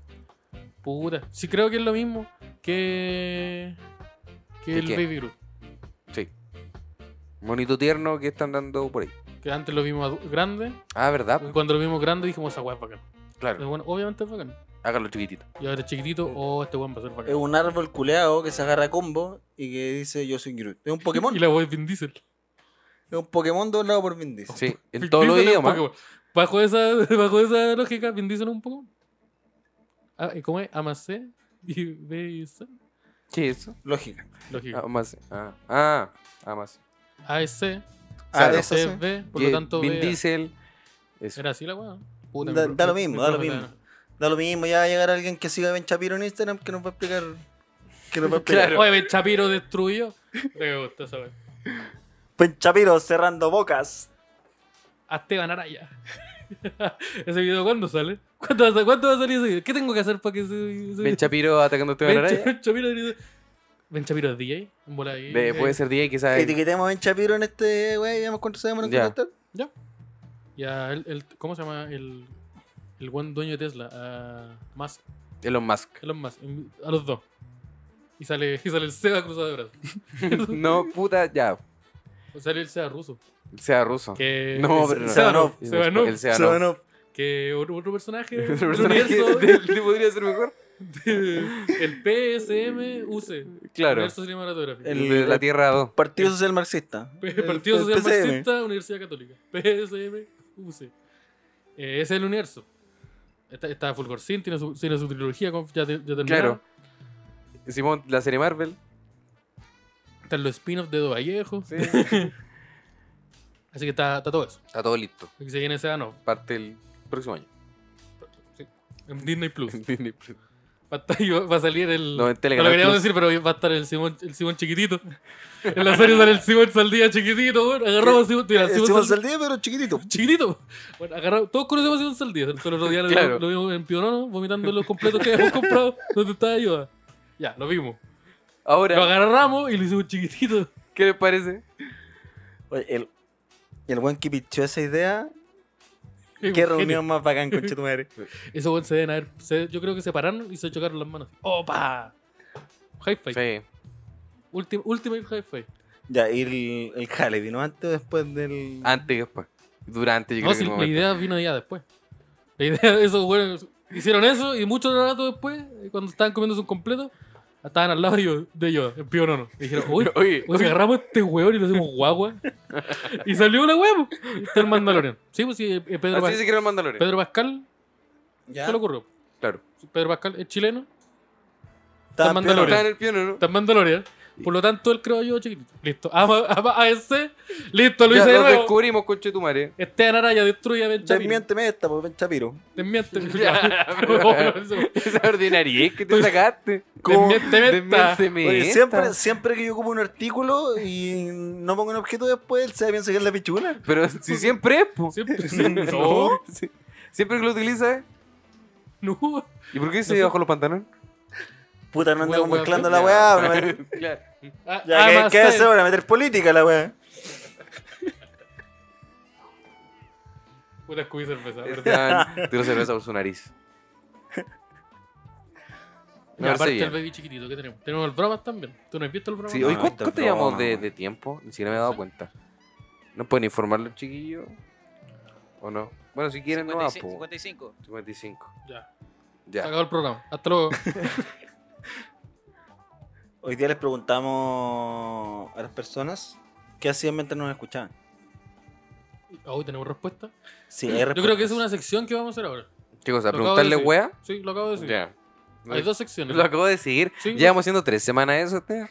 Speaker 2: Puta. Sí, creo que es lo mismo que. que
Speaker 3: ¿Que
Speaker 2: el
Speaker 3: qué?
Speaker 2: Baby Groot.
Speaker 3: Sí. Monito tierno que están dando por ahí.
Speaker 2: Que antes lo vimos adu- grande.
Speaker 3: Ah, ¿verdad?
Speaker 2: y Cuando lo vimos grande dijimos, esa weá es bacán. Pero
Speaker 3: Claro.
Speaker 2: bueno, obviamente es bacán.
Speaker 3: Hágalo chiquitito.
Speaker 2: Y ahora chiquitito, oh, este weón va a ser
Speaker 1: Es
Speaker 2: bacán.
Speaker 1: un árbol culeado que se agarra a combo y que dice yo soy Groot. Es un Pokémon.
Speaker 2: Y la voz es Vin Diesel.
Speaker 1: Es un Pokémon doblado por Vin Diesel.
Speaker 3: Sí. En
Speaker 2: Vin
Speaker 3: todos los
Speaker 2: Diesel es un
Speaker 3: idiomas.
Speaker 2: Pokémon. Bajo esa, bajo esa lógica, Vin Diesel es un Pokémon. Ah, ¿y ¿Cómo es? Amacé y B y C.
Speaker 3: ¿Qué es eso?
Speaker 1: Lógica.
Speaker 3: Ah,
Speaker 2: Lógico.
Speaker 3: más. Ah, ah, ah, más.
Speaker 2: A es C,
Speaker 1: Ah,
Speaker 3: Claro.
Speaker 1: de eso
Speaker 2: C
Speaker 1: sí.
Speaker 2: es B, por
Speaker 3: Ye-
Speaker 2: lo tanto
Speaker 3: Vin
Speaker 2: B.
Speaker 3: Diesel. Eso.
Speaker 2: Era así la weá.
Speaker 1: Da- da lo mismo, da lo mismo. Da lo mismo, ya va a llegar alguien que siga a Ben Shapiro en Instagram que nos va a explicar. Que nos va a explicar.
Speaker 2: Oye, Ben Shapiro destruyó. Me gusta esa weá.
Speaker 1: Ben Shapiro cerrando bocas.
Speaker 2: A Esteban Araya. (laughs) ¿Ese video cuándo sale? ¿Cuándo va, a, cuándo va a salir ese video? ¿Qué tengo que hacer para que ese ese
Speaker 3: Ben
Speaker 2: video-
Speaker 3: Chapiro atacando este a Esteban
Speaker 2: Ben
Speaker 3: Araya.
Speaker 2: Cha- (laughs) Chapiro dice- Ben Chapiro es DJ. En bola ahí.
Speaker 3: De- Puede ser DJ, quizás.
Speaker 1: Etiquetemos a Ben Shapiro en este wey y veamos cuánto sabemos en
Speaker 3: Ya.
Speaker 1: contactar.
Speaker 2: Ya. Ya, el, el- ¿cómo se llama? El, el buen dueño de Tesla. A Musk.
Speaker 3: Elon
Speaker 2: (laughs)
Speaker 3: Musk.
Speaker 2: Elon Musk. en- A los dos. Y sale, y sale el Seba cruzado de brazos.
Speaker 3: no, puta, ya.
Speaker 2: O sale el Seba ruso.
Speaker 3: Sea ruso.
Speaker 2: Que,
Speaker 3: No,
Speaker 2: el
Speaker 3: pero no.
Speaker 2: Seba no.
Speaker 3: El
Speaker 2: Seba no.
Speaker 3: El Sea
Speaker 1: Se
Speaker 3: no.
Speaker 1: van
Speaker 3: (laughs)
Speaker 1: a-
Speaker 2: Que otro, otro personaje. del
Speaker 3: Otro personaje
Speaker 2: universo,
Speaker 3: que- que podría ser mejor?
Speaker 2: el PSM UC.
Speaker 3: Claro.
Speaker 2: Universo cinematográfico.
Speaker 1: El-
Speaker 3: El de la Tierra 2.
Speaker 1: Partido Social Marxista.
Speaker 2: P-
Speaker 1: El-
Speaker 2: Partido
Speaker 1: el
Speaker 2: Social
Speaker 1: PCM.
Speaker 2: Marxista, Universidad Católica. PSM, UC. Eh, ese es el universo. Está, está Fulgorcin, tiene su, tiene su trilogía con- ya, te- ya terminada.
Speaker 3: Claro. Simón, la serie Marvel.
Speaker 2: Están los spin-offs de Do Vallejo.
Speaker 3: Sí.
Speaker 2: Así que está, está todo eso.
Speaker 3: (laughs) Está todo listo.
Speaker 2: Y se viene ese ano.
Speaker 3: Parte el próximo año. (laughs) pues.
Speaker 2: En Disney Plus.
Speaker 3: En Disney Plus.
Speaker 2: Va a, estar- y va- va a salir el.
Speaker 3: No,
Speaker 2: No,
Speaker 3: en
Speaker 2: lo
Speaker 3: Telegram.
Speaker 2: queríamos
Speaker 3: Plus.
Speaker 2: decir, pero va a estar el Simón, el Simón chiquitito. (laughs) En la serie sale el Simón Saldía chiquitito, weón. Agarramos a Simón.
Speaker 3: Eh,
Speaker 2: Mira,
Speaker 1: El
Speaker 2: Simón
Speaker 1: Simón
Speaker 2: Saldía.
Speaker 1: Saldivia, pero chiquitito.
Speaker 2: chiquitito. Bueno, agarrado, todos conocemos a Simón Saldías. El otro día lo-
Speaker 3: Claro.
Speaker 2: lo, vimos en Pionono, vomitando los completos que habíamos comprado donde estaba ayuda. Ya, lo vimos. Lo
Speaker 3: Ahora,
Speaker 2: agarramos y lo hicimos chiquitito.
Speaker 3: ¿qué les parece?
Speaker 1: Oye, el, el buen que pichó esa idea. Qué reunión más bacán, conchetumare.
Speaker 2: Eso, weón, se deben haber. se- yo creo que se pararon y se chocaron las manos. ¡Opa! High five.
Speaker 3: Sí.
Speaker 2: Ultim- Ultimate high five.
Speaker 1: Ya, y el, el jale vino antes o después del.
Speaker 2: Ah,
Speaker 3: Antes y después. Durante, yo
Speaker 2: No,
Speaker 3: creo
Speaker 2: si
Speaker 3: que el
Speaker 2: la
Speaker 3: momento.
Speaker 2: idea vino ya después. La idea de esos weones hicieron eso y mucho rato después, eh, cuando estaban comiendo su completo, estaban al lado de ellos, de ellos en Pionono. Y dijeron, uy,
Speaker 3: Oye,
Speaker 2: Pues agarramos a este huevón y lo hacemos guagua. y salió la huevo. Está el Mandalorian. Sí, pues sí, eh, Pedro,
Speaker 3: así
Speaker 2: Pas-
Speaker 3: se creó el Mandalorian.
Speaker 2: Pedro Pascal.
Speaker 1: Ya.
Speaker 2: ¿Qué le ocurrió?
Speaker 3: Claro.
Speaker 2: Pedro Pascal es chileno.
Speaker 1: Estaban
Speaker 2: Mandalorian.
Speaker 3: Está
Speaker 1: piola.
Speaker 3: en el piano, ¿no?
Speaker 2: Está en Mandalorian. Por lo tanto, él creo yo, chiquitito. Listo. Ama, ama a ese. Listo, lo
Speaker 3: Ya
Speaker 2: hice de
Speaker 3: lo
Speaker 2: nuevo.
Speaker 3: descubrimos, coche tu madre. (laughs)
Speaker 2: Esteban Araya destruye a Ben Chapiro.
Speaker 4: Desmiénteme esta, pues, Ben Chapiro.
Speaker 2: Desmiente. (laughs)
Speaker 3: Ya,
Speaker 2: Desmiente.
Speaker 3: Esa ordinariedad que te
Speaker 2: Pues,
Speaker 3: sacaste.
Speaker 2: Desmiente.
Speaker 3: Desmiénteme
Speaker 4: Oye,
Speaker 3: esta.
Speaker 4: siempre, siempre que yo ocupo un artículo y no pongo un objeto después, él se piensa que es la pichula.
Speaker 3: Pero si siempre es, po.
Speaker 2: pues,
Speaker 3: (laughs)
Speaker 2: Siempre, sí. No.
Speaker 3: Sí. Siempre que lo utilizas.
Speaker 2: No.
Speaker 3: ¿Y por qué
Speaker 2: No
Speaker 3: se
Speaker 2: sé.
Speaker 3: bajó los pantalones?
Speaker 4: Puta, no andamos
Speaker 2: Wea,
Speaker 4: mezclando
Speaker 2: wea,
Speaker 4: la
Speaker 3: (laughs)
Speaker 4: weá. pero
Speaker 2: (laughs)
Speaker 4: me-
Speaker 3: Claro.
Speaker 2: Ah,
Speaker 4: Ya, ¿qué-
Speaker 2: ama
Speaker 4: ¿qué
Speaker 2: a
Speaker 4: hace ahora? Meter política la weá.
Speaker 2: Puta, escupí
Speaker 3: (laughs)
Speaker 2: cerveza. perdón.
Speaker 3: Esteban tiró cerveza por su nariz.
Speaker 2: Y
Speaker 3: Me parece
Speaker 2: aparte el
Speaker 3: bien.
Speaker 2: baby chiquitito que tenemos. Tenemos el bromas también. ¿Tú no has visto el Ah, bromas?
Speaker 3: Sí, oye,
Speaker 4: No,
Speaker 3: ¿cuánto,
Speaker 4: esto es
Speaker 3: cuánto llevamos
Speaker 4: broma,
Speaker 3: de,
Speaker 4: man.
Speaker 3: de tiempo? Ni siquiera me he dado cuenta. ¿No pueden informar los chiquillos? ¿O no? Bueno, si quieren, no
Speaker 5: 56,
Speaker 3: po.
Speaker 5: 55.
Speaker 3: 55.
Speaker 2: Ya. Se
Speaker 3: Ya.
Speaker 2: acabó el programa. Hasta luego.
Speaker 1: Hoy día les preguntamos a las personas qué hacían mientras nos escuchaban.
Speaker 2: Hoy tenemos respuesta.
Speaker 1: Sí,
Speaker 2: Yo creo
Speaker 3: pues.
Speaker 2: que es una sección que vamos a hacer ahora.
Speaker 3: Chicos,
Speaker 2: Lo
Speaker 3: a
Speaker 2: acabo de
Speaker 3: preguntarle
Speaker 2: decir.
Speaker 3: wea.
Speaker 2: Sí, lo acabo de decir.
Speaker 3: Ya.
Speaker 2: Hay dos secciones.
Speaker 3: Lo acabo de seguir.
Speaker 2: Sí.
Speaker 3: Llevamos haciendo tres semanas eso, Esteban.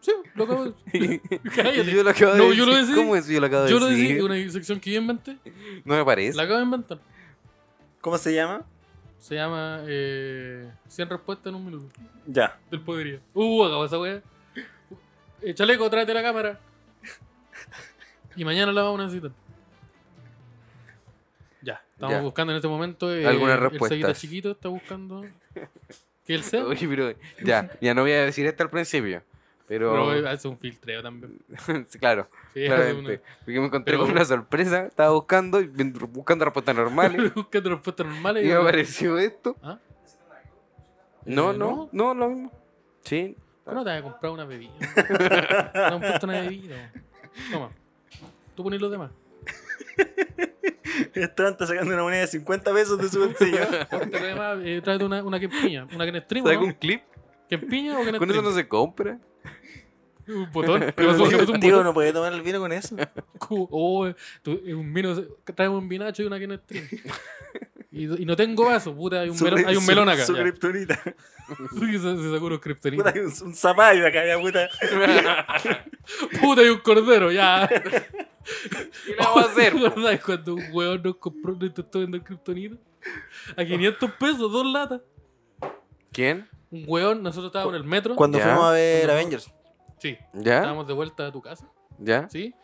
Speaker 2: Sí, lo acabo de
Speaker 3: (laughs)
Speaker 2: decir.
Speaker 3: Y
Speaker 2: (laughs) Cállate.
Speaker 3: yo lo acabo de
Speaker 2: No,
Speaker 3: decir.
Speaker 2: yo lo decidí.
Speaker 3: ¿Cómo eso? Yo lo acabo de
Speaker 2: Yo lo
Speaker 3: decir.
Speaker 2: decidí, una sección que yo inventé.
Speaker 3: No me parece.
Speaker 2: La acabo de inventar.
Speaker 1: ¿Cómo se llama?
Speaker 2: Se llama eh, 100 respuestas en un minuto.
Speaker 4: (laughs)
Speaker 1: Ya.
Speaker 2: Del poderío. Uh, acabo esa wea. Eh, chaleco, tráete la cámara. Y mañana la vamos a necesitar. Ya, estamos
Speaker 3: Ya.
Speaker 2: buscando en este momento. eh,
Speaker 3: Algunas
Speaker 2: El Seguita
Speaker 3: respuestas.
Speaker 2: chiquito está
Speaker 3: (laughs)
Speaker 2: buscando. Que él sea.
Speaker 3: Oye, pero ya, ya no voy a decir esto al principio. Pero,
Speaker 2: Pero eh, hace un filtreo también.
Speaker 3: Sí, (laughs) claro,
Speaker 2: (laughs) Sí, hace una-
Speaker 3: claramente. Porque me encontré
Speaker 2: Pero-
Speaker 3: con una sorpresa. Estaba buscando, y buscando
Speaker 2: (laughs)
Speaker 3: respuestas normales.
Speaker 2: Buscando respuestas normales.
Speaker 3: y me apareció esto.
Speaker 2: ¿Ah?
Speaker 3: No,
Speaker 2: Eh,
Speaker 3: no, no, lo mismo. Sí.
Speaker 2: ¿Cómo no te vas a comprar una
Speaker 3: (laughs)
Speaker 2: bebida? No han puesto una bebida. Toma. Tú pones los demás.
Speaker 4: Estaban sacando una moneda de 50 pesos de su
Speaker 2: (laughs)
Speaker 4: bolsillo.
Speaker 2: Ponte los demás, eh, tráete una, una que piña. Una que en stream.
Speaker 3: ¿Sabes
Speaker 2: ¿no?
Speaker 3: un clip?
Speaker 2: ¿Que en piña o que en
Speaker 3: Con eso
Speaker 2: stream?
Speaker 3: no se compra.
Speaker 2: Un botón. Pero
Speaker 1: Pero
Speaker 2: eso es un
Speaker 1: tío
Speaker 2: botón.
Speaker 1: no podía tomar el vino con eso.
Speaker 2: Cu- Oh, eh, tú- eh, un vino, traemos un vinacho y una que en stream. Y, y no tengo vaso, puta, hay un,
Speaker 4: Su-
Speaker 2: melón, hay un
Speaker 4: su-
Speaker 2: melón acá.
Speaker 4: Su
Speaker 2: ya.
Speaker 4: kriptonita.
Speaker 2: (laughs) Sí, se, se sacó unos
Speaker 4: Puta,
Speaker 2: criptonitas.
Speaker 4: hay un, un zapallo acá, ya puta.
Speaker 2: Puta, hay un cordero,
Speaker 3: (laughs)
Speaker 2: ya.
Speaker 3: ¿Qué (laughs) le vamos a hacer?
Speaker 2: (laughs) ¿Te
Speaker 3: po?
Speaker 2: acordás cuando un hueón nos compró, nos intentó vender criptonita? A 500 pesos, dos latas.
Speaker 3: ¿Quién?
Speaker 2: Un hueón, nosotros estábamos en el metro.
Speaker 1: Cuando
Speaker 3: Ya.
Speaker 1: fuimos a ver
Speaker 2: Cuando-
Speaker 1: Avengers.
Speaker 2: Sí,
Speaker 3: ¿Ya?
Speaker 2: estábamos de vuelta a tu casa.
Speaker 3: ¿Ya?
Speaker 2: ¿sí?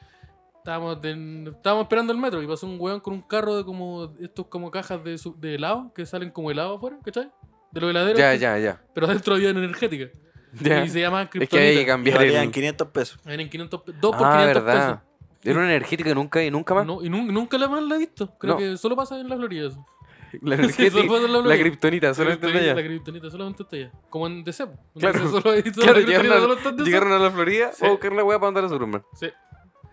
Speaker 2: Estábamos, de- estábamos esperando el metro y pasó un weón con un carro de como estos como cajas de, su- de helado que salen como helado afuera, ¿cachai? De los heladeros.
Speaker 3: Ya,
Speaker 2: que-
Speaker 3: ya, ya.
Speaker 2: Pero adentro había una energética.
Speaker 3: ya.
Speaker 2: Y se llamaban
Speaker 3: Es que había que
Speaker 2: Kryptonita.
Speaker 1: Y
Speaker 3: cambiar
Speaker 1: valían
Speaker 3: el.
Speaker 1: 500 pesos.
Speaker 2: Eran 500 pe- dos por
Speaker 3: Ah,
Speaker 2: 500
Speaker 3: verdad. Era una energética nunca y nunca
Speaker 2: pesos.
Speaker 3: más.
Speaker 2: No, y nun- nunca la más la he visto. Creo
Speaker 3: No.
Speaker 2: que solo pasa en la Florida (laughs) eso.
Speaker 3: (laughs) La
Speaker 2: Sí,
Speaker 3: energética.
Speaker 2: solo pasa en la
Speaker 3: La
Speaker 2: Florida.
Speaker 3: kriptonita, solo está
Speaker 2: Kryptonita, La
Speaker 3: allá.
Speaker 2: criptonita solamente está allá. Como en DC. po. En
Speaker 3: Claro.
Speaker 2: DC solo, hay- solo
Speaker 3: Claro,
Speaker 2: la Kryptonita
Speaker 3: llegaron a-
Speaker 2: solo está en DC.
Speaker 3: Llegaron a la Florida
Speaker 2: Sí.
Speaker 3: a buscar la weá para mandar a Superman.
Speaker 2: Sí.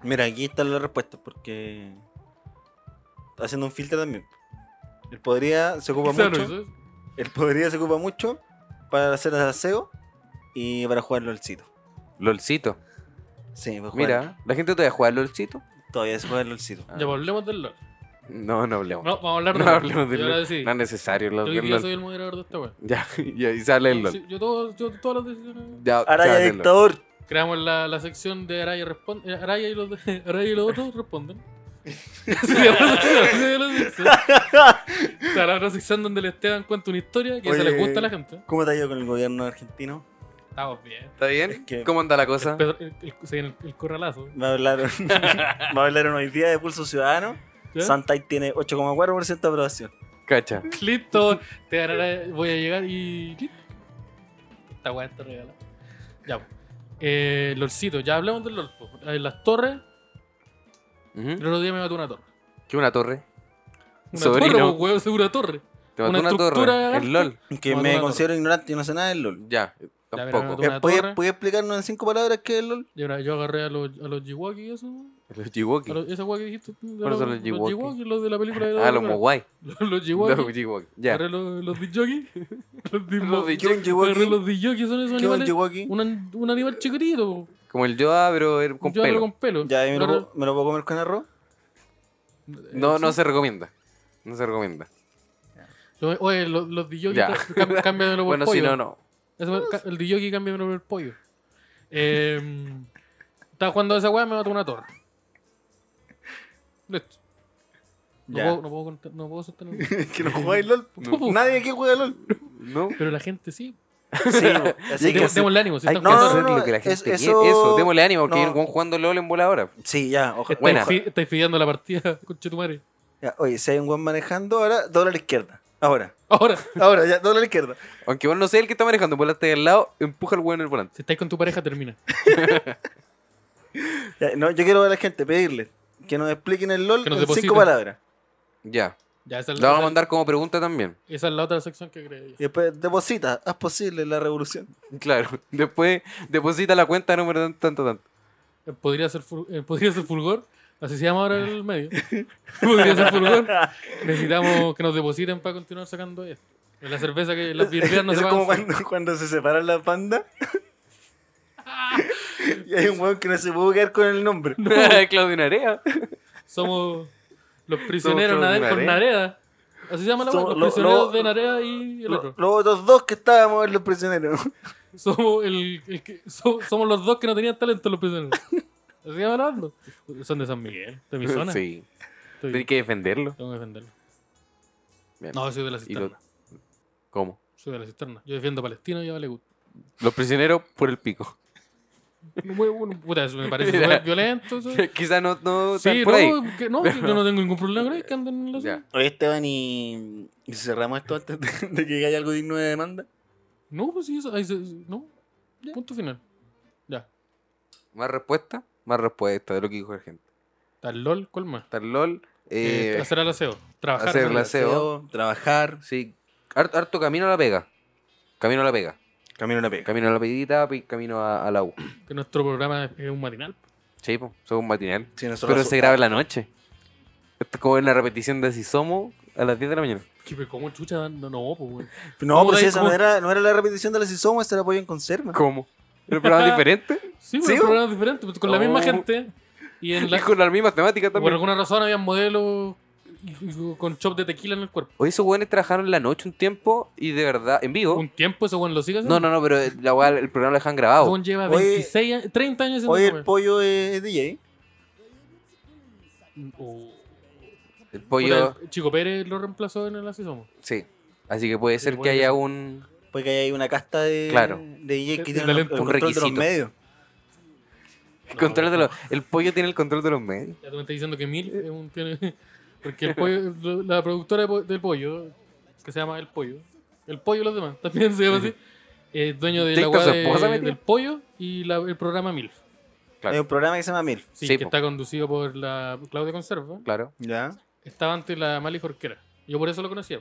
Speaker 1: Mira, aquí está la respuesta porque. Está haciendo un filtro también. El podría se ocupa
Speaker 2: Quizá no
Speaker 1: mucho.
Speaker 2: hizo eso.
Speaker 1: El podría se ocupa mucho para hacer el aseo y para jugar LOLcito.
Speaker 3: LOLcito.
Speaker 1: Sí, para jugar.
Speaker 3: Mira, la gente todavía juega al LOLcito.
Speaker 1: Todavía se juega
Speaker 2: (laughs)
Speaker 1: el LOLcito.
Speaker 3: Ah.
Speaker 2: Ya pues, hablemos del LOL.
Speaker 3: No, no hablemos.
Speaker 2: No, vamos a hablar
Speaker 3: No
Speaker 2: del
Speaker 3: hablemos
Speaker 2: Yo
Speaker 3: del
Speaker 2: ahora
Speaker 3: LOL.
Speaker 2: sí.
Speaker 3: No es necesario el
Speaker 2: Yo hoy
Speaker 3: LOL.
Speaker 2: día soy el moderador de esta wea.
Speaker 3: (laughs) Ya, y ahí sale el LOL.
Speaker 2: Sí, yo, todo- yo todas las decisiones.
Speaker 3: Ya,
Speaker 1: Araya
Speaker 3: sale el LOL.
Speaker 1: dictador.
Speaker 2: Creamos la, la sección de Araya responde. eh, Araya y los de- (laughs) Araya y los otros responden. (laughs) Se llama la sección, se llama la sección. Está la otra sección donde el Esteban cuenta una historia que se
Speaker 1: Oye.
Speaker 2: le gusta a la gente.
Speaker 1: ¿Cómo te ha ido con el gobierno argentino?
Speaker 2: Estamos bien.
Speaker 3: ¿Está bien?
Speaker 1: Es que-
Speaker 3: ¿Cómo anda la cosa?
Speaker 2: El, Pedro- el- el- se viene el- el corralazo.
Speaker 1: Me (laughs) hablaron, me hablaron hoy día de Pulso Ciudadano.
Speaker 2: ¿Ya?
Speaker 1: Santay tiene 8,4% de aprobación.
Speaker 3: Cacha.
Speaker 2: Listo. Te ganará- voy a llegar y. clic. Esta weá está regalada. Ya. pues. Eh, Lolcito, ya hablamos del Lolpo. Las torres.
Speaker 3: Ujú.
Speaker 2: El otro día me mató una torre.
Speaker 3: ¿Qué una torre?
Speaker 2: Una torre,
Speaker 3: Sobrino.
Speaker 2: pues, weón, seguro una torre.
Speaker 3: Te mató
Speaker 2: una
Speaker 3: una torre.
Speaker 2: estructura
Speaker 3: El LOL.
Speaker 1: Que
Speaker 2: Como
Speaker 1: me
Speaker 2: Donato.
Speaker 1: considero ignorante, yo no sé nada del LOL.
Speaker 3: Ya,
Speaker 2: pero
Speaker 3: tampoco.
Speaker 2: no- Una torre.
Speaker 1: ¿Puedes, puedes explicarnos en cinco palabras qué es el LOL?
Speaker 2: Y ahora yo agarré a los, a los Jiwaki y eso. ¿no?
Speaker 3: Los
Speaker 2: A
Speaker 3: Jiwoki.
Speaker 2: los- esa weá que dijiste. tú, de
Speaker 3: ¿Cuáles son los Jiwoki?
Speaker 2: Jiwoki, los de la película de
Speaker 3: Ah, los
Speaker 2: Dora.
Speaker 3: Mogwai.
Speaker 2: (laughs) Los, los Jiwoki.
Speaker 3: Los Jiwoki. Ya.
Speaker 2: Agarré los, los Dijoki. (laughs) Los
Speaker 3: Los
Speaker 2: Dijoki.
Speaker 3: Dijoki.
Speaker 1: ¿Qué es un
Speaker 2: Agarré
Speaker 1: Jiwoki?
Speaker 2: los Dijoki, son esos
Speaker 1: ¿Qué es un
Speaker 2: animales.
Speaker 1: Jiwoki?
Speaker 2: Un, an- un animal chiquitito. po.
Speaker 3: Como el Yoda, pero era con
Speaker 2: yo hablo
Speaker 3: pelo.
Speaker 2: con pelo.
Speaker 1: Ya, ¿y me lo,
Speaker 2: Agarré-
Speaker 1: puedo- me lo puedo comer con arroz?
Speaker 3: No,
Speaker 2: eh,
Speaker 3: no
Speaker 2: sí.
Speaker 3: se recomienda. No se recomienda.
Speaker 2: Yo- Oye, los, los Dijoki,
Speaker 3: Ya.
Speaker 2: ca-
Speaker 3: (laughs)
Speaker 2: cam- cámbiamelo por
Speaker 3: Bueno,
Speaker 2: pollo.
Speaker 3: si no, no.
Speaker 2: Ese- ca- el Dijoki, cámbiamelo por pollo. Eh, estaba jugando a esa weá, me mató una torre. Listo. No,
Speaker 1: Ya.
Speaker 2: puedo, no, puedo, cont- no puedo sostenerlo.
Speaker 4: (laughs) que no jugáis LOL.
Speaker 2: No, po.
Speaker 4: Nadie aquí juega LOL.
Speaker 3: No.
Speaker 2: Pero la gente sí. (laughs)
Speaker 1: Sí, bo.
Speaker 3: Y hay
Speaker 1: así
Speaker 3: que
Speaker 1: que,
Speaker 2: Demo-
Speaker 3: hacer-
Speaker 2: Démosle ánimo. Si
Speaker 3: Hay
Speaker 2: están
Speaker 3: que
Speaker 4: no,
Speaker 2: jugando-
Speaker 3: hacer
Speaker 4: no, no,
Speaker 3: lo que la gente
Speaker 4: es-
Speaker 3: quiere.
Speaker 4: eso-
Speaker 3: Eso, démosle ánimo porque
Speaker 4: no.
Speaker 3: hay un weón jugando LOL en bola ahora.
Speaker 1: sí, ya. oja-
Speaker 2: Estáis
Speaker 3: Buena.
Speaker 2: fi- Estáis fideando la partida, (laughs) conchetumare.
Speaker 1: ya, Oye, si hay un buen manejando, ahora dobla a la izquierda. Ahora.
Speaker 2: Ahora,
Speaker 4: Ahora, ya, dobla a la izquierda.
Speaker 3: Aunque vos no seas el que está manejando, vos la estás al lado, empuja al weón en el volante.
Speaker 2: si estáis con tu pareja, termina.
Speaker 1: Ya, no, yo quiero a la gente pedirle que nos expliquen el LOL
Speaker 2: Que nos
Speaker 1: en
Speaker 2: depositen.
Speaker 1: cinco palabras.
Speaker 3: Ya.
Speaker 2: Ya, esa es la,
Speaker 3: La vamos a
Speaker 2: esa,
Speaker 3: mandar como pregunta también. (laughs)
Speaker 2: esa es la otra sección que creía.
Speaker 1: Y después deposita, haz posible la revolución.
Speaker 3: Claro. Después deposita la cuenta número tanto,
Speaker 2: (laughs)
Speaker 3: tanto, tanto.
Speaker 2: Eh, Podría ser, ful- eh, podría ser Fulgor. Así se llama ahora el medio. Podría ser Fulgor. Necesitamos que nos depositen para continuar sacando esto. La cerveza que
Speaker 1: (laughs)
Speaker 2: las birreas no se
Speaker 4: Eso es
Speaker 2: pagan.
Speaker 4: como cuando, cuando se separan las
Speaker 2: (laughs)
Speaker 4: bandas. y hay un weón que no se puede quedar con el nombre.
Speaker 3: (laughs) Claudio Narea.
Speaker 2: Somos los prisioneros
Speaker 3: Somos los
Speaker 2: Nare- con
Speaker 3: Narea.
Speaker 2: Nareda. Así se llama la
Speaker 1: Somos
Speaker 2: web,
Speaker 1: lo-
Speaker 2: Los prisioneros
Speaker 1: lo-
Speaker 2: de Narea y el
Speaker 4: Lo-
Speaker 2: otro.
Speaker 4: Los otros dos que estábamos en los prisioneros.
Speaker 2: Somos, el, el que- so- somos los dos que no tenían talento los prisioneros. Así se llama la banda. Son de San Miguel, de mi zona.
Speaker 3: Sí.
Speaker 2: Estoy-
Speaker 3: Tienes que defenderlo.
Speaker 2: Tengo que defenderlo.
Speaker 3: Bien.
Speaker 2: No, soy de la
Speaker 3: Y lo-
Speaker 2: cisterna.
Speaker 3: ¿Cómo?
Speaker 2: Soy de la cisterna. Yo defiendo a Palestino y a Vale Gut.
Speaker 3: Los prisioneros por el pico. (laughs)
Speaker 2: Muy bueno. Puta, eso me parece súper violento. eso.
Speaker 3: Quizás no, no tan
Speaker 2: Sí,
Speaker 3: por ahí.
Speaker 2: no, que, no, que yo no tengo ningún problema con ellos que anden en la
Speaker 3: Ya.
Speaker 2: ciudad.
Speaker 1: Oye, Esteban, y, y si cerramos esto antes de, de que haya algo digno de demanda.
Speaker 2: No, pues sí, eso, ahí se- no. Punto final. Ya.
Speaker 3: Más respuesta, más respuesta de lo que dijo la gente.
Speaker 2: Está el LOL, ¿cuál más?
Speaker 3: Estar LOL.
Speaker 2: Eh,
Speaker 3: Eh,
Speaker 2: hacer al aseo. Trabajar.
Speaker 3: hacer
Speaker 2: ¿no?
Speaker 3: el aseo.
Speaker 1: Trabajar.
Speaker 3: sí. Harto, harto camino a la pega. Camino a la pega.
Speaker 1: Camino a la pega.
Speaker 3: Camino a la pedidita, pe- camino a, a la U.
Speaker 2: Que nuestro programa es un matinal.
Speaker 3: Sí, po, somos un matinal.
Speaker 1: Sí, nosotros
Speaker 3: Pero
Speaker 1: so-
Speaker 3: se graba en la noche. Esto es como en la repetición de Si Somos a las 10 de la mañana.
Speaker 2: Que, pero ¿Cómo chucha? dan- No, no, pues, weón.
Speaker 1: No,
Speaker 2: ¿Cómo
Speaker 1: pues
Speaker 2: dais-
Speaker 1: esa no
Speaker 2: cómo-
Speaker 1: era, no era la repetición de la Sisoma, esa era pollo en conserva.
Speaker 3: ¿Cómo? ¿El programa diferente?
Speaker 2: Sí,
Speaker 1: Sí,
Speaker 2: pero
Speaker 1: weón.
Speaker 2: programas diferentes. pues, Con la misma
Speaker 3: Oh.
Speaker 2: gente. Y en
Speaker 3: Y
Speaker 2: la,
Speaker 3: con las mismas temáticas
Speaker 2: por
Speaker 3: también.
Speaker 2: alguna razón habían modelos y- y- con chop de tequila en el cuerpo.
Speaker 3: Hoy esos güeyes trabajaron en la noche un tiempo y de verdad, en vivo.
Speaker 2: Un tiempo ese weón lo sigue haciendo.
Speaker 3: No, no, no, pero la weá, el programa lo dejan
Speaker 2: Ese
Speaker 3: grabado.
Speaker 2: weón lleva
Speaker 1: Oye-
Speaker 2: 26 años, 30 años haciendo
Speaker 1: Hoy
Speaker 2: esa
Speaker 1: el
Speaker 2: weá.
Speaker 1: pollo es DJ.
Speaker 2: Oh.
Speaker 3: El pollo.
Speaker 2: Puta, el Chico Pérez lo reemplazó en el Así Somos.
Speaker 3: Sí. Así que puede ser que
Speaker 2: puede
Speaker 3: haya
Speaker 2: ser.
Speaker 3: un.
Speaker 1: Porque ahí hay una casta de,
Speaker 3: Claro.
Speaker 1: de DJ que
Speaker 2: De- de
Speaker 1: tiene el
Speaker 2: talento.
Speaker 1: control de los
Speaker 3: Requisito.
Speaker 1: medios.
Speaker 3: El, control de los, el pollo tiene el control de los medios.
Speaker 2: Ya tú me estás diciendo que
Speaker 3: Eh.
Speaker 2: Mil es un- tiene- (laughs) Porque el pollo, lo- la productora de po- del pollo, que se llama El Pollo, El Pollo y los demás, también se llama así, es dueño de la
Speaker 3: Tinto,
Speaker 2: weá
Speaker 3: su
Speaker 2: de-
Speaker 3: esposa, metió.
Speaker 2: del pollo y la- el programa Milf.
Speaker 3: Claro.
Speaker 1: Hay un programa que se llama Mil.
Speaker 2: Sí,
Speaker 3: Sí,
Speaker 2: que
Speaker 3: po.
Speaker 2: está conducido por la Claudia Conserva.
Speaker 3: Claro.
Speaker 1: Ya.
Speaker 2: Estaba antes la Mali Jorquera. Yo por eso lo conocía.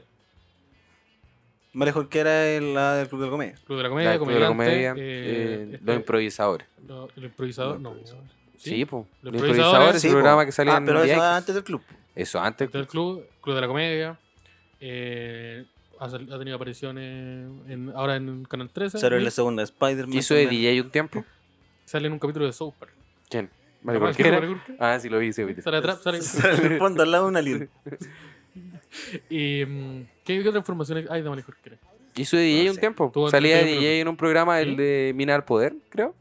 Speaker 1: Male Jorquera es la del Club de la Comedia.
Speaker 2: Club de la
Speaker 3: La,
Speaker 2: Comedia,
Speaker 3: de la comedia,
Speaker 2: eh,
Speaker 3: eh,
Speaker 2: este,
Speaker 3: los improvisadores.
Speaker 2: lo- el improvisador, no.
Speaker 3: Sí,
Speaker 2: Sí,
Speaker 3: po.
Speaker 2: Los
Speaker 3: Los
Speaker 2: improvisadores,
Speaker 3: improvisadores es
Speaker 1: sí,
Speaker 3: el
Speaker 1: po.
Speaker 3: programa que sale
Speaker 1: Ah,
Speaker 3: en
Speaker 1: pero eso
Speaker 3: VX.
Speaker 1: era antes del club.
Speaker 3: Eso antes.
Speaker 2: Está Este el club, Club de la Comedia. eh, ha, sal- ha tenido apariciones en- ahora en Canal 13.
Speaker 1: Cero es
Speaker 2: y
Speaker 1: la segunda, Spider-Man.
Speaker 3: Hizo de
Speaker 1: también.
Speaker 3: DJ un tiempo.
Speaker 2: Sale en un capítulo de South Park.
Speaker 3: ¿Quién?
Speaker 2: ¿Te
Speaker 3: Mario
Speaker 2: acuerdas que
Speaker 3: Cualquiera.
Speaker 2: Mario Cualquiera?
Speaker 3: Ah, sí, lo vi, sí, lo vi.
Speaker 2: Sale atrás, sale.
Speaker 1: (laughs) En el fondo, al lado de una línea.
Speaker 2: Y, mm, ¿qué, ¿Qué otra información hay de Mario Jorquera?
Speaker 3: Hizo de DJ
Speaker 1: No
Speaker 3: un
Speaker 1: sé.
Speaker 3: tiempo.
Speaker 2: Tuvo
Speaker 3: Salía de
Speaker 2: antes de
Speaker 3: DJ en un programa, el
Speaker 2: ¿Sí?
Speaker 3: de Mina al Poder, creo.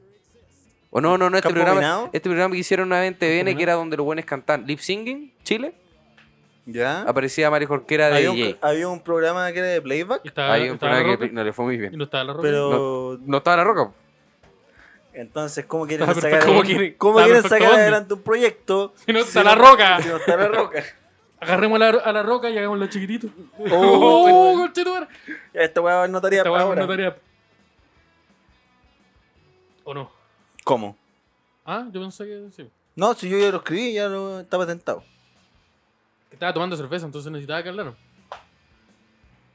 Speaker 3: O no, no, no, este
Speaker 1: ¿Campo Minado?
Speaker 3: programa, este programa que hicieron una vez en TVN,
Speaker 2: Minado?
Speaker 3: que era donde los buenos cantan Lip Singing, Chile.
Speaker 1: ¿Ya?
Speaker 3: Aparecía Mario Jorquera de
Speaker 1: Había
Speaker 3: DJ.
Speaker 1: un, había un programa que era de playback,
Speaker 2: Y estaba,
Speaker 3: Hay un
Speaker 2: estaba la
Speaker 3: programa
Speaker 2: Roca,
Speaker 3: que no le fue muy
Speaker 2: y
Speaker 3: bien.
Speaker 2: no estaba la roca. (laughs)
Speaker 1: pero
Speaker 3: No Ah, estaba la roca.
Speaker 1: entonces,
Speaker 3: (laughs)
Speaker 1: ¿cómo quieren
Speaker 2: Está
Speaker 1: sacar,
Speaker 2: perfecto. ¿Cómo quieren-
Speaker 1: cómo
Speaker 3: Ah,
Speaker 2: está
Speaker 1: quieren
Speaker 2: perfecto
Speaker 1: sacar
Speaker 2: dónde?
Speaker 1: adelante un proyecto?
Speaker 2: Si no está La Roca.
Speaker 1: Si no está
Speaker 3: (laughs)
Speaker 1: la roca.
Speaker 2: Agarremos a la, a la roca y hagámoslo chiquitito.
Speaker 1: Oh.
Speaker 2: (laughs) ¡Oh, conchetumare!
Speaker 1: Ya, Esta weá va en notaría
Speaker 3: Este
Speaker 2: Esta
Speaker 1: para
Speaker 2: weá es
Speaker 1: ahora.
Speaker 2: una tarea. ¿O no?
Speaker 1: ¿Cómo?
Speaker 2: Ah, yo pensé que sí.
Speaker 1: No, si yo ya lo escribí, ya lo está patentado.
Speaker 3: Ah,
Speaker 2: Que Estaba tomando cerveza, entonces necesitaba que hablaran. (laughs)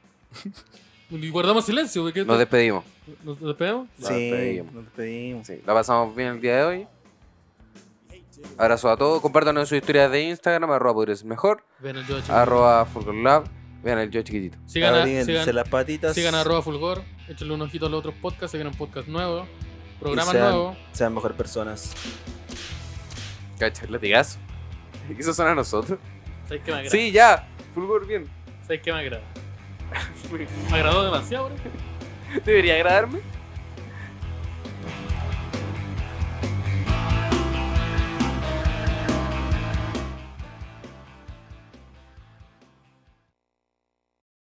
Speaker 2: Y guardamos silencio, porque
Speaker 3: Nos despedimos.
Speaker 2: ¿Nos despedimos.
Speaker 3: Nos
Speaker 1: sí,
Speaker 3: despedimos.
Speaker 1: nos despedimos.
Speaker 3: Sí, la pasamos bien el día de hoy. Abrazo a todos. Compártanos sus historias de Instagram, arroba podría ser mejor,
Speaker 2: Vean el yo chiquitito.
Speaker 3: arroba Fulgor Lab. Vean el yo chiquitito.
Speaker 2: Sigan a,
Speaker 1: Abríense
Speaker 2: sigan-
Speaker 1: las patitas.
Speaker 2: sigan a arroba fulgor, échenle un ojito a los otros podcasts, se vienen podcasts nuevos,
Speaker 1: y
Speaker 2: programas
Speaker 1: sean,
Speaker 2: nuevos.
Speaker 1: Sean mejor personas.
Speaker 3: Cacha, latigazo. (laughs) Eso son a nosotros.
Speaker 2: ¿Sabes qué me agrada?
Speaker 3: Sí, ya. Fulgor, bien. (laughs)
Speaker 2: ¿Sabes qué me agrada? me agradó demasiado, bro.
Speaker 3: Debería agradarme.